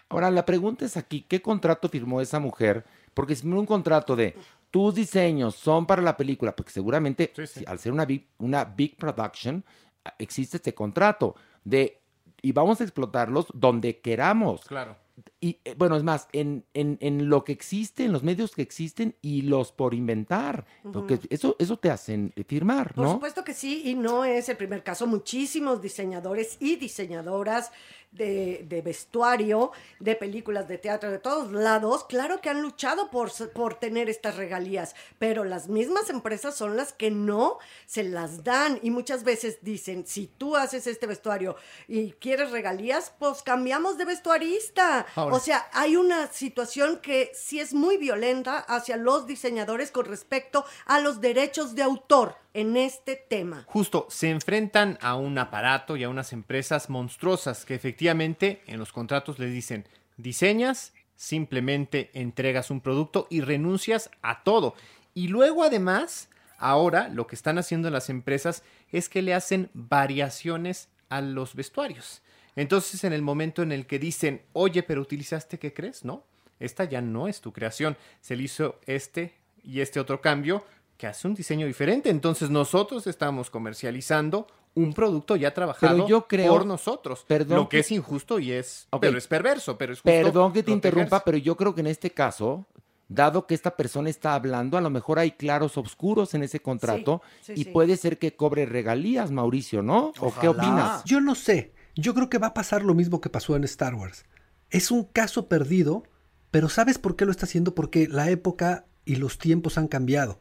Ahora, la pregunta es aquí, ¿qué contrato firmó esa mujer? Porque si firmó un contrato de tus diseños son para la película, porque seguramente si- al ser una big, una big production, a- existe este contrato de y vamos a explotarlos donde queramos. Claro. Y eh, bueno, es más, en, en- en lo que existe, en los medios que existen y los por inventar. Porque Ujú. eso, eso te hacen eh, firmar, Por ¿no? supuesto que sí, y no es el primer caso. Muchísimos diseñadores y diseñadoras de, de vestuario, de películas, de teatro, de todos lados, claro que han luchado por, s- por tener estas regalías, pero las mismas empresas son las que no se las dan y muchas veces dicen, si tú haces este vestuario y quieres regalías, pues cambiamos de vestuarista. Ahora. O sea, hay una situación que sí es muy violenta hacia los diseñadores con respecto a los derechos de autor en este tema. Justo, se enfrentan a un aparato y a unas empresas monstruosas que efectivamente en los contratos les dicen, diseñas, simplemente entregas un producto y renuncias a todo. Y luego además, ahora lo que están haciendo las empresas es que le hacen variaciones a los vestuarios. Entonces en el momento en el que dicen, oye, pero utilizaste, ¿qué crees? No, esta ya no es tu creación. Se le hizo este y este otro cambio que hace un diseño diferente. Entonces nosotros estamos comercializando un producto ya trabajado Pero yo creo- por nosotros. Perdón lo que que- es injusto y es... Ok. Pero es perverso, pero es justo Perdón que protegerse. te interrumpa, pero yo creo que en este caso, dado que esta persona está hablando, a lo mejor hay claros oscuros en ese contrato sí, y sí. puede ser que cobre regalías, Mauricio, ¿no? ¿O qué opinas? Yo no sé. Yo creo que va a pasar lo mismo que pasó en Star Wars. Es un caso perdido, pero ¿sabes por qué lo está haciendo? Porque la época y los tiempos han cambiado.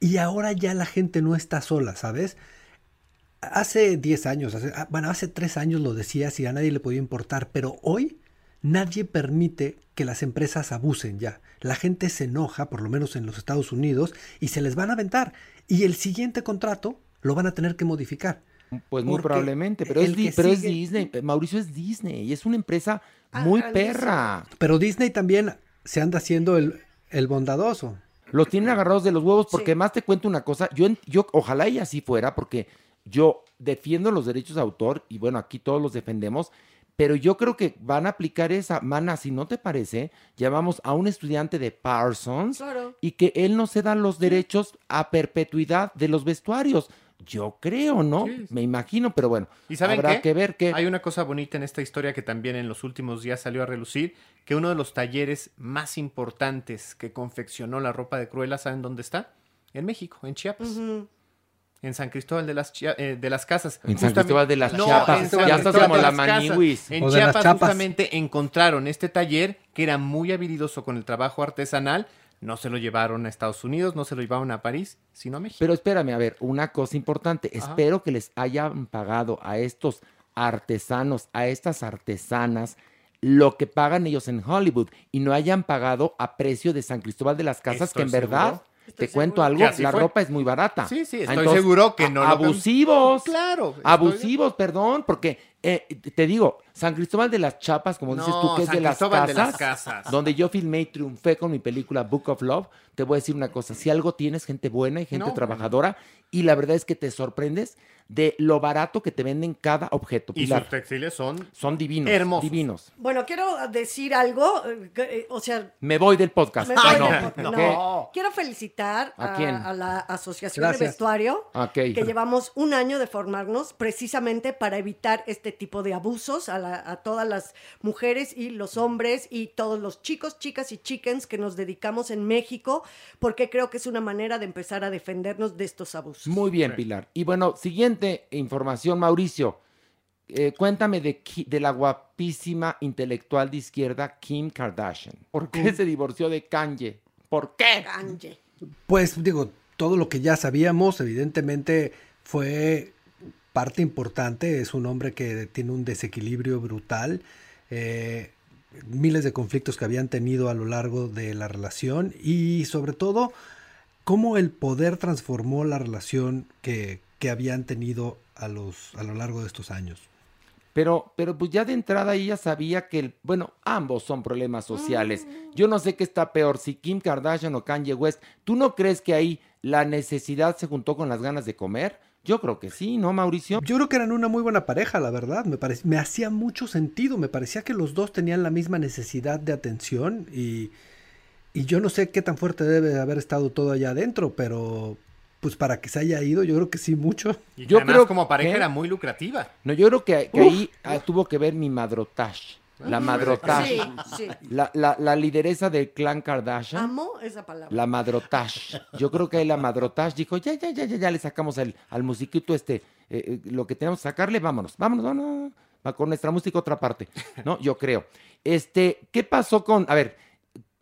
Y ahora ya la gente no está sola, ¿sabes? Hace 10 años, hace- ah, bueno, hace 3 años lo decías y a nadie le podía importar, pero hoy nadie permite que las empresas abusen ya. La gente se enoja, por lo menos en los Estados Unidos, y se les van a aventar. Y el siguiente contrato lo van a tener que modificar. Pues muy Porque probablemente, pero, el es, Di- que pero es sigue- Ah, Disney. eh, Mauricio es Disney y es una empresa muy Analiza. perra. Pero Disney también se anda haciendo el, el bondadoso. Los tienen agarrados de los huevos porque más te cuento una cosa, yo, en- yo ojalá y así fuera porque yo defiendo los derechos de autor y bueno, aquí todos los defendemos, pero yo creo que van a aplicar esa, mana, si no te parece, llamamos a un estudiante de Parsons Claro. y que él no se da los derechos a perpetuidad de los vestuarios. Yo creo, ¿no? Me imagino, pero bueno, ¿Y saben habrá qué? que ver que Hay una cosa bonita en esta historia que también en los últimos días salió a relucir, que uno de los talleres más importantes que confeccionó la ropa de Cruella, ¿saben dónde está? En México, en Chiapas. En San Cristóbal de las, Chia- eh, de las Casas. En San Justamente- Cristóbal de las No, Chiapas. en San Ya estás Cristóbal como de la las Casas. Maniwis. En O de las Chiapas Chapas. justamente encontraron este taller que era muy habilidoso con el trabajo artesanal. No se lo llevaron a Estados Unidos, no se lo llevaron a París, sino a México. Pero espérame, a ver, una cosa importante. Ajá. Espero que les hayan pagado a estos artesanos, a estas artesanas, lo que pagan ellos en Hollywood y no hayan pagado a precio de San Cristóbal de las Casas, Estoy que en verdad, seguro. te cuento algo, Que así la fue. ropa es muy barata. Sí, sí, estoy Entonces, seguro que no a- lo- Abusivos. Claro. estoy- Abusivos, perdón, porque eh, te digo, San Cristóbal de las Chapas, como dices No, tú, que es San de las, Cristóbal casas, de las Casas. donde yo filmé y triunfé con mi película Book of Love, te voy a decir una cosa, si algo tienes, gente buena y gente No, trabajadora, y la verdad es que te sorprendes de lo barato que te venden cada objeto, Y Pilar. sus textiles son... Son divinos, hermosos. divinos. Bueno, quiero decir algo, eh, que, eh, o sea, Me voy del podcast. me Ah, voy no, del podcast. no. No. Quiero felicitar ¿A a, quién? a la Asociación de Gracias. Vestuario, Ok. que llevamos un año de formarnos precisamente para evitar este tipo de abusos a, la- a todas las mujeres y los hombres y todos los chicos, chicas y chickens que nos dedicamos en México, porque creo que es una manera de empezar a defendernos de estos abusos. Muy bien, Pilar. Y bueno, siguiente información, Mauricio. Eh, cuéntame de, Ki- de la guapísima intelectual de izquierda Kim Kardashian. ¿Por qué se divorció de Kanye? ¿Por qué? Kanye. Pues digo, todo lo que ya sabíamos, evidentemente fue parte importante. Es un hombre que tiene un desequilibrio brutal. eh, miles de conflictos que habían tenido a lo largo de la relación y sobre todo cómo el poder transformó la relación que, que habían tenido a, los, a lo largo de estos años. Pero, pero pues ya de entrada ella sabía que, el, bueno, ambos son problemas sociales. Yo no sé qué está peor, si Kim Kardashian o Kanye West. ¿Tú no crees que ahí la necesidad se juntó con las ganas de comer? Yo creo que sí, ¿no, Mauricio? Yo creo que eran una muy buena pareja, la verdad. Me, parec- me hacía mucho sentido. Me parecía que los dos tenían la misma necesidad de atención y, y yo no sé qué tan fuerte debe de haber estado todo allá adentro, pero pues para que se haya ido, yo creo que sí mucho. Y Yo yo además, creo como pareja que- era muy lucrativa. No, yo creo que, que Uf. ahí ah, tuvo que ver mi madrotash. La Sí, madrotash. Ah, sí. La, la- la lideresa del clan Kardashian. Amo esa palabra. La madrotash. Yo creo que ahí la madrotash dijo, ya, ya, ya, ya, ya le sacamos al, al musiquito este, eh, eh, lo que tenemos que sacarle, vámonos, vámonos, vámonos, va con nuestra música a otra parte, ¿no? Yo creo. Este, ¿qué pasó con, a ver,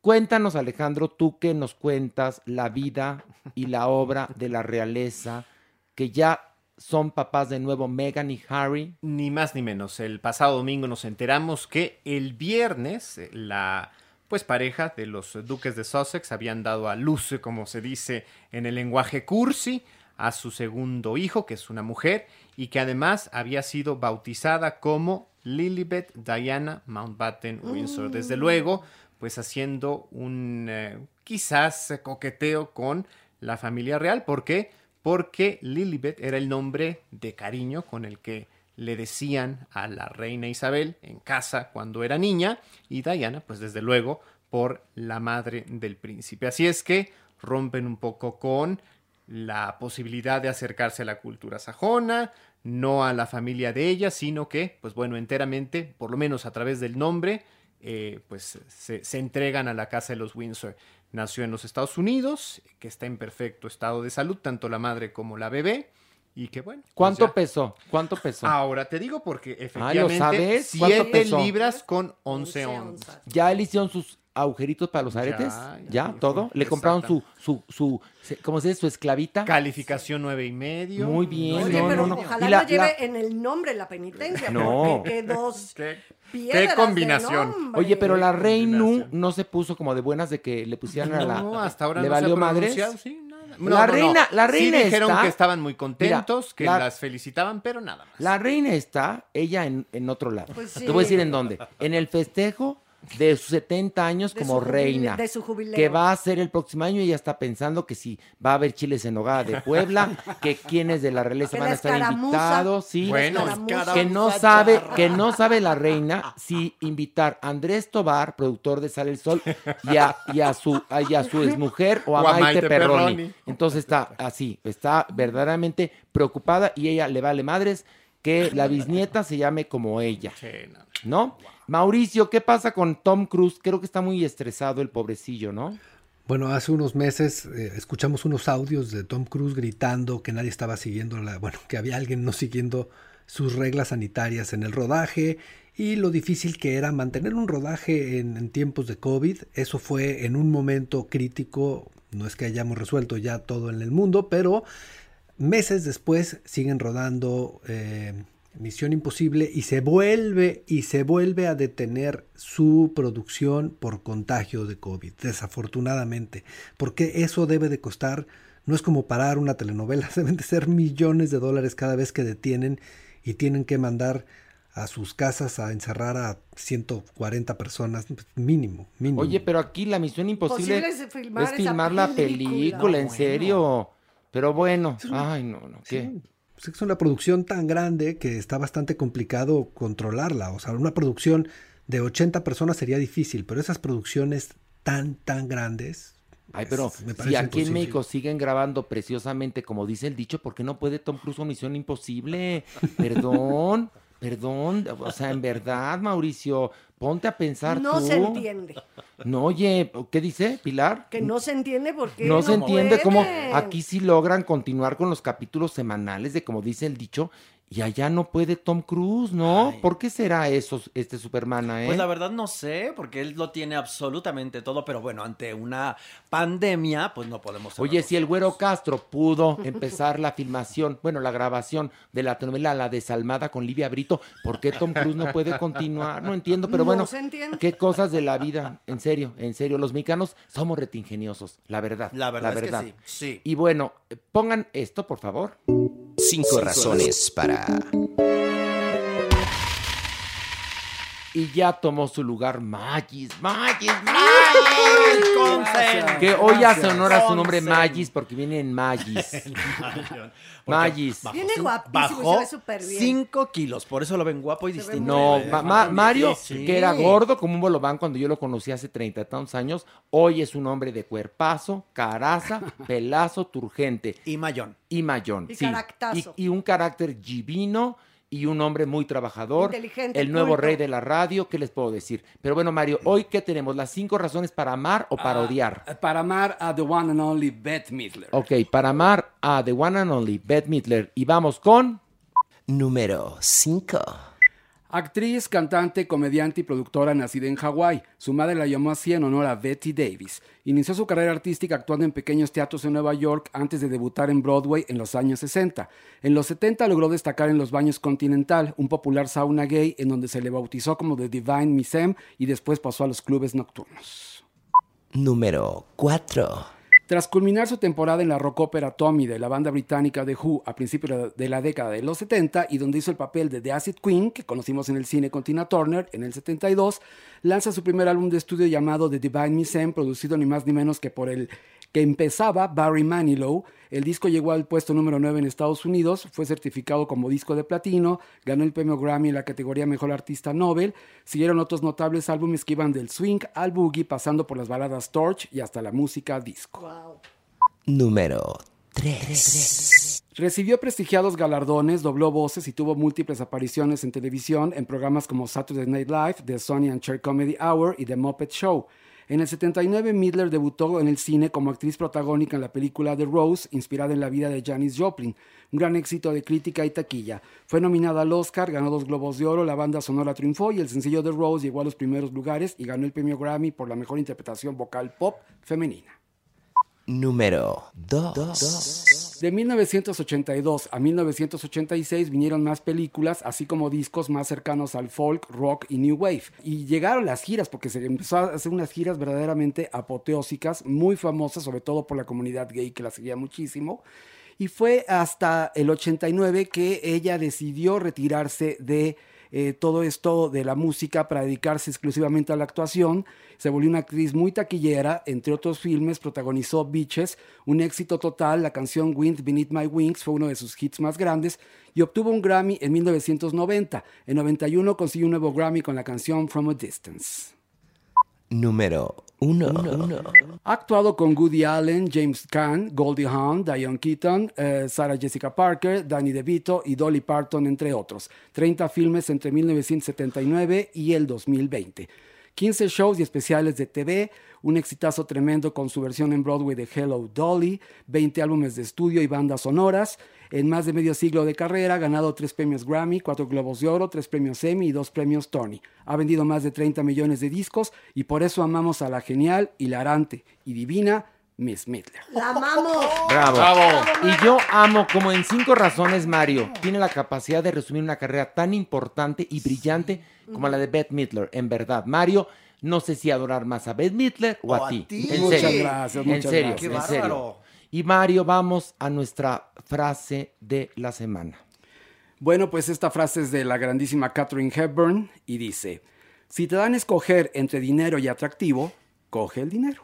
cuéntanos Alejandro, tú que nos cuentas la vida y la obra de la realeza, que ya son papás de nuevo, Meghan y Harry. Ni más ni menos. El pasado domingo nos enteramos que el viernes eh, la pues pareja de los duques de Sussex habían dado a luz, eh, como se dice en el lenguaje cursi, a su segundo hijo, que es una mujer, y que además había sido bautizada como Lilibet Diana Mountbatten Windsor. Mm. Desde luego, pues haciendo un eh, quizás eh, coqueteo con la familia real. ¿Por qué? Porque Lilibet era el nombre de cariño con el que le decían a la reina Isabel en casa cuando era niña y Diana, pues desde luego, por la madre del príncipe. Así es que rompen un poco con la posibilidad de acercarse a la cultura sajona, no a la familia de ella, sino que, pues bueno, enteramente, por lo menos a través del nombre, eh, pues se, se entregan a la casa de los Windsor. Nació en los Estados Unidos, que está en perfecto estado de salud, tanto la madre como la bebé, y que bueno. pues, ¿Cuánto ya- pesó? ¿Cuánto pesó? Ahora te digo porque Ah, ¿lo efectivamente sabes? ¿Cuánto 7 pesó? libras con 11 onzas. ¿Ya él hicieron sus agujeritos para los aretes? ¿Ya? ya, ¿Todo? ¿Le compraron su, su, su, se- cómo se dice? ¿Su esclavita? Calificación nueve y medio. Muy bien. Oye, no, pero no, no. ojalá Y la- no lleve la- en el nombre la penitencia, No. porque qué dos [laughs] ¡Qué piedras combinación! Oye, pero la Reinu no se puso como de buenas de que le pusieran a la... No, hasta ahora ¿Le no se ha valió madres? pronunciado, sí, nada. No, la no, no. reina, la Sí reina dijeron está- que estaban muy Mira, contentos, que la- las felicitaban, pero nada más. La reina está, ella en, en otro lado. Pues sí. Te voy a decir en dónde. En el festejo de sus 70 años De como su jubile- reina. de su jubileo. Que va a ser el próximo año y ella está pensando que si va a haber chiles en hogada de [laughs] Puebla, que quienes de la realeza Que van la a estar escaramuza. invitados, sí. Bueno, La escaramuza. que no escaramuza sabe, charra. que no sabe la reina si invitar a Andrés Tobar, productor de Sale el Sol, y a, y a su a- y a su exmujer o a, O a Maite, Maite Perroni. Perroni. Entonces está así, está verdaderamente preocupada y ella le vale madres que la bisnieta se llame como ella. ¿No? Mauricio, ¿qué pasa con Tom Cruise? Creo que está muy estresado el pobrecillo, ¿no? Bueno, hace unos meses eh, escuchamos unos audios de Tom Cruise gritando que nadie estaba siguiendo la, bueno, que había alguien no siguiendo sus reglas sanitarias en el rodaje y lo difícil que era mantener un rodaje en, en tiempos de COVID. Eso fue en un momento crítico, no es que hayamos resuelto ya todo en el mundo, pero meses después siguen rodando eh, Misión Imposible y se vuelve y se vuelve a detener su producción por contagio de COVID, desafortunadamente, porque eso debe de costar, no es como parar una telenovela, [laughs] deben de ser millones de dólares cada vez que detienen y tienen que mandar a sus casas a encerrar a 140 personas mínimo, mínimo. Oye, pero aquí la misión imposible Posible es filmar esa la película. película, en Bueno. serio. Pero bueno, ay no, no, qué Pues es una producción tan grande que está bastante complicado controlarla. O sea, una producción de 80 personas sería difícil, pero esas producciones tan, tan grandes. pues, Ay, pero me si parece aquí en imposible. México siguen grabando preciosamente, como dice el dicho, ¿por qué no puede Tom Cruise con Misión Imposible? Perdón, [laughs] perdón. O sea, en verdad, Mauricio, ponte a pensar No tú. se entiende. No, oye, ¿qué dice Pilar? Que no se entiende porque No se entiende cómo pueden. aquí sí logran continuar con los capítulos semanales de como dice el dicho y allá no puede Tom Cruise, ¿no? ¿Por qué será eso este Superman, eh? Pues la verdad no sé, porque él lo tiene absolutamente todo, pero bueno, ante una pandemia, pues no podemos cerrar Oye, si el güero Castro [laughs] pudo empezar la filmación, bueno, la grabación de la telenovela La Desalmada con Livia Brito, ¿por qué Tom Cruise no puede continuar? No entiendo, pero No bueno, se entiende. qué cosas de la vida, en serio, en serio, los mexicanos somos retingeniosos, la verdad. La verdad la es que verdad. sí, sí. Y bueno, eh, pongan esto, por favor. Cinco razones para Y ya tomó su lugar Magis. Magis, Magis. Consen. Que hoy hace Gracias. honor a su nombre Consen. Magis porque viene [laughs] en Magis. Magis. Bajó Viene cin- guapísimo y se bajó ve súper bien. 5 kilos, por eso lo ven guapo y distinto. No, ma- ma- Mario, Sí. que era gordo como un bolobán cuando yo lo conocí hace treinta y tantos años, hoy es un hombre de cuerpazo, caraza, pelazo, turgente. Y mayón. Y mayón, Y sí. caractazo. Y, y un carácter divino y un hombre muy trabajador. Inteligente, El nuevo culto. rey de la radio, ¿qué les puedo decir? Pero bueno, Mario, hoy qué tenemos, las cinco razones para amar o para Ah, odiar. Para amar a The One and Only Beth Midler. Ok, para amar a The One and Only, Beth Midler. Y vamos con... Número 5. Actriz, cantante, comediante y productora nacida en Hawái. Su madre la llamó así en honor a Betty Davis. Inició su carrera artística actuando en pequeños teatros en Nueva York antes de debutar en Broadway en los años 60. En los 70 logró destacar en los baños Continental, un popular sauna gay en donde se le bautizó como The Divine Misem y después pasó a los clubes nocturnos. Número 4. Tras culminar su temporada en la rockópera Tommy de la banda británica The Who a principios de la década de los 70 y donde hizo el papel de The Acid Queen, que conocimos en el cine con Tina Turner en el 72, lanza su primer álbum de estudio llamado The Divine Misem, producido ni más ni menos que por el que empezaba Barry Manilow. El disco llegó al puesto número 9 en Estados Unidos, fue certificado como disco de platino, ganó el premio Grammy en la categoría Mejor Artista Nobel, siguieron otros notables álbumes que iban del swing al boogie, pasando por las baladas torch y hasta la música disco. Número 3. Recibió prestigiados galardones, dobló voces y tuvo múltiples apariciones en televisión en programas como Saturday Night Live, The Sonny and Cher Comedy Hour y The Muppet Show. En el 79, Midler debutó en el cine como actriz protagónica en la película The Rose, inspirada en la vida de Janis Joplin, un gran éxito de crítica y taquilla. Fue nominada al Oscar, ganó dos Globos de Oro, la banda sonora triunfó y el sencillo The Rose llegó a los primeros lugares y ganó el premio Grammy por la mejor interpretación vocal pop femenina. Número 2. De 1982 a 1986 vinieron más películas, así como discos más cercanos al folk, rock y new wave. Y llegaron las giras, porque se empezó a hacer unas giras verdaderamente apoteósicas, muy famosas, sobre todo por la comunidad gay que la seguía muchísimo. Y fue hasta el 89 que ella decidió retirarse de eh, todo esto de la música para dedicarse exclusivamente a la actuación. Se volvió una actriz muy taquillera, entre otros filmes protagonizó Bitches, un éxito total, la canción Wind Beneath My Wings fue uno de sus hits más grandes y obtuvo un Grammy en 1990. En 91 consiguió un nuevo Grammy con la canción From a Distance. Número 1. Ha actuado con Woody Allen, James Caan, Goldie Hawn, Diane Keaton, eh, Sarah Jessica Parker, Danny DeVito y Dolly Parton, entre otros. 30 filmes entre 1979 y el 2020. 15 shows y especiales de TV, un exitazo tremendo con su versión en Broadway de Hello Dolly, 20 álbumes de estudio y bandas sonoras. En más de medio siglo de carrera ha ganado 3 premios Grammy, 4 Globos de Oro, 3 premios Emmy y 2 premios Tony. Ha vendido más de 30 millones de discos y por eso amamos a la genial, hilarante y divina Miss Midler. La amamos. Bravo. Y yo amo como en cinco razones Mario tiene la capacidad de resumir una carrera tan importante y brillante como la de Beth Midler. En verdad, Mario, no sé si adorar más a Beth Midler o, a, ti. En Muchas serio. gracias, En muchas serio, gracias. en Qué serio. bárbaro. Y Mario, vamos a nuestra frase de la semana. Bueno, pues esta frase es de la grandísima Catherine Hepburn y dice, si te dan a escoger entre dinero y atractivo, coge el dinero.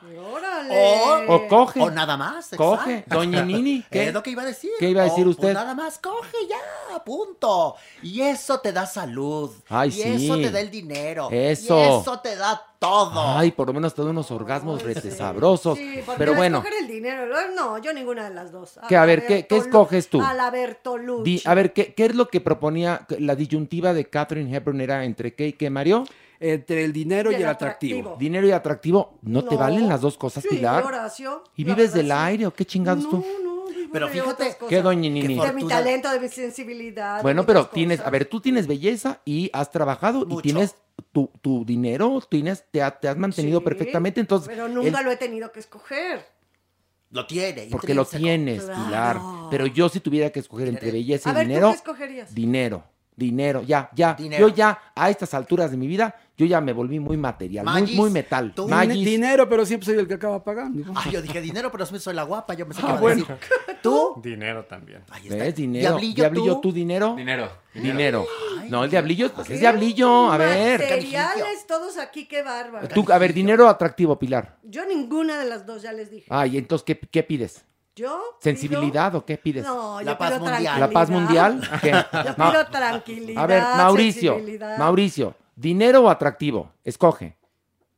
Oh. O, O coge. Eh, O nada más. Coge. exacto. [laughs] Doña Nini, ¿qué? Es lo que iba a decir. ¿Qué iba a O, decir pues, usted? nada más, coge ya, punto. Y eso te da salud. Ay, y sí. eso te da el dinero. Eso. Y eso te da todo. Ay, por lo menos te da unos orgasmos rete sabrosos. Sí, porque Pero al bueno, escoger el dinero, luego, no, yo ninguna de las dos. Que, a ver, ¿qué- qué Bertolucci, escoges tú? A la di- Bertolucci. a ver, ¿qué, qué es lo que proponía la disyuntiva de Catherine Hepburn era entre qué y qué, Mario? Entre el dinero Y el y el atractivo. atractivo. Dinero y atractivo, ¿no, te No. valen las dos cosas, Sí, Pilar? Horacio, ¿Y la vives verdad, del sí. aire o qué chingados tú? Pero fíjate. ¿Qué, doña Nini? De mi talento, de mi sensibilidad. Bueno, de pero muchas tienes, a ver, tú tienes belleza y has trabajado y tienes tu, tu dinero, tienes, te, ha- te has mantenido Sí, perfectamente, entonces... Pero nunca el- lo he tenido que escoger. Lo tiene. Porque lo intrínseco. tienes, Pilar. Pero yo si tuviera que escoger entre belleza y A ver, ¿tú dinero... qué escogerías? Dinero. dinero, ya, ya. Dinero. Yo ya, a estas alturas de mi vida, yo ya me volví muy material, muy, Magis, muy metal. tú- Magis. Dinero, pero siempre soy el que acaba pagando. Ah, yo dije dinero, pero soy la guapa. Yo pensé que Ah, iba a bueno. decir, ¿Tú? Dinero también. ¿Ves? Dinero. Diablillo, Diablillo, ¿tú? ¿tú? dinero? Dinero. Dinero. no, el diablillo, pues es diablillo. A ver. Materiales todos aquí, qué bárbaro. Tú, a ver, dinero atractivo, Pilar. Yo ninguna de las dos ya les dije. Ay, entonces, ¿qué, qué pides? Yo ¿Sensibilidad o qué pides? No, yo La paz pido mundial. ¿La paz [laughs] mundial? ¿Qué? Yo No. pido tranquilidad. A ver, Mauricio, sensibilidad. Mauricio, ¿dinero o atractivo? Escoge.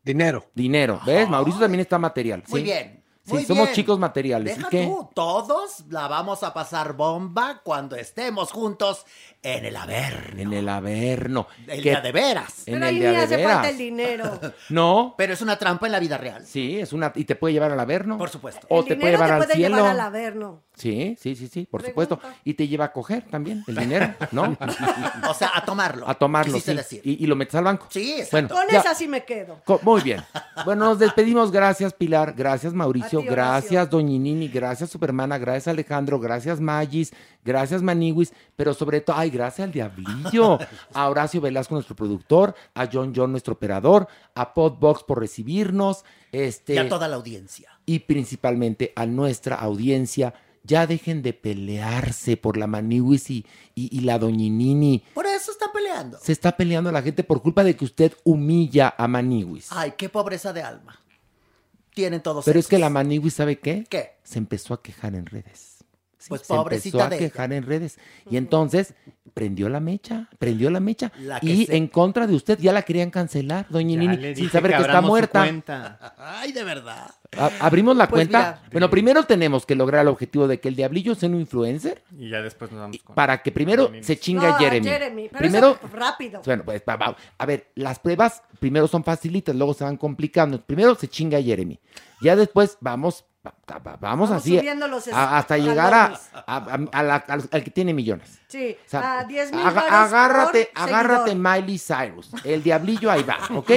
Dinero. Dinero, ¿ves? Ah. Mauricio también está material. Muy ¿sí? bien. Sí, muy somos bien. chicos materiales. ¿Y Deja qué? tú, todos la vamos a pasar bomba cuando estemos juntos en el haber. En el averno. El ¿Qué? día de veras. En el día de veras. dinero. No. Pero es una trampa en la vida real. Sí, es una. Y te puede llevar al averno. Por supuesto. [laughs] O El te puede dinero llevar te al puede cielo. llevar al averno. Sí, sí, sí, sí, por supuesto. Y te lleva a coger también el dinero, ¿no? [laughs] Ah, O sea, a tomarlo. a tomarlo. Quisiste sí. decir. Y, y lo metes al banco. Sí, bueno, Con ya. esa sí me quedo. Co- Muy bien. Bueno, nos despedimos. Gracias, Pilar. Gracias, Mauricio. A ti, Horacio. gracias, Doñinini. Gracias, Supermana. Gracias, Alejandro. Gracias, Magis. Gracias, Maniwis. Pero sobre todo, ay, gracias [laughs] al Diablillo. A Horacio Velasco, nuestro productor. A John John, nuestro operador. A Podbox por recibirnos. Este, Y a toda la audiencia. y principalmente a nuestra audiencia. Ya dejen de pelearse por la Maniwis y, y- y la Doñinini. Por eso están peleando. Se está peleando la gente por culpa de que usted humilla a Maniwis. Ay, qué pobreza de alma. Tienen todos Pero es sexos. que la Maniwis, ¿sabe qué? ¿Qué? Se empezó a quejar en redes. Sí, Pues se empezó pobrecita a de ella. quejar en redes. Y entonces prendió la mecha, prendió la mecha. La que y se- en contra de usted ya la querían cancelar, doña Ya Nini, le sin dije saber que, está abramos su muerta. cuenta. Ay, de verdad. A- ¿Abrimos la Pues cuenta? mira. Bueno, primero tenemos que lograr el objetivo de que el diablillo sea un influencer Y ya después nos vamos Pues con. para que primero se chinga No, a Jeremy. Jeremy, pero Primero, eso rápido. bueno, pues va- va. a ver, las pruebas primero son facilitas, luego se van complicando. Primero se chinga a Jeremy. Ya después vamos va- va- va- vamos, Vamos así subiendo los es- a- hasta llegar a, a- a- a la- al, al que tiene millones. Sí, O sea, a 10 mil aga- varos agárrate, por agárrate seguidor. Miley Cyrus. El diablillo ahí va, [laughs] ¿ok?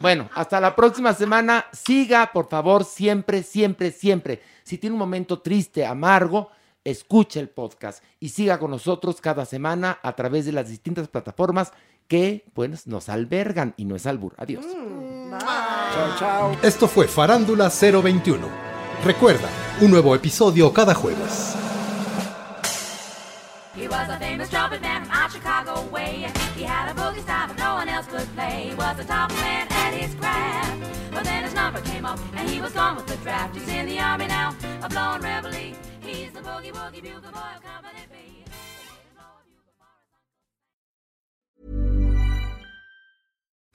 Bueno, hasta la próxima semana. Siga, por favor, siempre, siempre, siempre. Si tiene un momento triste, amargo, escuche el podcast y siga con nosotros cada semana a través de las distintas plataformas que, pues, nos albergan y no es albur. Adiós. Mm, Chao, chao. Esto fue Farándula 021. Recuerda, un nuevo episodio cada jueves. He was a famous trumpet man from out Chicago way. He had a boogie style, but no one else could play. He was a top man at his craft. But then his number came up, and he was gone with the draft. He's in the army now, a blowing reveille. He's the boogie woogie bugle boy of Company B.